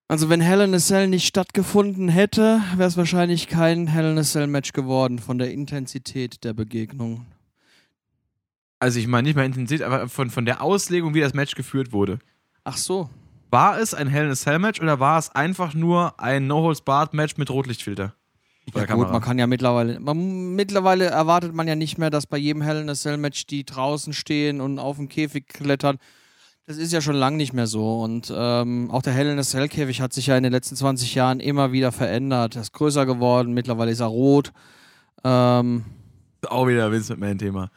S1: Also wenn Hell in a Cell nicht stattgefunden hätte, wäre es wahrscheinlich kein Hell in a Cell Match geworden von der Intensität der Begegnung.
S2: Also ich meine nicht mal intensiv, aber von, von der Auslegung, wie das Match geführt wurde.
S1: Ach so.
S2: War es ein Hell in a Cell Match oder war es einfach nur ein No Holds Barred Match mit Rotlichtfilter? Vor
S1: Ja,
S2: der
S1: gut,
S2: Kamera?
S1: man kann ja mittlerweile. Man, mittlerweile erwartet man ja nicht mehr, dass bei jedem Hell in a Cell Match die draußen stehen und auf dem Käfig klettern. Das ist ja schon lang nicht mehr so. Und ähm, auch der Hell in a Cell Käfig hat sich ja in den letzten 20 Jahren immer wieder verändert. Er ist größer geworden, mittlerweile ist er rot. Ähm,
S2: Auch wieder Vince McMahon Thema.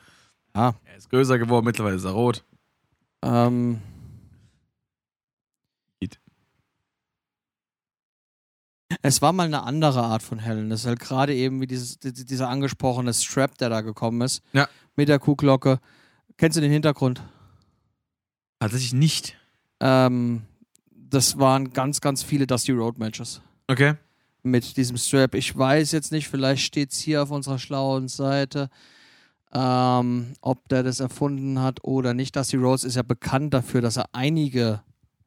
S1: ja,
S2: Er ist größer geworden, mittlerweile ist er rot.
S1: ähm.
S2: Geht.
S1: Es war mal eine andere Art von Helen. Das ist halt gerade eben wie dieses, di- di- dieser angesprochene Strap, der da gekommen ist.
S2: Ja.
S1: Mit der Kuhglocke. Kennst du den Hintergrund?
S2: Tatsächlich nicht.
S1: Ähm, das waren ganz, ganz viele Dusty Road Matches
S2: Okay.
S1: mit diesem Strap. Ich weiß jetzt nicht, vielleicht steht es hier auf unserer schlauen Seite, ähm, ob der das erfunden hat oder nicht. Dusty Rhodes ist ja bekannt dafür, dass er einige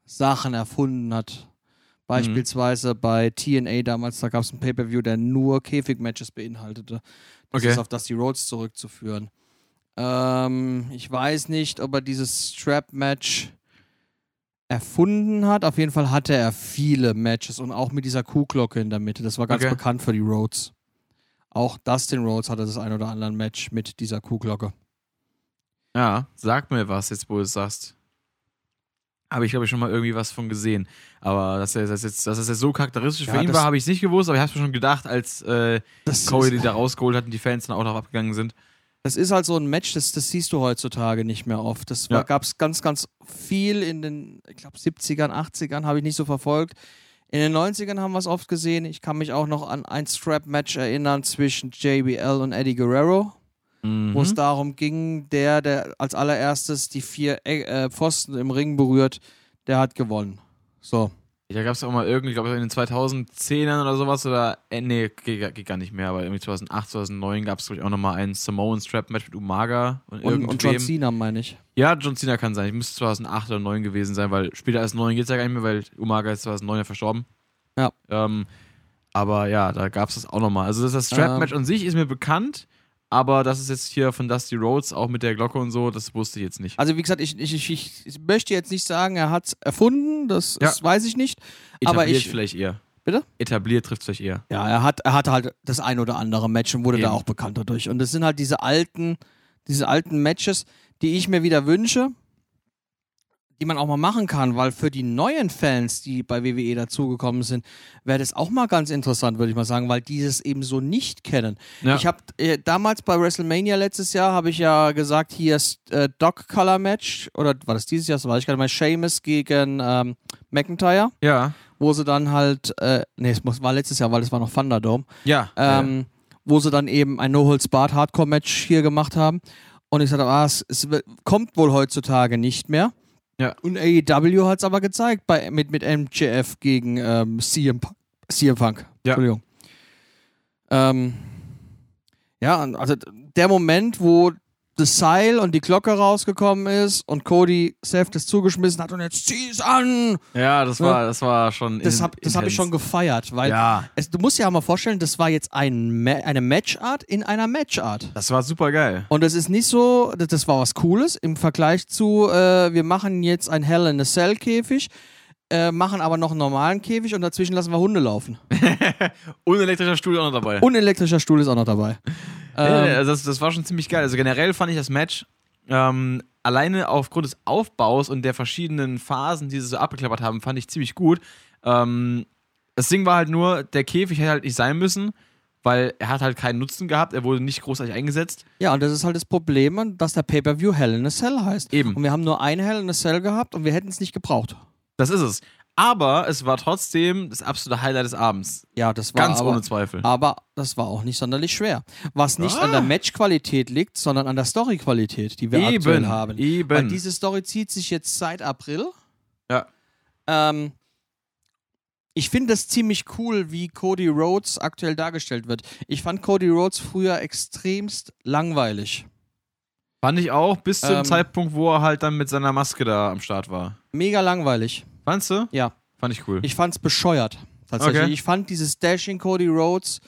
S1: Sachen erfunden hat. Beispielsweise bei TNA damals, da gab es ein Pay-Per-View, der nur Käfig-Matches beinhaltete. Das
S2: Okay.
S1: ist auf Dusty Rhodes zurückzuführen. Ähm, ich weiß nicht, ob er dieses Strap-Match erfunden hat. Auf jeden Fall hatte er viele Matches und auch mit dieser Kuhglocke in der Mitte. Das war ganz
S2: Okay.
S1: bekannt für die Rhodes. Auch Dustin Rhodes hatte das ein oder andere Match mit dieser Kuhglocke.
S2: Ja, sag mir was jetzt, wo du es sagst. Habe ich, glaube ich, schon mal irgendwie was von gesehen. Aber dass er- dass er jetzt, dass das jetzt so charakteristisch
S1: Ja,
S2: für ihn
S1: das-
S2: war, habe ich nicht gewusst, aber ich habe es mir schon gedacht, als äh,
S1: Das
S2: Cody
S1: ist,
S2: da rausgeholt hat und die Fans dann auch darauf abgegangen sind.
S1: das ist halt so ein Match, das, das siehst du heutzutage nicht mehr oft. Das
S2: Ja.
S1: gab es ganz, ganz viel in den, ich glaube, 70ern, 80ern, habe ich nicht so verfolgt. In den 90ern haben wir es oft gesehen. Ich kann mich auch noch an ein Strap-Match erinnern zwischen JBL und Eddie Guerrero.
S2: Mhm.
S1: wo es darum ging, der, der als allererstes die vier Eck- äh, Pfosten im Ring berührt, der hat gewonnen. So.
S2: Da gab es auch mal irgendwie, ich glaube in den 2010ern oder sowas, oder, äh, nee, geht, geht gar nicht mehr, aber irgendwie 2008, 2009 gab es, glaube ich, auch nochmal einen Samoan Strap-Match mit Umaga und,
S1: Und,
S2: irgendwem.
S1: und John Cena, meine ich.
S2: Ja, John Cena kann sein. Ich müsste 2008 oder 2009 gewesen sein, weil später als 9 geht es ja gar nicht mehr, weil Umaga ist 2009 ja verstorben.
S1: Ja.
S2: Ähm, aber ja, da gab es das auch nochmal. Also das, das
S1: Ähm.
S2: Strap-Match an sich ist mir bekannt, aber das ist jetzt hier von Dusty Rhodes, auch mit der Glocke und so, das wusste ich jetzt nicht.
S1: Also, wie gesagt, ich, ich, ich, ich möchte jetzt nicht sagen, er hat es erfunden, das,
S2: Ja.
S1: das weiß ich nicht. aber
S2: Etabliert
S1: ich-
S2: vielleicht eher.
S1: Bitte?
S2: Etabliert trifft vielleicht eher.
S1: Ja, er hat, er hatte halt das ein oder andere Match und wurde da
S2: Eben.
S1: auch bekannt dadurch. Und das sind halt diese alten, diese alten Matches, die ich mir wieder wünsche, die man auch mal machen kann, weil für die neuen Fans, die bei WWE dazugekommen sind, wäre das auch mal ganz interessant, würde ich mal sagen, weil die es eben so nicht kennen.
S2: Ja.
S1: Ich habe äh, damals bei WrestleMania letztes Jahr habe ich ja gesagt, hier ist äh, Doc Color Match oder war das dieses Jahr? Das war ich gerade mal Sheamus gegen ähm, McIntyre,
S2: Ja.
S1: wo sie dann halt, äh, nee, es muss- war letztes Jahr, weil es war noch Thunderdome
S2: Ja.
S1: ähm, wo sie dann eben ein No-Holds-Barred-Hardcore-Match hier gemacht haben. Und ich sagte, ah, es, es w- kommt wohl heutzutage nicht mehr.
S2: Ja.
S1: Und AEW hat es aber gezeigt bei, mit, mit MJF gegen ähm, CM, Punk- CM Punk.
S2: Ja.
S1: Entschuldigung. Ähm, ja, und also d- der Moment, wo das Seil und die Glocke rausgekommen ist und Cody Seth das zugeschmissen hat und jetzt zieh's an.
S2: ja. ja, das war, das war schon.
S1: Ne? Das
S2: in-
S1: habe hab ich
S2: intens.
S1: schon gefeiert, weil
S2: Ja.
S1: es, du musst dir ja mal vorstellen, das war jetzt ein Ma eine Matchart in einer Matchart.
S2: Das war super geil.
S1: Und das ist nicht so, das- das war was Cooles im Vergleich zu, äh, wir machen jetzt ein Hell in a Cell Käfig, äh, machen aber noch einen normalen Käfig und dazwischen lassen wir Hunde laufen.
S2: Und elektrischer Stuhl auch noch dabei.
S1: Und ein elektrischer Stuhl ist auch noch dabei.
S2: Ja, ja,
S1: Ähm,
S2: also das, das war schon ziemlich geil. Also generell fand ich das Match ähm, alleine aufgrund des Aufbaus und der verschiedenen Phasen, die sie so abgeklappert haben, fand ich ziemlich gut. Ähm, das Ding war halt nur, der Käfig hätte halt nicht sein müssen, weil er hat halt keinen Nutzen gehabt, er wurde nicht großartig eingesetzt.
S1: ja, und das ist halt das Problem, dass der Pay-Per-View Hell in a Cell heißt.
S2: Eben.
S1: Und wir haben nur ein Hell in a Cell gehabt und wir hätten es nicht gebraucht.
S2: Das ist es. Aber es war trotzdem das absolute Highlight des Abends.
S1: Ja, das war
S2: Ganz
S1: aber,
S2: ohne Zweifel.
S1: Aber das war auch nicht sonderlich schwer. Was nicht an
S2: Ah.
S1: der Matchqualität liegt, sondern an der Storyqualität, die wir aktuell
S2: Eben,
S1: haben.
S2: eben.
S1: Weil diese Story zieht sich jetzt seit April.
S2: Ja.
S1: Ähm, ich finde das ziemlich cool, wie Cody Rhodes aktuell dargestellt wird. Ich fand Cody Rhodes früher extremst langweilig.
S2: Fand ich auch bis zum
S1: Ähm.
S2: Zeitpunkt, wo er halt dann mit seiner Maske da am Start war.
S1: Mega langweilig.
S2: Fandst du?
S1: Ja.
S2: Fand ich cool.
S1: Ich fand's bescheuert. Tatsächlich.
S2: Okay.
S1: Ich fand dieses Dashing Cody Rhodes,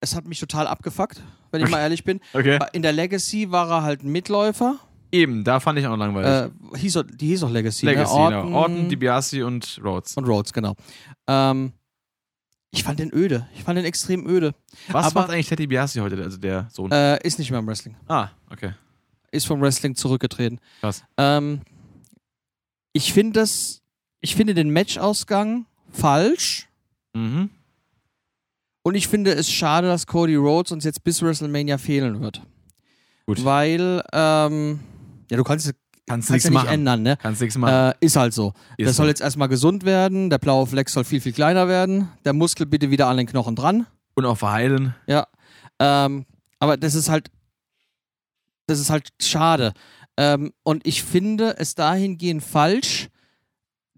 S1: es hat mich total abgefuckt, wenn ich mal ehrlich bin.
S2: Okay.
S1: In der Legacy war er halt ein Mitläufer.
S2: Eben, da fand ich auch langweilig.
S1: Äh, hieß, doch- die hieß auch Legacy.
S2: Legacy,
S1: ne?
S2: Orton, genau. Orton, DiBiase und Rhodes.
S1: und Rhodes, genau. Ähm, ich fand den öde. Ich fand den extrem öde.
S2: Was
S1: aber-
S2: macht eigentlich Ted DiBiase heute, also der Sohn?
S1: Äh, ist nicht mehr im Wrestling.
S2: ah, okay.
S1: Ist vom Wrestling zurückgetreten.
S2: Krass.
S1: Ähm, ich finde das, ich finde den Matchausgang falsch.
S2: Mhm.
S1: Und ich finde es schade, dass Cody Rhodes uns jetzt bis WrestleMania fehlen wird.
S2: Gut.
S1: Weil, ähm, ja, du kannst,
S2: Kannst
S1: kannst
S2: nichts
S1: ja nicht
S2: machen.
S1: ändern, ne?
S2: Kannst nichts machen.
S1: Äh, ist halt so.
S2: Ist
S1: der soll
S2: so.
S1: jetzt erstmal gesund werden, der blaue Fleck soll viel, viel kleiner werden, der Muskel bitte wieder an den Knochen dran.
S2: und auch verheilen.
S1: Ja. Ähm, aber das ist halt, das ist halt schade. Ähm, und ich finde es dahingehend falsch,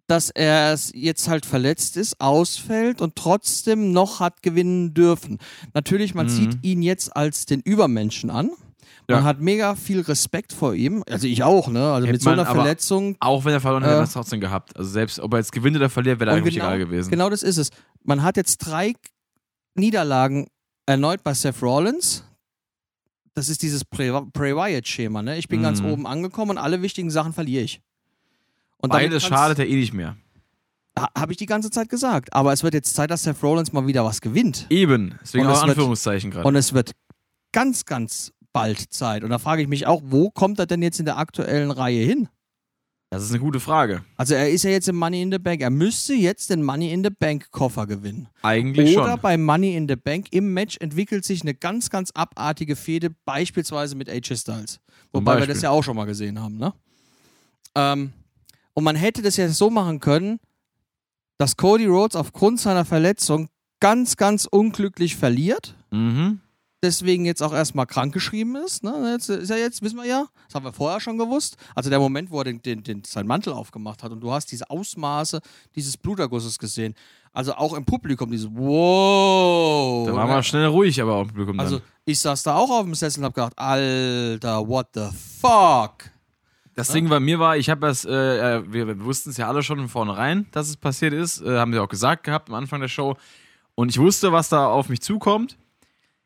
S1: dass er es jetzt halt verletzt ist, ausfällt und trotzdem noch hat gewinnen dürfen. Natürlich, man
S2: Mhm.
S1: sieht ihn jetzt als den Übermenschen an. Man
S2: Ja.
S1: hat mega viel Respekt vor ihm. Also ich auch, ne? Also
S2: Hätte
S1: mit so
S2: man
S1: einer
S2: aber
S1: Verletzung
S2: Auch wenn er verloren hat,
S1: Äh.
S2: hätte er es trotzdem gehabt. Also selbst ob er jetzt gewinnt oder verliert, wäre
S1: Und
S2: eigentlich egal gewesen.
S1: Genau das ist es. Man hat jetzt drei K- Niederlagen erneut bei Seth Rollins. Das ist dieses Bray Bray Wyatt-Schema. Ne? Ich bin
S2: Mhm.
S1: ganz oben angekommen und alle wichtigen Sachen verliere ich. Und
S2: Beides schadet er eh nicht mehr.
S1: Habe ich die ganze Zeit gesagt. Aber es wird jetzt Zeit, dass Seth Rollins mal wieder was gewinnt.
S2: Eben. Deswegen
S1: Und es
S2: auch
S1: wird-
S2: Anführungszeichen gerade.
S1: Und es wird ganz, ganz bald Zeit. Und da frage ich mich auch, wo kommt er denn jetzt in der aktuellen Reihe hin?
S2: Das ist eine gute Frage.
S1: Also er ist ja jetzt im Money in the Bank. Er müsste jetzt den Money in the Bank Koffer gewinnen.
S2: Eigentlich
S1: Oder
S2: schon.
S1: bei Money in the Bank im Match entwickelt sich eine ganz, ganz abartige Fehde, beispielsweise mit AJ Styles. Wobei wir
S2: Beispiel.
S1: das ja auch schon mal gesehen haben, ne? Ähm, und man hätte das ja so machen können, dass Cody Rhodes aufgrund seiner Verletzung ganz, ganz unglücklich verliert
S2: Mhm.
S1: deswegen jetzt auch erstmal krankgeschrieben ist. Ne? Jetzt, ist ja jetzt, wissen wir ja, das haben wir vorher schon gewusst. Also der Moment, wo er den, den, den, seinen Mantel aufgemacht hat und du hast diese Ausmaße dieses Blutergusses gesehen. Also auch im Publikum, dieses Wow. ne?
S2: Da war mal schnell ruhig, aber auch im Publikum
S1: also
S2: dann.
S1: ich saß da auch auf dem Sessel und hab gedacht, Alter, what the fuck?
S2: Das Ding bei mir war, ich habe das, äh, äh, wir, wir wussten es ja alle schon von vornherein, dass es passiert ist, äh, haben wir auch gesagt gehabt am Anfang der Show. Und ich wusste, was da auf mich zukommt.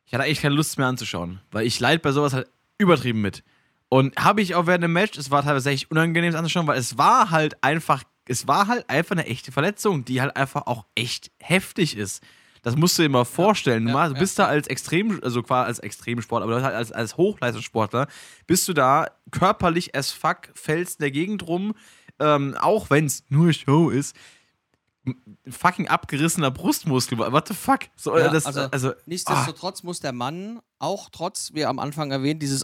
S2: Ich hatte echt keine Lust mehr anzuschauen, weil ich leid bei sowas halt übertrieben mit. Und habe ich auch während dem Match, es war tatsächlich unangenehm es anzuschauen, weil es war halt einfach, es war halt einfach eine echte Verletzung, die halt einfach auch echt heftig ist. Das musst du dir mal vorstellen. Du
S1: ja,
S2: mal- du
S1: ja.
S2: bist da als Extrem, also quasi als Extremsport, aber du hast halt als, als Hochleistungssportler, bist du da körperlich as fuck, fällst in der Gegend rum, ähm, auch wenn es nur Show ist, m- fucking abgerissener Brustmuskel. What the fuck? So,
S1: Ja,
S2: das,
S1: also-
S2: also,
S1: Nichtsdestotrotz muss der Mann auch trotz, wie am Anfang erwähnt, dieses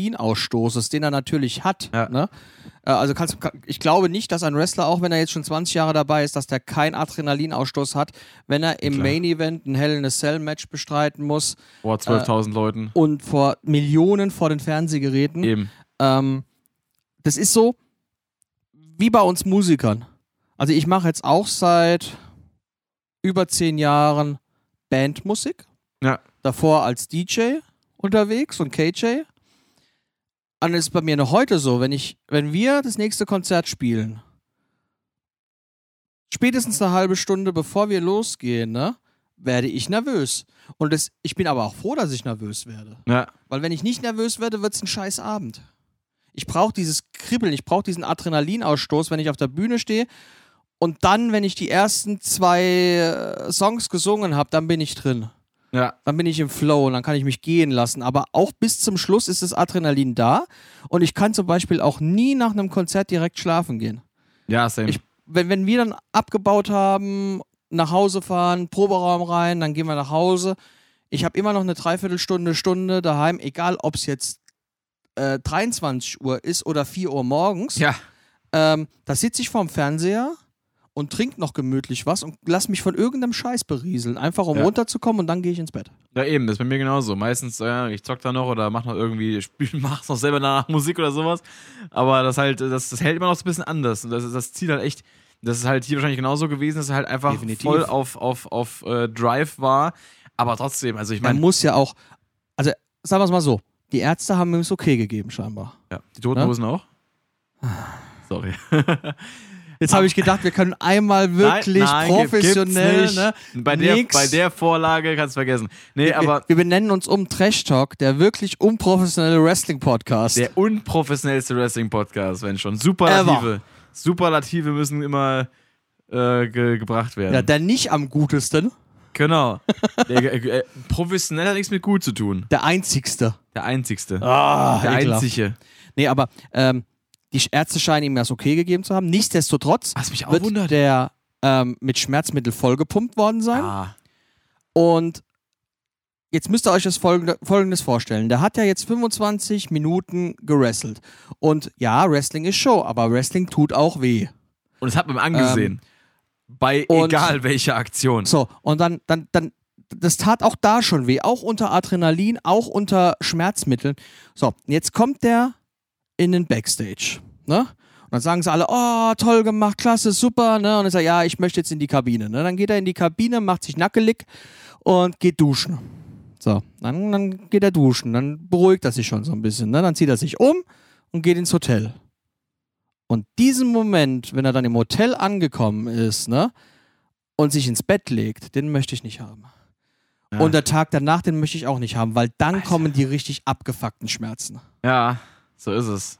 S1: Adrenalinausstoßes, den er natürlich hat.
S2: Ja.
S1: Ne? Äh, Also kannst, ka- ich glaube nicht, dass ein Wrestler, auch wenn er jetzt schon 20 Jahre dabei ist, dass der keinen Adrenalinausstoß hat, wenn er im
S2: Klar.
S1: Main Event ein Hell in a Cell Match bestreiten muss
S2: boah, 12.000 Leuten.
S1: und vor Millionen vor den Fernsehgeräten.
S2: Eben.
S1: Ähm, das ist so wie bei uns Musikern. Also ich mache jetzt auch seit über zehn Jahren Bandmusik.
S2: Ja.
S1: Davor als DJ unterwegs und KJ. Und es ist bei mir noch heute so, wenn ich, wenn wir das nächste Konzert spielen, spätestens eine halbe Stunde bevor wir losgehen, ne, werde ich nervös. Und das, ich bin aber auch froh, dass ich nervös werde.
S2: Ja.
S1: Weil wenn ich nicht nervös werde, wird es ein scheiß Abend. Ich brauche dieses Kribbeln, ich brauche diesen Adrenalinausstoß, wenn ich auf der Bühne stehe. Und dann, wenn ich die ersten zwei äh, Songs gesungen habe, dann bin ich drin.
S2: Ja.
S1: Dann bin ich im Flow und dann kann ich mich gehen lassen. Aber auch bis zum Schluss ist das Adrenalin da. Und ich kann zum Beispiel auch nie nach einem Konzert direkt schlafen gehen.
S2: Ja, same.
S1: Ich, wenn, wenn wir dann abgebaut haben, nach Hause fahren, Proberaum rein, dann gehen wir nach Hause. Ich habe immer noch eine Dreiviertelstunde, Stunde daheim, egal ob es jetzt äh, 23 Uhr ist oder 4 Uhr morgens.
S2: ja.
S1: Ähm, da sitze ich vorm Fernseher und trinke noch gemütlich was und lass mich von irgendeinem Scheiß berieseln, einfach um
S2: Ja.
S1: runterzukommen und dann gehe ich ins Bett.
S2: Ja, eben, das ist bei mir genauso. Meistens, äh, ich zock da noch oder mach noch irgendwie, spiel- mach's noch selber danach Musik oder sowas. Aber das halt, das, das hält immer noch so ein bisschen anders. Und das, das zieht halt echt, das ist halt hier wahrscheinlich genauso gewesen, dass er halt einfach
S1: Definitiv.
S2: voll auf, auf, auf äh, Drive war. Aber trotzdem, also ich
S1: Man
S2: meine,
S1: muss ja auch, also sagen wir es mal so, die Ärzte haben mir es okay gegeben scheinbar.
S2: ja, die Toten
S1: Ne? Ah.
S2: Hosen auch. Sorry.
S1: Jetzt habe ich gedacht, wir können einmal wirklich
S2: Nein, nein,
S1: professionell,
S2: gibt's
S1: ne?
S2: nicht. Bei der,
S1: Nix.
S2: bei der Vorlage kannst du vergessen. Nee, aber
S1: wir, wir benennen uns um Trash Talk, der wirklich unprofessionelle Wrestling-Podcast.
S2: Der unprofessionellste Wrestling-Podcast, wenn schon. Superlative. Superlative müssen immer äh, ge gebracht werden.
S1: Ja, der nicht am gutesten,
S2: genau. der, äh, professionell hat nichts mit gut zu tun.
S1: der einzigste.
S2: Der Einzigste.
S1: Ah,
S2: der
S1: ekelhaft.
S2: Einzige.
S1: Nee, aber ähm, die Ärzte scheinen ihm das okay gegeben zu haben. Nichtsdestotrotz
S2: Was mich auch
S1: wird
S2: Ah, wundert.
S1: der ähm, mit Schmerzmittel vollgepumpt worden sein.
S2: Ah,
S1: Und jetzt müsst ihr euch das Folgende, Folgendes vorstellen. Der hat ja jetzt 25 Minuten gewrestelt. Und ja, Wrestling ist Show, aber Wrestling tut auch weh.
S2: und das hat man ihm angesehen. Bei
S1: Ähm, und-
S2: egal welcher Aktion.
S1: So, und dann, dann, dann, das tat auch da schon weh, auch unter Adrenalin, auch unter Schmerzmitteln. So, jetzt kommt der in den Backstage, ne? Und dann sagen sie alle, oh, toll gemacht, klasse, super, ne? Und er sagt, ja, ich möchte jetzt in die Kabine, ne? Dann geht er in die Kabine, macht sich nackelig und geht duschen. So, dann, dann geht er duschen, dann beruhigt er sich schon so ein bisschen, ne? Dann zieht er sich um und geht ins Hotel. Und diesen Moment, wenn er dann im Hotel angekommen ist, ne? und sich ins Bett legt, den möchte ich nicht haben.
S2: Ja. Also.
S1: Und der Tag danach, den möchte ich auch nicht haben, weil dann
S2: Alter.
S1: kommen die richtig abgefuckten Schmerzen.
S2: Ja, so ist es.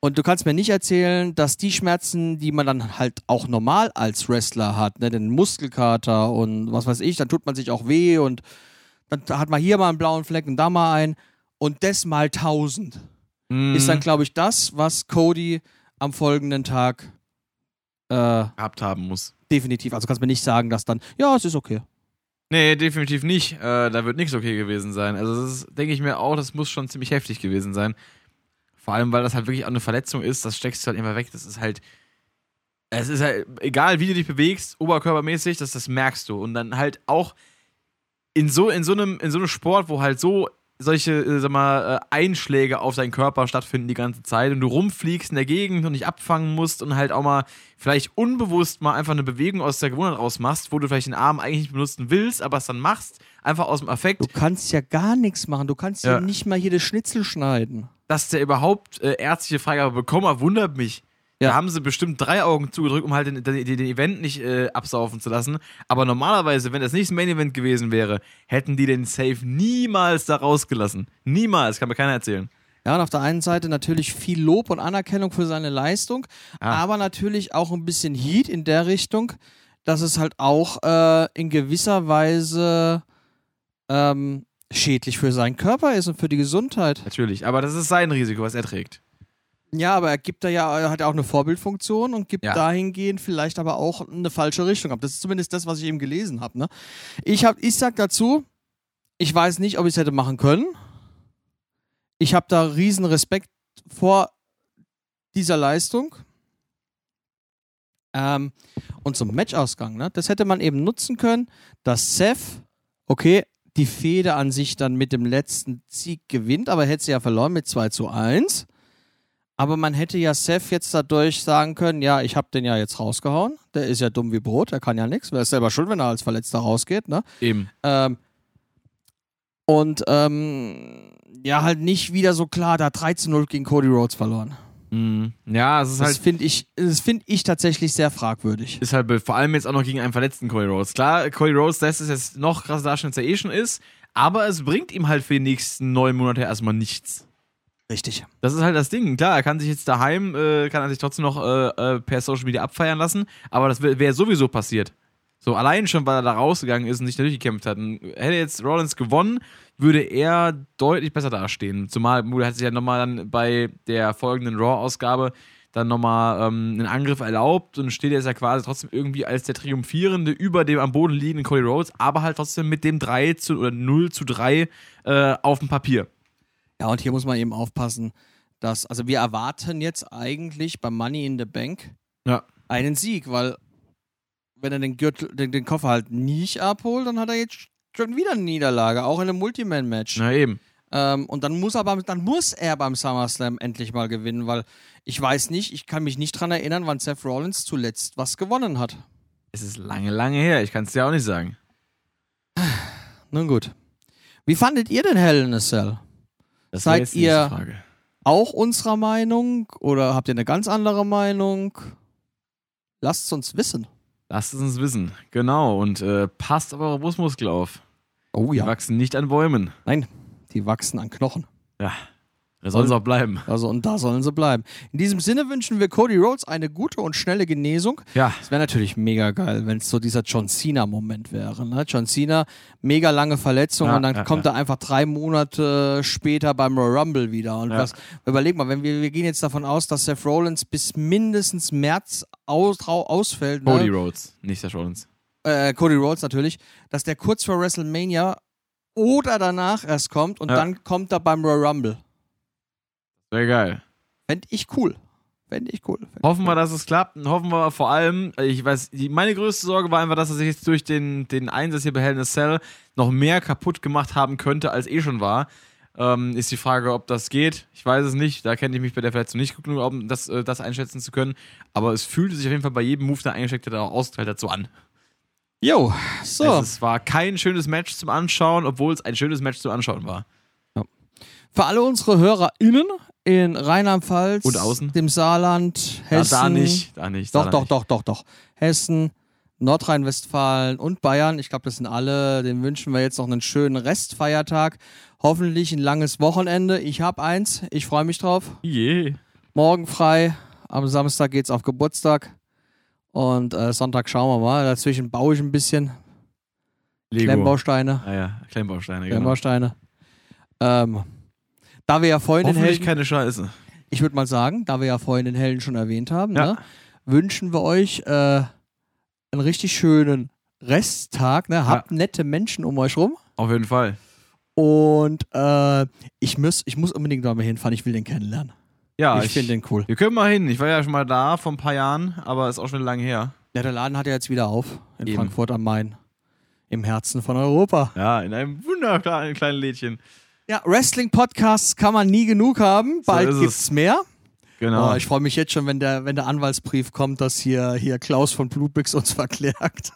S1: Und du kannst mir nicht erzählen, dass die Schmerzen, die man dann halt auch normal als Wrestler hat, ne, den Muskelkater und was weiß ich, dann tut man sich auch weh und dann hat man hier mal einen blauen Fleck und da mal einen und das mal tausend.
S2: Mhm.
S1: Ist dann, glaube ich, das, was Cody am folgenden Tag äh,
S2: gehabt haben muss.
S1: definitiv, also kannst mir nicht sagen, dass dann, ja, es ist okay.
S2: Nee, definitiv nicht. Äh, da wird nichts okay gewesen sein. Also, das ist, denke ich mir auch, das muss schon ziemlich heftig gewesen sein. Vor allem, weil das halt wirklich auch eine Verletzung ist, das steckst du halt immer weg. Das ist halt. Es ist halt, egal wie du dich bewegst, oberkörpermäßig, das, das merkst du. Und dann halt auch in so, in so einem, in so einem Sport, wo halt so solche, äh, sag mal, äh, Einschläge auf deinen Körper stattfinden die ganze Zeit und du rumfliegst in der Gegend und dich abfangen musst und halt auch mal vielleicht unbewusst mal einfach eine Bewegung aus der Gewohnheit rausmachst, wo du vielleicht den Arm eigentlich nicht benutzen willst, aber es dann machst, einfach aus dem Affekt,
S1: Du kannst ja gar nichts machen. Du kannst ja,
S2: Ja.
S1: nicht mal hier das Schnitzel schneiden.
S2: dass der überhaupt äh, ärztliche Freigabe bekommen hat, wundert mich.
S1: Ja.
S2: Da haben sie bestimmt drei Augen zugedrückt, um halt den, den, den Event nicht äh, absaufen zu lassen. Aber normalerweise, wenn das nicht das Main Event gewesen wäre, hätten die den Safe niemals da rausgelassen. Niemals, kann mir keiner erzählen.
S1: Ja, und auf der einen Seite natürlich viel Lob und Anerkennung für seine Leistung,
S2: Ah.
S1: aber natürlich auch ein bisschen Heat in der Richtung, dass es halt auch äh, in gewisser Weise ähm, schädlich für seinen Körper ist und für die Gesundheit.
S2: Natürlich, aber das ist sein Risiko, was er trägt.
S1: Ja, aber er gibt da ja, er hat ja auch eine Vorbildfunktion und gibt
S2: Ja.
S1: dahingehend vielleicht aber auch eine falsche Richtung ab. Das ist zumindest das, was ich eben gelesen habe. Ne? Ich, hab, ich sag dazu, ich weiß nicht, ob ich es hätte machen können. Ich habe da riesen Respekt vor dieser Leistung. Ähm, und zum Matchausgang, ne? das hätte man eben nutzen können, dass Seth, okay, die Fehde an sich dann mit dem letzten Sieg gewinnt, aber hätte sie ja verloren mit 2 zu 1. Aber man hätte ja Seth jetzt dadurch sagen können, ja, ich habe den ja jetzt rausgehauen. Der ist ja dumm wie Brot, der kann ja nichts. Wer ist selber schuld, wenn er als Verletzter rausgeht, ne?
S2: Eben.
S1: Ähm, und ähm, ja, halt nicht wieder so klar, da 13-0 gegen Cody Rhodes verloren.
S2: Mhm. Ja, es ist
S1: Das
S2: halt,
S1: finde ich, das find ich tatsächlich sehr fragwürdig.
S2: ist halt blöd. vor allem jetzt auch noch gegen einen verletzten Cody Rhodes. Klar, Cody Rhodes lässt es jetzt noch krasser darstellen, als er eh schon ist, aber es bringt ihm halt für die nächsten neun Monate erstmal nichts.
S1: Richtig.
S2: Das ist halt das Ding. Klar, er kann sich jetzt daheim, äh, kann er sich trotzdem noch äh, äh, per Social Media abfeiern lassen, aber das wäre sowieso passiert. So, allein schon, weil er da rausgegangen ist und sich dadurch gekämpft hat. Und hätte jetzt Rollins gewonnen, würde er deutlich besser dastehen. Zumal Moody hat sich ja nochmal dann bei der folgenden Raw-Ausgabe dann nochmal ähm, einen Angriff erlaubt und steht jetzt ja quasi trotzdem irgendwie als der Triumphierende über dem am Boden liegenden Cody Rhodes, aber halt trotzdem mit dem 3 zu oder 0 zu 3 äh, auf dem Papier.
S1: Ja, und hier muss man eben aufpassen, dass, also wir erwarten jetzt eigentlich beim Money in the Bank
S2: Ja.
S1: einen Sieg, weil wenn er den Gürtel, den, den Koffer halt nicht abholt, dann hat er jetzt schon wieder eine Niederlage, auch in einem Multiman-Match.
S2: Na eben.
S1: Ähm, und dann muss, er beim, dann muss er beim SummerSlam endlich mal gewinnen, weil ich weiß nicht, ich kann mich nicht dran erinnern, wann Seth Rollins zuletzt was gewonnen hat.
S2: Es ist lange, lange her. Ich kann es dir auch nicht sagen.
S1: Nun gut. Wie fandet ihr denn Hell in a Cell?
S2: Das
S1: Seid
S2: wäre die nächste
S1: ihr-
S2: Frage.
S1: Auch unserer Meinung oder habt ihr eine ganz andere Meinung? Lasst es uns wissen.
S2: Lasst es uns wissen. Genau. Und äh, passt auf eure Brustmuskel auf.
S1: Oh
S2: Die wachsen nicht an Bäumen.
S1: Nein, die wachsen an Knochen.
S2: Ja. Da sollen sie auch bleiben.
S1: Also und da sollen sie bleiben. In diesem Sinne wünschen wir Cody Rhodes eine gute und schnelle Genesung.
S2: Ja.
S1: Es wäre natürlich mega geil, wenn es so dieser John Cena-Moment wäre. Ne? John Cena, mega lange Verletzung
S2: Ja,
S1: und dann
S2: ja,
S1: kommt er einfach drei Monate später beim Royal Rumble wieder. Und
S2: Ja.
S1: was, überleg mal, wenn wir, wir gehen jetzt davon aus, dass Seth Rollins bis mindestens März aus, rau- ausfällt.
S2: Cody
S1: ne?
S2: Rhodes, nicht der Rollins.
S1: äh, Cody Rhodes natürlich, dass der kurz vor WrestleMania oder danach erst kommt und
S2: Ja.
S1: dann kommt er beim Royal Rumble.
S2: Sehr geil.
S1: Fände ich cool. Fände ich cool. Fänd
S2: Hoffen wir, dass es klappt. Und hoffen wir vor allem, äh, ich weiß, die, meine größte Sorge war einfach, dass er sich jetzt durch den, den Einsatz hier bei Hell in a Cell noch mehr kaputt gemacht haben könnte, als eh schon war. Ähm, ist die Frage, ob das geht. Ich weiß es nicht. Da kenne ich mich bei der Verletzung nicht gut genug, um das, äh, das einschätzen zu können. Aber es fühlte sich auf jeden Fall bei jedem Move, der eingesteckt hat, auch ausgeteilt hat, so an. Also
S1: Jo, so.
S2: Es, es war kein schönes Match zum Anschauen, obwohl es ein schönes Match zum Anschauen war.
S1: Für alle unsere HörerInnen in Rheinland-Pfalz,
S2: Und außen?
S1: dem Saarland,
S2: Da,
S1: Hessen.
S2: da nicht, da nicht.
S1: Doch,
S2: da
S1: doch,
S2: nicht.
S1: doch, doch, doch. Hessen, Nordrhein-Westfalen und Bayern. Ich glaube, das sind alle. Den wünschen wir jetzt noch einen schönen Restfeiertag. Hoffentlich ein langes Wochenende. Ich habe eins. Ich freue mich drauf.
S2: Je.
S1: morgen frei. Am Samstag geht's auf Geburtstag. Und äh, Sonntag schauen wir mal. Dazwischen baue ich ein bisschen.
S2: Lego.
S1: Klemmbausteine.
S2: Ah ja, Klemmbausteine, genau.
S1: Klemmbausteine. Ähm, da wir ja vorhin den
S2: Hoffentlich
S1: Helden,
S2: keine Scheiße.
S1: ich würde mal sagen, da wir ja vorhin den Helden schon erwähnt haben,
S2: Ja.
S1: ne, wünschen wir euch äh, einen richtig schönen Resttag. Ne? Habt nette Menschen um euch rum.
S2: Auf jeden Fall.
S1: Und äh, ich, muss, ich muss unbedingt da mal hinfahren. Ich will den kennenlernen.
S2: Ja,
S1: ich finde den cool.
S2: Wir können mal hin. Ich war ja schon mal da vor ein paar Jahren, aber ist auch schon lange her.
S1: Ja, der Laden hat ja jetzt wieder auf in
S2: Eben.
S1: Frankfurt am Main. im Herzen von Europa.
S2: Ja, in einem wunderkleinen kleinen Lädchen.
S1: Ja, Wrestling-Podcasts kann man nie genug haben. Bald
S2: ist es.
S1: gibt's mehr.
S2: Genau.
S1: Oh, ich freue mich jetzt schon, wenn der, wenn der Anwaltsbrief kommt, dass hier, hier Klaus von Blutbix uns verklagt.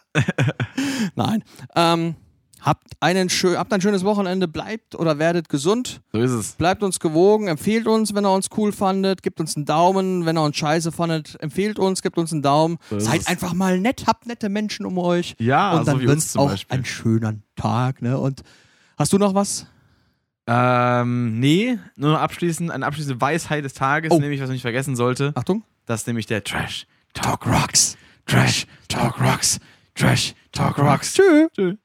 S1: Nein. Ähm, habt, einen schö habt ein schönes Wochenende, bleibt oder werdet gesund,
S2: so ist es.
S1: bleibt uns gewogen, empfehlt uns, wenn ihr uns cool fandet, gebt uns einen Daumen, wenn ihr uns scheiße fandet, empfehlt uns, gebt uns einen Daumen.
S2: So ist
S1: Seid
S2: es.
S1: einfach mal nett, habt nette Menschen um euch.
S2: Ja,
S1: und
S2: Ah, so
S1: dann
S2: wie uns
S1: wird's
S2: zum
S1: auch
S2: Beispiel.
S1: ein schöner Tag. Ne? Und hast du noch was?
S2: Ähm, nee, nur noch abschließend, eine abschließende Weisheit des Tages,
S1: Oh.
S2: nämlich, was man nicht vergessen sollte,
S1: Achtung.
S2: das ist nämlich der Trash Talk Rocks. Trash Talk Rocks. Trash Talk Rocks.
S1: Tschüss.
S2: Tschüss.